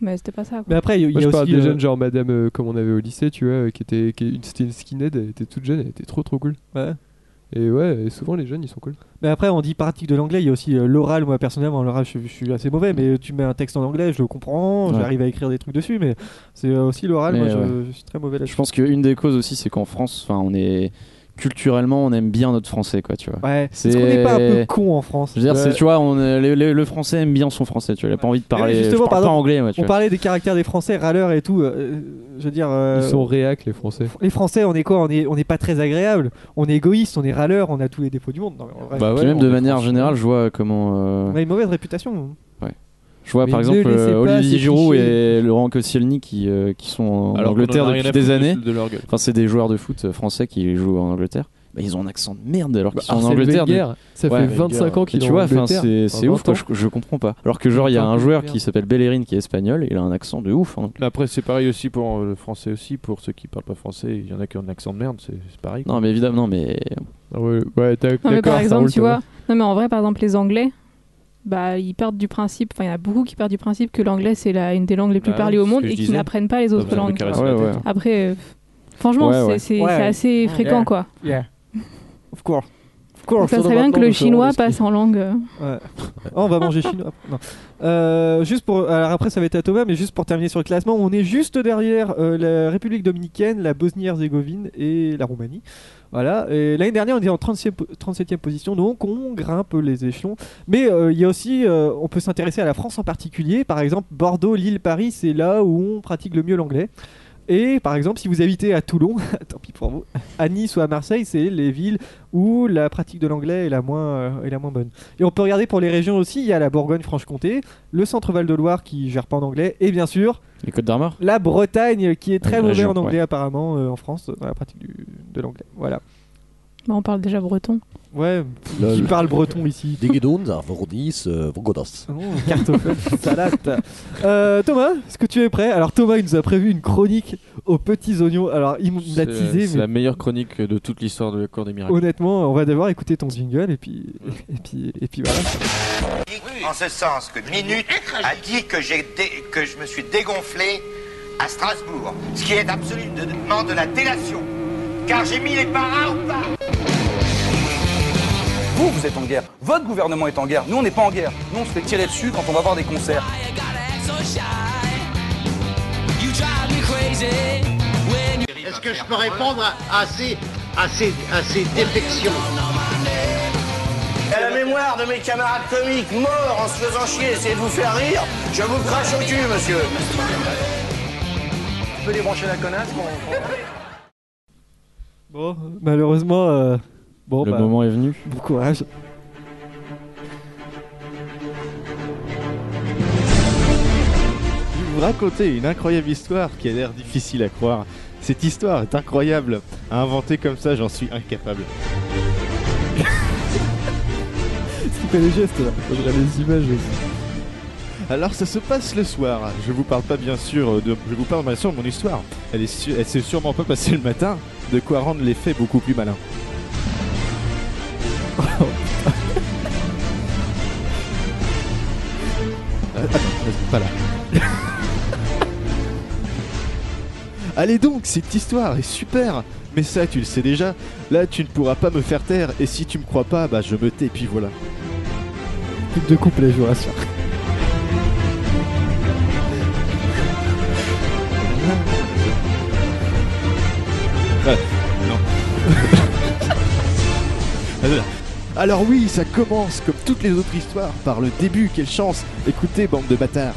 Mais c'était pas ça, quoi.
Mais après, il y-
Moi,
y
je
a
parle
aussi
des
le-
jeunes, genre madame, euh, comme on avait au lycée, tu vois, euh, qui était, qui, une- c'était une skinhead, elle était toute jeune, elle était trop trop cool.
Ouais.
Et ouais, et souvent les jeunes ils sont cool.
Mais après, on dit pratique de l'anglais, il y a aussi euh, l'oral. Moi, personnellement, l'oral, je, je suis assez mauvais, mais tu mets un texte en anglais, je le comprends,
Ouais.
j'arrive à écrire des trucs dessus, mais c'est euh, aussi l'oral,
Mais
moi, je,
ouais.
je suis très mauvais
Je
là-dessus.
pense qu'une des causes aussi, c'est qu'en France, enfin, on est culturellement, on aime bien notre français, quoi, tu vois.
Ouais,
C'est-
est-ce qu'on n'est pas un peu con en France
Je veux dire,
Ouais.
c'est, tu vois, on, est- le, le- le français aime bien son français, tu vois. Il a pas envie de
Mais oui,
parler. Je
justement,
parle
pardon.
pas anglais, moi, tu
On
vois.
parlait des caractères des Français, râleurs et tout. euh, je veux dire. euh,
Ils sont réac les Français.
Les Français, on est quoi On est, on est pas très agréable. On est égoïste, on est râleur, on a tous les défauts du monde. Non, mais en
Bah
vrai,
Puis même de manière générale, je vois comment. euh,
on a une mauvaise réputation.
Je vois
Mais
par
ne
exemple
laissez
euh,
pas
Olivier
ces
Giroud
clichés.
et Laurent Koscielny qui, euh, qui sont en
Alors qu'on en a
Angleterre
rien à
depuis
foutre
des
de-
années.
de leur gueule.
Enfin, c'est des joueurs de foot euh, français qui jouent en Angleterre. Bah, ils ont un accent de merde alors qu'ils sont bah, en
Bah, Arsène
Angleterre.
Wenger, ça
Ouais,
fait
Wenger,
25 ans
Et
qu'il est
tu
en
vois, enfin,
Angleterre.
c'est c'est
en
ouf, quoi,
20
je, je comprends pas. Alors que, genre, il y a
Attends,
un joueur
merde.
qui s'appelle Bellerin qui est espagnol, il a un accent de ouf. hein.
Mais après, c'est pareil aussi pour euh, le français aussi. Pour ceux qui parlent pas français, il y en a qui ont un accent de merde, c'est c'est pareil. quoi.
Non, mais évidemment, non, mais.
Ah ouais, ouais, t'as-
Non, mais
d'accord,
par
ça
exemple,
roule,
tu
Thomas.
vois, non, mais en vrai, par exemple, les Anglais, bah, ils partent du principe, enfin, il y en a beaucoup qui partent du principe que l'anglais, c'est la, une des langues les plus
Bah ouais,
parlées au
c'est ce
monde
que je
et qui
disais.
n'apprennent pas les
Pas
autres
besoin de
langues.
caresser
Ah
la
ouais,
tête.
ouais.
Après, euh, franchement,
Ouais,
c'est,
ouais.
c'est-
Ouais.
c'est assez fréquent,
Yeah.
quoi.
Yeah. Of course. Of
Donc,
course.
ça serait bien que le chinois passe en langue. euh,
Ouais. Oh, on va manger chinois. Non. Euh, juste pour, alors après ça va être à Thomas, mais juste pour terminer sur le classement, on est juste derrière euh, la République dominicaine, la Bosnie-Herzégovine et la Roumanie. Voilà. Et L'année dernière, on était en 37e, po- 37e position, donc on grimpe les échelons. Mais euh, il y a aussi, euh, on peut s'intéresser à la France en particulier. Par exemple, Bordeaux, Lille, Paris, c'est là où on pratique le mieux l'anglais. Et par exemple, si vous habitez à Toulon, <laughs> tant pis pour vous, à Nice ou à Marseille, c'est les villes où la pratique de l'anglais est la moins, euh, est la moins bonne. Et on peut regarder pour les régions aussi, il y a la Bourgogne-Franche-Comté, le centre-val de Loire qui gère pas en anglais, et bien sûr
Les Côtes d'Armor
la Bretagne qui est très
Une
mauvaise
région,
en anglais apparemment euh, en France, dans la pratique du- de l'anglais. Voilà.
bah, on parle déjà breton.
Ouais,
Là,
qui
le-
parle breton ici
Digidons, Vordis, euh, Vorgodas.
<laughs> Oh, Kartoffel, salade. Euh, Thomas, est-ce que tu es prêt Alors Thomas, il nous a prévu une chronique aux petits oignons. Alors il nous l'a
C'est euh,
teasé,
c'est
mais
la meilleure chronique de toute l'histoire de la Cour des miracles.
honnêtement, on va devoir écouter ton jingle et puis et puis et puis voilà.
En ce sens que Minute a dit que, j'ai dé- que je me suis dégonflé à Strasbourg, ce qui est absolument de la délation, car j'ai mis les paras au pas.
Vous, vous êtes en guerre. Votre gouvernement est en guerre. Nous, on n'est pas en guerre. Nous, on se fait tirer dessus quand on va voir des concerts.
Est-ce que je peux répondre à, à ces, à ces- à ces défections
À la mémoire de mes camarades comiques morts en se faisant chier, essayez de vous faire rire, je vous crache au cul, monsieur. Tu peux débrancher la connasse qu'on- qu'on-
Bon, malheureusement, euh,
Oh,
bon
Le
bah,
moment est venu.
bon courage.
Oh, vous raconter une incroyable histoire qui a l'air difficile à croire. Cette histoire est incroyable. À inventer comme ça, j'en suis incapable.
Il fait les gestes là. Faut que j'aille les images aussi.
Alors ça se passe le soir. Je vous parle pas bien sûr de, je vous parle bien sûr de mon histoire. Elle est, su- elle s'est sûrement pas passée le matin. De quoi rendre les faits beaucoup plus malins. <laughs> Oh, Euh, attends, vas-y, pas là. <laughs> Allez donc, cette histoire est super. Mais ça, tu le sais déjà. Là, tu ne pourras pas me faire taire. Et si tu me crois pas, bah je me tais. Et puis voilà.
Coupe de couplet, je vous rassure.
Voilà. Non. Alors oui, ça commence comme toutes les autres histoires par le début, quelle chance Écoutez, bande de bâtards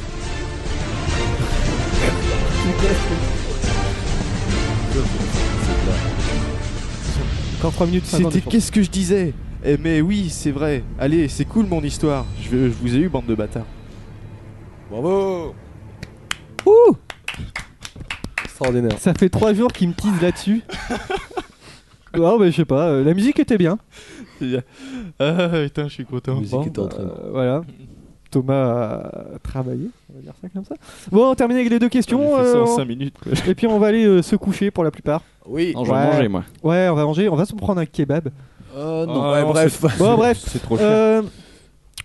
Encore 3 minutes cinquante,
C'était
je pense.
qu'est-ce que je disais Eh mais oui, c'est vrai. Allez, c'est cool mon histoire. Je, vais- je vous ai eu, bande de bâtards.
Bravo
Ouh
Extraordinaire.
Ça fait 3 jours qu'il me tease là-dessus. Non, mais je sais pas, euh, la musique était bien.
Ah putain, je suis content.
Bon, bah, euh, voilà. Thomas a travaillé, on va dire ça comme ça. Bon, on termine avec les deux questions.
fait ça en
on-
cinq minutes, quoi.
Et puis on va aller euh, se coucher pour la plupart.
Oui.
Non, je vais manger, moi.
Ouais, on va manger, on va se prendre un kebab.
Euh, non.
Ah,
Ouais,
non,
<laughs> bref.
c'est- Bon, bref.
C'est trop cher.
Euh,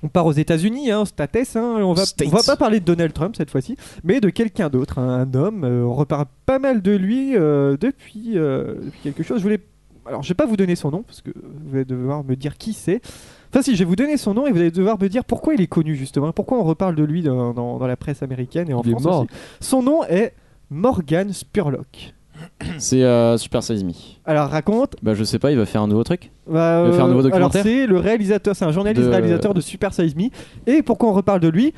on part aux États-Unis, hein, States. hein, et on va,
States.
on va pas parler de Donald Trump cette fois-ci, mais de quelqu'un d'autre, hein, un homme. Euh, on repart pas mal de lui euh, depuis, euh, depuis quelque chose. Je voulais, alors je vais pas vous donner son nom parce que vous allez devoir me dire qui c'est. Enfin, si je vais vous donner son nom et vous allez devoir me dire pourquoi il est connu justement, pourquoi on reparle de lui dans, dans- dans la presse américaine et en
Il est
France
mort.
aussi. Son nom est Morgan Spurlock.
C'est euh, Super Size Me.
Alors raconte.
Bah je sais pas, il va faire un nouveau truc.
Bah,
Il va faire un
euh,
nouveau
alors
documentaire.
c'est le réalisateur, c'est un journaliste
De-
réalisateur de Super Size Me. Et pourquoi on reparle de lui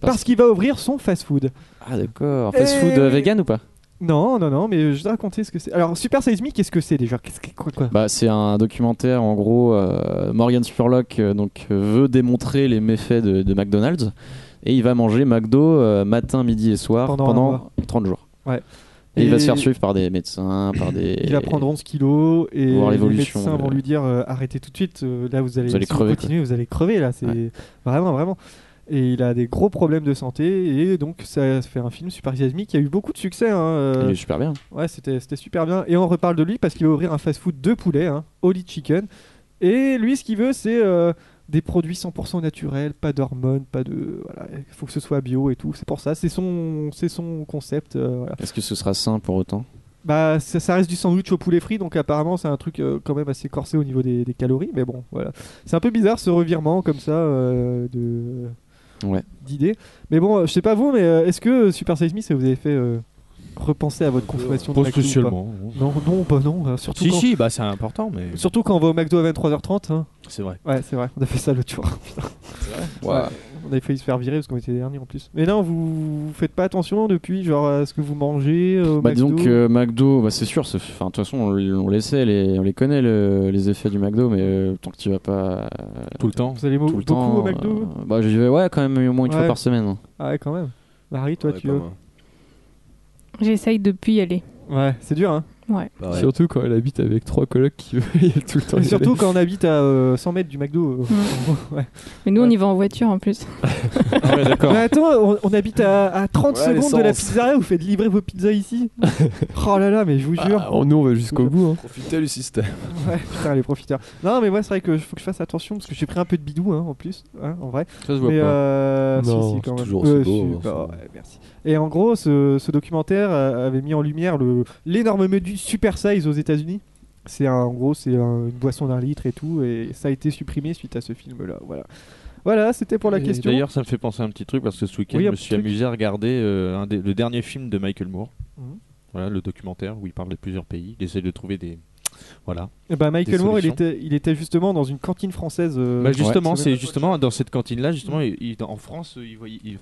Parce, qu'il va ouvrir son fast-food.
Ah d'accord. Fast
Et-
food euh, vegan ou pas
Non, non, non, mais je vais raconter ce que c'est. Alors Super Size Me, qu'est-ce que c'est déjà Qu'est-ce que- quoi, quoi
Bah c'est un documentaire en gros. euh, Morgan Spurlock euh, donc euh, veut démontrer les méfaits de, de McDonald's et il va manger McDo euh, matin, midi et soir
Pendant
pendant,
un mois.
30 jours.
Ouais.
Et, il va
Et-
se faire suivre par des médecins, par des.
Il va prendre 11 kilos et
Voir
les
l'évolution
médecins
de-
vont lui dire euh, arrêtez tout de suite. euh, là, vous allez,
Vous allez
si vous
crever,
continuez, vous allez crever. Là, c'est vraiment, vraiment. Et il a des gros problèmes de santé et donc ça fait un film Super Size Me qui a eu beaucoup de succès. hein, euh,
Il est super bien.
Ouais, c'était c'était super bien. Et on reparle de lui parce qu'il va ouvrir un fast-food de poulet, hein, Holy Chicken. Et lui, ce qu'il veut, c'est euh, des produits 100% naturels, pas d'hormones, pas de. Voilà, il faut que ce soit bio et tout. C'est pour ça, c'est son, c'est son concept. euh, voilà.
Est-ce que ce sera sain pour autant
Bah, ça, ça reste du sandwich au poulet frit, donc apparemment, c'est un truc euh, quand même assez corsé au niveau des, des calories. Mais bon, voilà. C'est un peu bizarre ce revirement comme ça euh, de.
Ouais.
d'idées. Mais bon, euh, je sais pas vous, mais euh, est-ce que euh, Super Size Me, ça vous avait fait euh, repenser à votre consommation de
Pas
McDo ou pas
spécialement.
Non, non, bah non. euh, Surtout
Si,
quand...
si, bah c'est important, mais.
Surtout quand on va au McDo à 23h30. hein.
C'est vrai.
Ouais, c'est vrai. On a fait ça l'autre jour. Putain.
Ouais.
On avait failli se faire virer parce qu'on était les derniers en plus. Mais non, vous vous faites pas attention depuis, genre à ce que vous mangez. euh, Au
Bah
McDo.
disons que McDo, bah, c'est sûr, c'est- enfin, de toute façon on, l- on les sait, les- on les connaît le- les effets du McDo, mais euh, tant que tu vas pas...
tout le temps
Vous allez mo-
tout
beaucoup
le temps,
au McDo, vous
euh, Bah j'y vais ouais quand même au moins une
Ouais.
fois par semaine.
Ah ouais, quand même. Marie, toi, tu veux.
J'essaye depuis y aller.
Ouais, c'est dur, hein.
Ouais.
Surtout quand elle habite avec trois colocs qui veulent y aller tout le temps.
Et
y
surtout
aller.
quand on habite à euh, 100 mètres du McDo. euh, <laughs> ouais.
Mais nous, on y va en voiture en plus.
Mais attends, on, on habite à, à 30
Ouais,
secondes de la
l'essence.
pizzeria, vous faites livrer vos pizzas
<laughs>
ici. oh là là, mais je vous
Bah,
jure.
Oh, nous on va jusqu'au bout. hein.
Profitez du système.
<laughs> Ouais, putain, les profiteurs. Non, mais moi, c'est vrai que faut que je fasse attention parce que j'ai pris un peu de bidou hein, en plus, hein, en vrai.
Ça se voit
Mais,
pas.
euh, si,
Non,
si, quand
c'est
même.
toujours aussi
Ouais,
beau,
si,
hein,
bah,
ça.
ouais, merci. Et en gros, ce, ce documentaire euh, avait mis en lumière le- l'énorme menu super size aux États-Unis. C'est un- en gros, c'est un- une boisson d'un litre et tout, et ça a été supprimé suite à ce film-là. Voilà, voilà, c'était pour la
Et
question.
D'ailleurs, ça me fait penser à un petit truc parce que ce week-end,
Oui, un
je me
petit
suis
truc.
amusé à regarder euh, un des- le dernier film de Michael Moore.
Mhm.
Voilà, le documentaire où il parle de plusieurs pays. Il essaie de trouver des. Voilà.
Eh ben, Michael
des
Moore, il
solutions.
était, il était justement dans une cantine française. euh,
Bah, justement,
cette
c'est
semaine.
justement dans cette cantine-là, justement,
Mhm.
il- il- en France, euh, il voyait- il-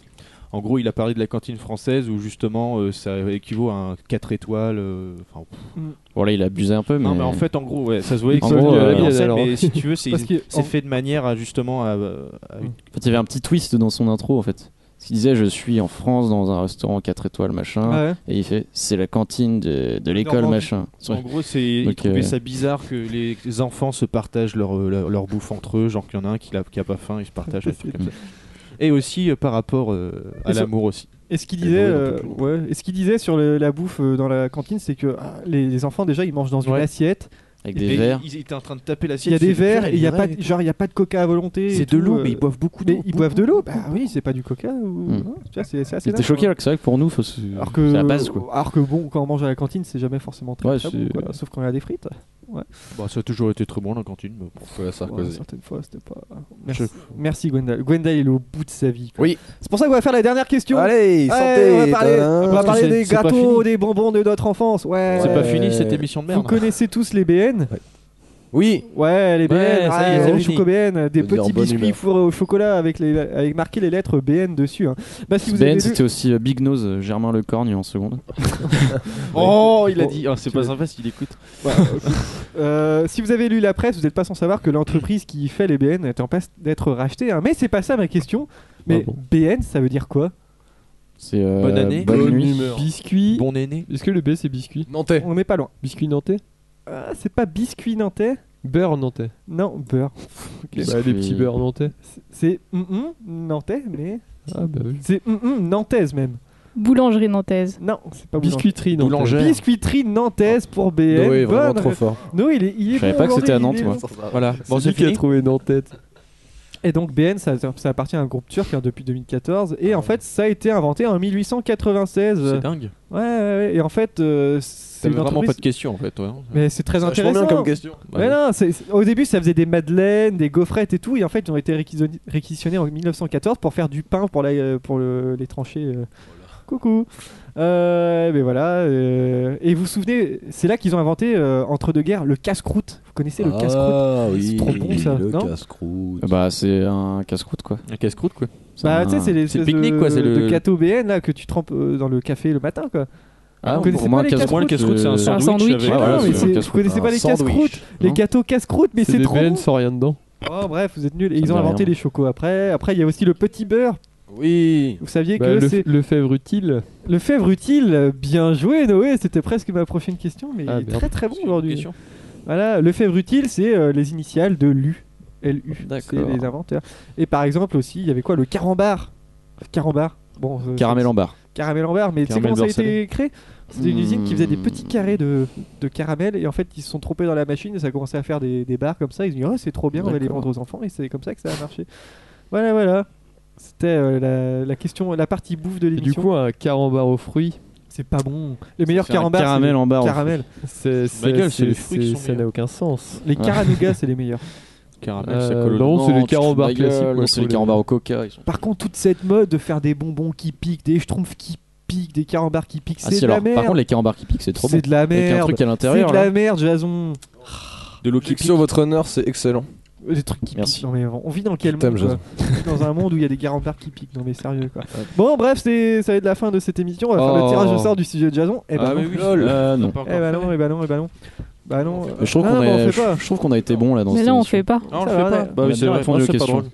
en gros, il a parlé de la cantine française où justement euh, ça équivaut à un 4 étoiles. euh, enfin, pff.
Bon là il abusait un peu mais...
Non, mais en fait, en gros, ouais, ça se voyait que
En
ça
gros,
venait de la
euh,
vie,
en fait,
en fait,
alors.
mais si tu veux, c'est
Parce que-
c'est
en-
Mmh.
fait de manière à, justement à, euh, à
En
une-
fait, il y avait un petit twist dans son intro en fait. Il disait je suis en France dans un restaurant 4 étoiles machin
Ah ouais.
et il fait c'est la cantine de, de l'école
Normandie.
machin.
En gros, c'est il
Donc,
trouvait
euh,
ça bizarre que les les enfants se partagent leur, euh, leur, leur bouffe entre eux, genre qu'il y en a un qui n'a pas faim, ils se partagent
<laughs>
un truc comme ça. Et aussi euh, par rapport euh, à
Et sur-
l'amour aussi.
Et ce qu'il
Et
disait,
nourrir un peu
euh, ouais, et ce qu'il disait sur le- la bouffe euh, dans la cantine, c'est que ah, les, les enfants déjà ils mangent dans une assiette.
Avec
des verres. Ils étaient en train de
Il
taper
y a
l'assiette,
des
c'est-
verres, et il y a
Ouais,
pas,
et-
genre il y a pas de coca à volonté.
C'est
et
de
tout,
l'eau,
euh,
mais ils boivent beaucoup
mais
d'eau,
Ils boivent de l'eau. Bah oui, c'est pas du coca ou.
Hmm.
non, tu vois, c'est c'est assez.
Il était
dingue,
choqué
quoi.
alors que c'est vrai que pour nous faut se-
Alors
c'est
que,
la base quoi.
alors que bon, quand on mange à la cantine, c'est jamais forcément très,
Ouais,
très
c'est-
bon, quoi, sauf quand il y a des frites. Ouais.
Bah, ça a toujours été très bon la cantine. Mais bon.
Ouais, certaines fois, c'était pas. Merci,
Je-
Merci Gwendal. Gwendal il est au bout de sa vie. quoi.
Oui.
C'est pour ça qu'on va faire la dernière question.
Allez, santé,
on va parler,
tadam.
on va
Parce que
parler
c'est-
des
c'est pas
gâteaux,
fini.
des bonbons de notre enfance. Ouais.
C'est pas fini,
Euh,
cette émission
de merde.
Vous connaissez tous les BN
Oui.
Ouais, les BN,
Ouais, ça y est,
ouais,
c'est
euh, au
fini.
choco BN, des
On va dire en
petits
bonne
biscuits
humeur.
fourrés au chocolat avec les avec marqué les lettres BN dessus. hein. Bah si vous avez
BN
lu-
c'était aussi euh, Big Nose euh, Germain Lecorgne en seconde.
Oh, il a
Bon,
dit. Ah, c'est
tu
pas
veux-
sympa s'il écoute.
Ouais, ok. Euh, si vous avez lu la presse, vous n'êtes pas sans savoir que l'entreprise qui fait les BN est en passe d'être rachetée. hein. Mais c'est pas ça ma question. Mais
Ah bon.
BN, ça veut dire quoi
C'est euh,
Bonne année.
Bonne
Bonne
nuit.
humeur.
Biscuit.
Bon aîné.
Est-ce que le B c'est biscuit
Nantais.
On n'est pas loin.
Biscuit nantais
Ah, c'est pas biscuit nantais
Beurre nantais
Non, beurre.
Bah,
Biscuit.
Des petits beurres nantais.
C'est hum, hum, nantais, mais
Ah bah oui.
c'est hum, hum, nantaise même.
Boulangerie nantaise.
Non, c'est pas boulanger.
Biscuiterie nantais.
Boulangère.
Biscuiterie nantaise
Ah.
pour BN.
Noé est vraiment
Bonne
trop
ré-
fort.
Noé, il est, il est
Je savais
bon
pas que c'était à
aujourd'hui,
Nantes,
il est
moi.
bon.
Voilà. Bon,
c'est
c'est
lui qui a
fini.
trouvé nantais.
Et donc BN, ça, ça appartient à un groupe turc hein, depuis 2014. Et en fait, ça a été inventé en 1896.
Ah C'est dingue.
Ouais, ouais, ouais. Et en fait, euh, c'est
T'avais
une
vraiment
entreprise.
pas de question en fait. toi, hein.
Mais c'est très
C'est vachement
intéressant.
bien comme question.
Bah,
Mais non, c'est- c'est- au début, ça faisait des madeleines, des gaufrettes et tout. Et en fait, ils ont été réquisitionnés, réquisitionnés en 1914 pour faire du pain pour, la, euh, pour le- les tranchées. euh. Coucou. Euh, mais voilà. euh, et vous vous souvenez, c'est là qu'ils ont inventé euh, entre deux guerres le casse-croûte. Vous connaissez le casse-croûte
Ah oui,
C'est trop bon, ça,
le
non
casse-croûte.
Bah c'est un casse-croûte quoi.
Un casse-croûte quoi.
Bah, tu sais, c'est les
C'est le
espèces
pique-nique,
de,
quoi, c'est le-
de gâteau BN là que tu trempes euh, dans le café le matin, quoi.
Ah,
Vous connaissez
pour moi,
pas
un
les
casse-croûte,
casse-croûte, c'est un
euh,
Un
sandwich
sandwich.
avec-
Ah,
Ah,
voilà,
non,
c'est
mais
un
c'est- vous
casse-croûte.
connaissez pas
Un
les
sandwich.
casse-croûtes Les
Non.
gâteaux casse-croûte, mais
C'est
c'est
des
trop
BN
bon.
sans rien dedans.
Oh, bref, vous êtes nuls. Et
Ça me
ils ont
dit
inventé
rien.
les chocos après. Après, il y a aussi le petit beurre.
Oui.
Vous saviez
Bah,
que
le,
c'est
le fèvre utile.
le fèvre utile. euh, Bien joué, Noé. C'était presque ma prochaine question, mais
Ah,
il est
merde.
très très bon
C'est une
aujourd'hui.
question.
Voilà, le fèvre utile, c'est euh, les initiales de LU. LU, c'est
D'accord.
les inventeurs. Et par exemple aussi, il y avait quoi Le carambar. Carambar. Bon, euh,
Caramel en barre.
Caramel en barre, mais tu sais
Caramel
comment ça a
beurre
été créé C'était une usine qui faisait des
Mmh.
petits carrés de, de caramel et en fait ils se sont trompés dans la machine et ça a commencé à faire des, des barres comme ça. Ils se disent oh, c'est trop bien, on va les
D'accord.
vendre aux enfants et c'est comme ça que ça a marché. Voilà, voilà. C'était euh, la, la question, la partie bouffe de
Et du
l'émission.
coup, un carambar aux fruits.
c'est pas bon. Les meilleurs
C'est un
carambars,
caramel en barre.
c'est les
en fait.
caramel.
C'est,
Ma gueule, c'est les
c'est-
fruits qui
c'est-
sont
Ça n'a
meilleurs.
aucun sens.
Les
Ouais. <laughs>
caramougas, c'est les meilleurs.
Caramel,
Euh,
ça colle au
non,
dos.
c'est les
tu te fous de
carambars
ma gueule,
classiques, moi,
non,
je
C'est les
trouve.
carambars au coca. Ils sont
Par contre, toute cette mode de faire des bonbons qui piquent, des schtroumpfs qui piquent, des carambars qui piquent,
Ah
c'est
si,
de la
alors, par
merde.
contre, les carambars qui piquent, c'est trop bon.
c'est de la
Avec un
merde.
truc à
C'est
l'intérieur.
de
là.
la merde, Jason.
De l'eau qui
Pixio, votre honneur, c'est excellent.
Euh, Des trucs qui
Merci.
piquent. Non, mais on vit dans quel
Je t'aime,
monde quoi On vit Dans un monde où il y a des garandards qui piquent. Non mais sérieux quoi. Bon bref, c'est ça va être la fin de cette émission. On va faire
Oh.
le tirage au sort du sujet de Jason. Eh bah
Ah,
non.
mais oui.
Euh, non.
Pas encore
Eh bah non,
fait.
eh bah non, eh bah non. Bah non. euh,
Mais Je trouve
ah,
qu'on
bah,
est-
on fait pas.
je- je trouve qu'on a été bon là dans
Mais
cette
là on
émission.
fait pas. Ah,
Non,
Ça va,
je fais pas.
ouais.
On
Bah
a
oui, c'est
bien
vrai.
répondu
Non,
aux
c'est pas
questions.
drôle.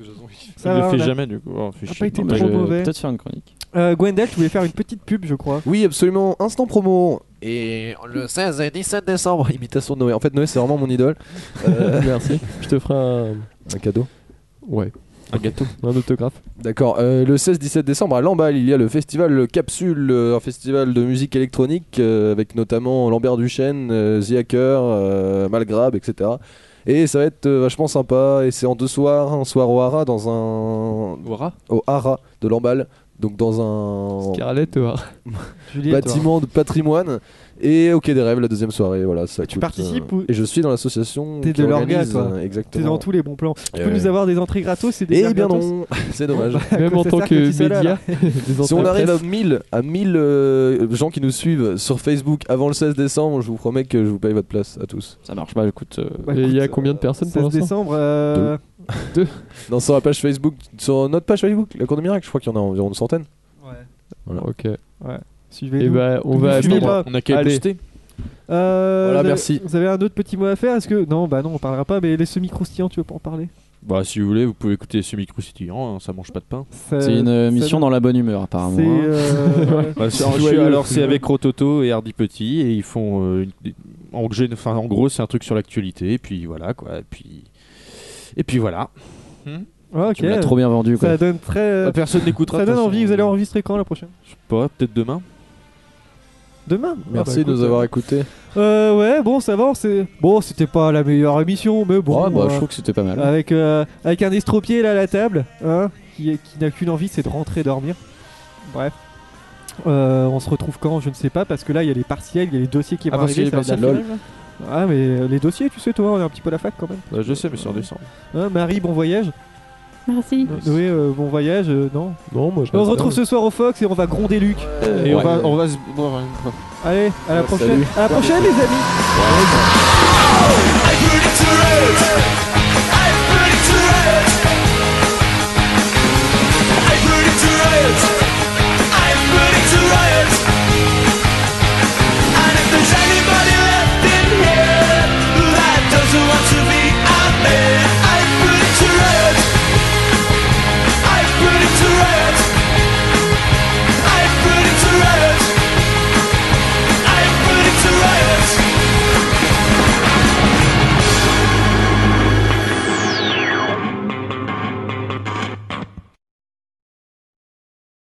Ça
Il
va,
le fait
on a- Ah,
jamais du coup. Oh, fait
pas
chier.
été
Non,
trop
mais je vais
mauvais.
euh, Peut-être faire une chronique.
Euh, Gwendal, tu voulais faire une petite pub, je crois.
Oui, absolument. Instant promo. Et le 16 et 17 décembre, <laughs> imitation de Noé. En fait, Noé, c'est vraiment mon idole. <laughs> Euh,
Merci. Je te ferai un.
un cadeau.
Ouais.
Un gâteau.
<laughs> Un autographe.
D'accord. Euh, le 16-17 décembre à Lamballe, il y a le festival Capsule, euh, un festival de musique électronique euh, avec notamment Lambert Duchesne, euh, The Hacker, euh, Malgrab, etc. Et ça va être euh, vachement sympa. Et c'est en deux soirs, un soir au Hara, dans un
Ouara.
au Hara de Lamballe, donc dans un
Scarlett, euh,
Bah,
Juliette, toi.
bâtiment de patrimoine. Et au Quai des Rêves la deuxième soirée. Voilà, ça. Tu
participes ou-
Et je suis dans l'association.
T'es
qui
de l'orga,
organise,
toi.
euh,
T'es
Exactement.
dans tous les bons plans. Tu peux
Euh,
nous avoir des entrées gratos et des
Eh
bières
bien
gratos
non, <laughs> c'est dommage.
même
quoi
en
ça
tant
sert
que
que tu sois là, <laughs>
média. des
Si on
entrées
arrive
presse.
à 1000, à 1000 euh, gens qui nous suivent sur Facebook avant le 16 décembre, je vous promets que je vous paye votre place à tous.
Ça marche pas, écoute. euh,
Bah,
Et il y a
écoute,
combien de personnes pour
16
l'instant
décembre. euh,
Non, sur la page Facebook, sur notre page Facebook, la Cour de Miracle, je crois qu'il y en a environ une centaine.
Ok. Et
Suivez-nous.
bah, on va à
N'oubliez
mille.
pas.
Eh ben, On a qu'à
Allez.
poster.
Euh,
Voilà,
vous avez-
merci.
Vous avez un autre petit mot à faire Est-ce que non, bah non, on parlera pas. Mais les semi croustillants, tu veux pas en parler
Bah, si vous voulez, vous pouvez écouter Semi Croustillant, hein, ça mange pas de pain.
Ça-
C'est une
ça
euh, mission
donne-
dans la bonne humeur, apparemment.
C'est,
hein.
euh,
<laughs> Bah, c'est-
C'est
alors,
joyeux,
<laughs> alors,
c'est
c'est
vrai.
avec Rototo et Hardy Petit et ils font euh, une- en, gé- enfin, en gros c'est un truc sur l'actualité et puis voilà quoi et puis et puis voilà.
Ouais, Ah, ok.
Tu me l'as trop bien vendu, quoi.
Ça donne très. euh,
Ah, personne n'écoutera,
Ça
de
donne
toute
envie.
façon.
Vous allez enregistrer quand la prochaine
Pas peut-être demain.
Demain. Ah, bah,
Merci de nous avoir écoutés.
Euh, ouais, bon, ça va. c'est- Bon, c'était pas la meilleure émission, mais bon.
Ouais, bah, je
euh,
trouve que c'était pas mal.
Avec, euh, avec un estropié là à la table, hein, qui, qui n'a qu'une envie, c'est de rentrer dormir. Bref. Euh, on se retrouve quand Je ne sais pas, parce que là, il y a les partiels, il y a les dossiers qui vont
Ah, parce
arriver.
qu'il y a les
ça va être la
partiels,
flemme. Ah, mais euh, les dossiers, tu sais, toi, on est un petit peu à la fac quand même.
Bah, je sais mais c'est en décembre.
Hein, Marie, bon voyage.
Merci.
Oui, euh, bon voyage, euh, non
Non, moi je
Bah,
On se retrouve ce soir au Fox et on va gronder Luc.
Et on va, on va se boire une
hein.
fois.
Allez, à la
Bah,
Ouais,
prochaine.
salut.
À la prochaine, les amis.
I could iterate.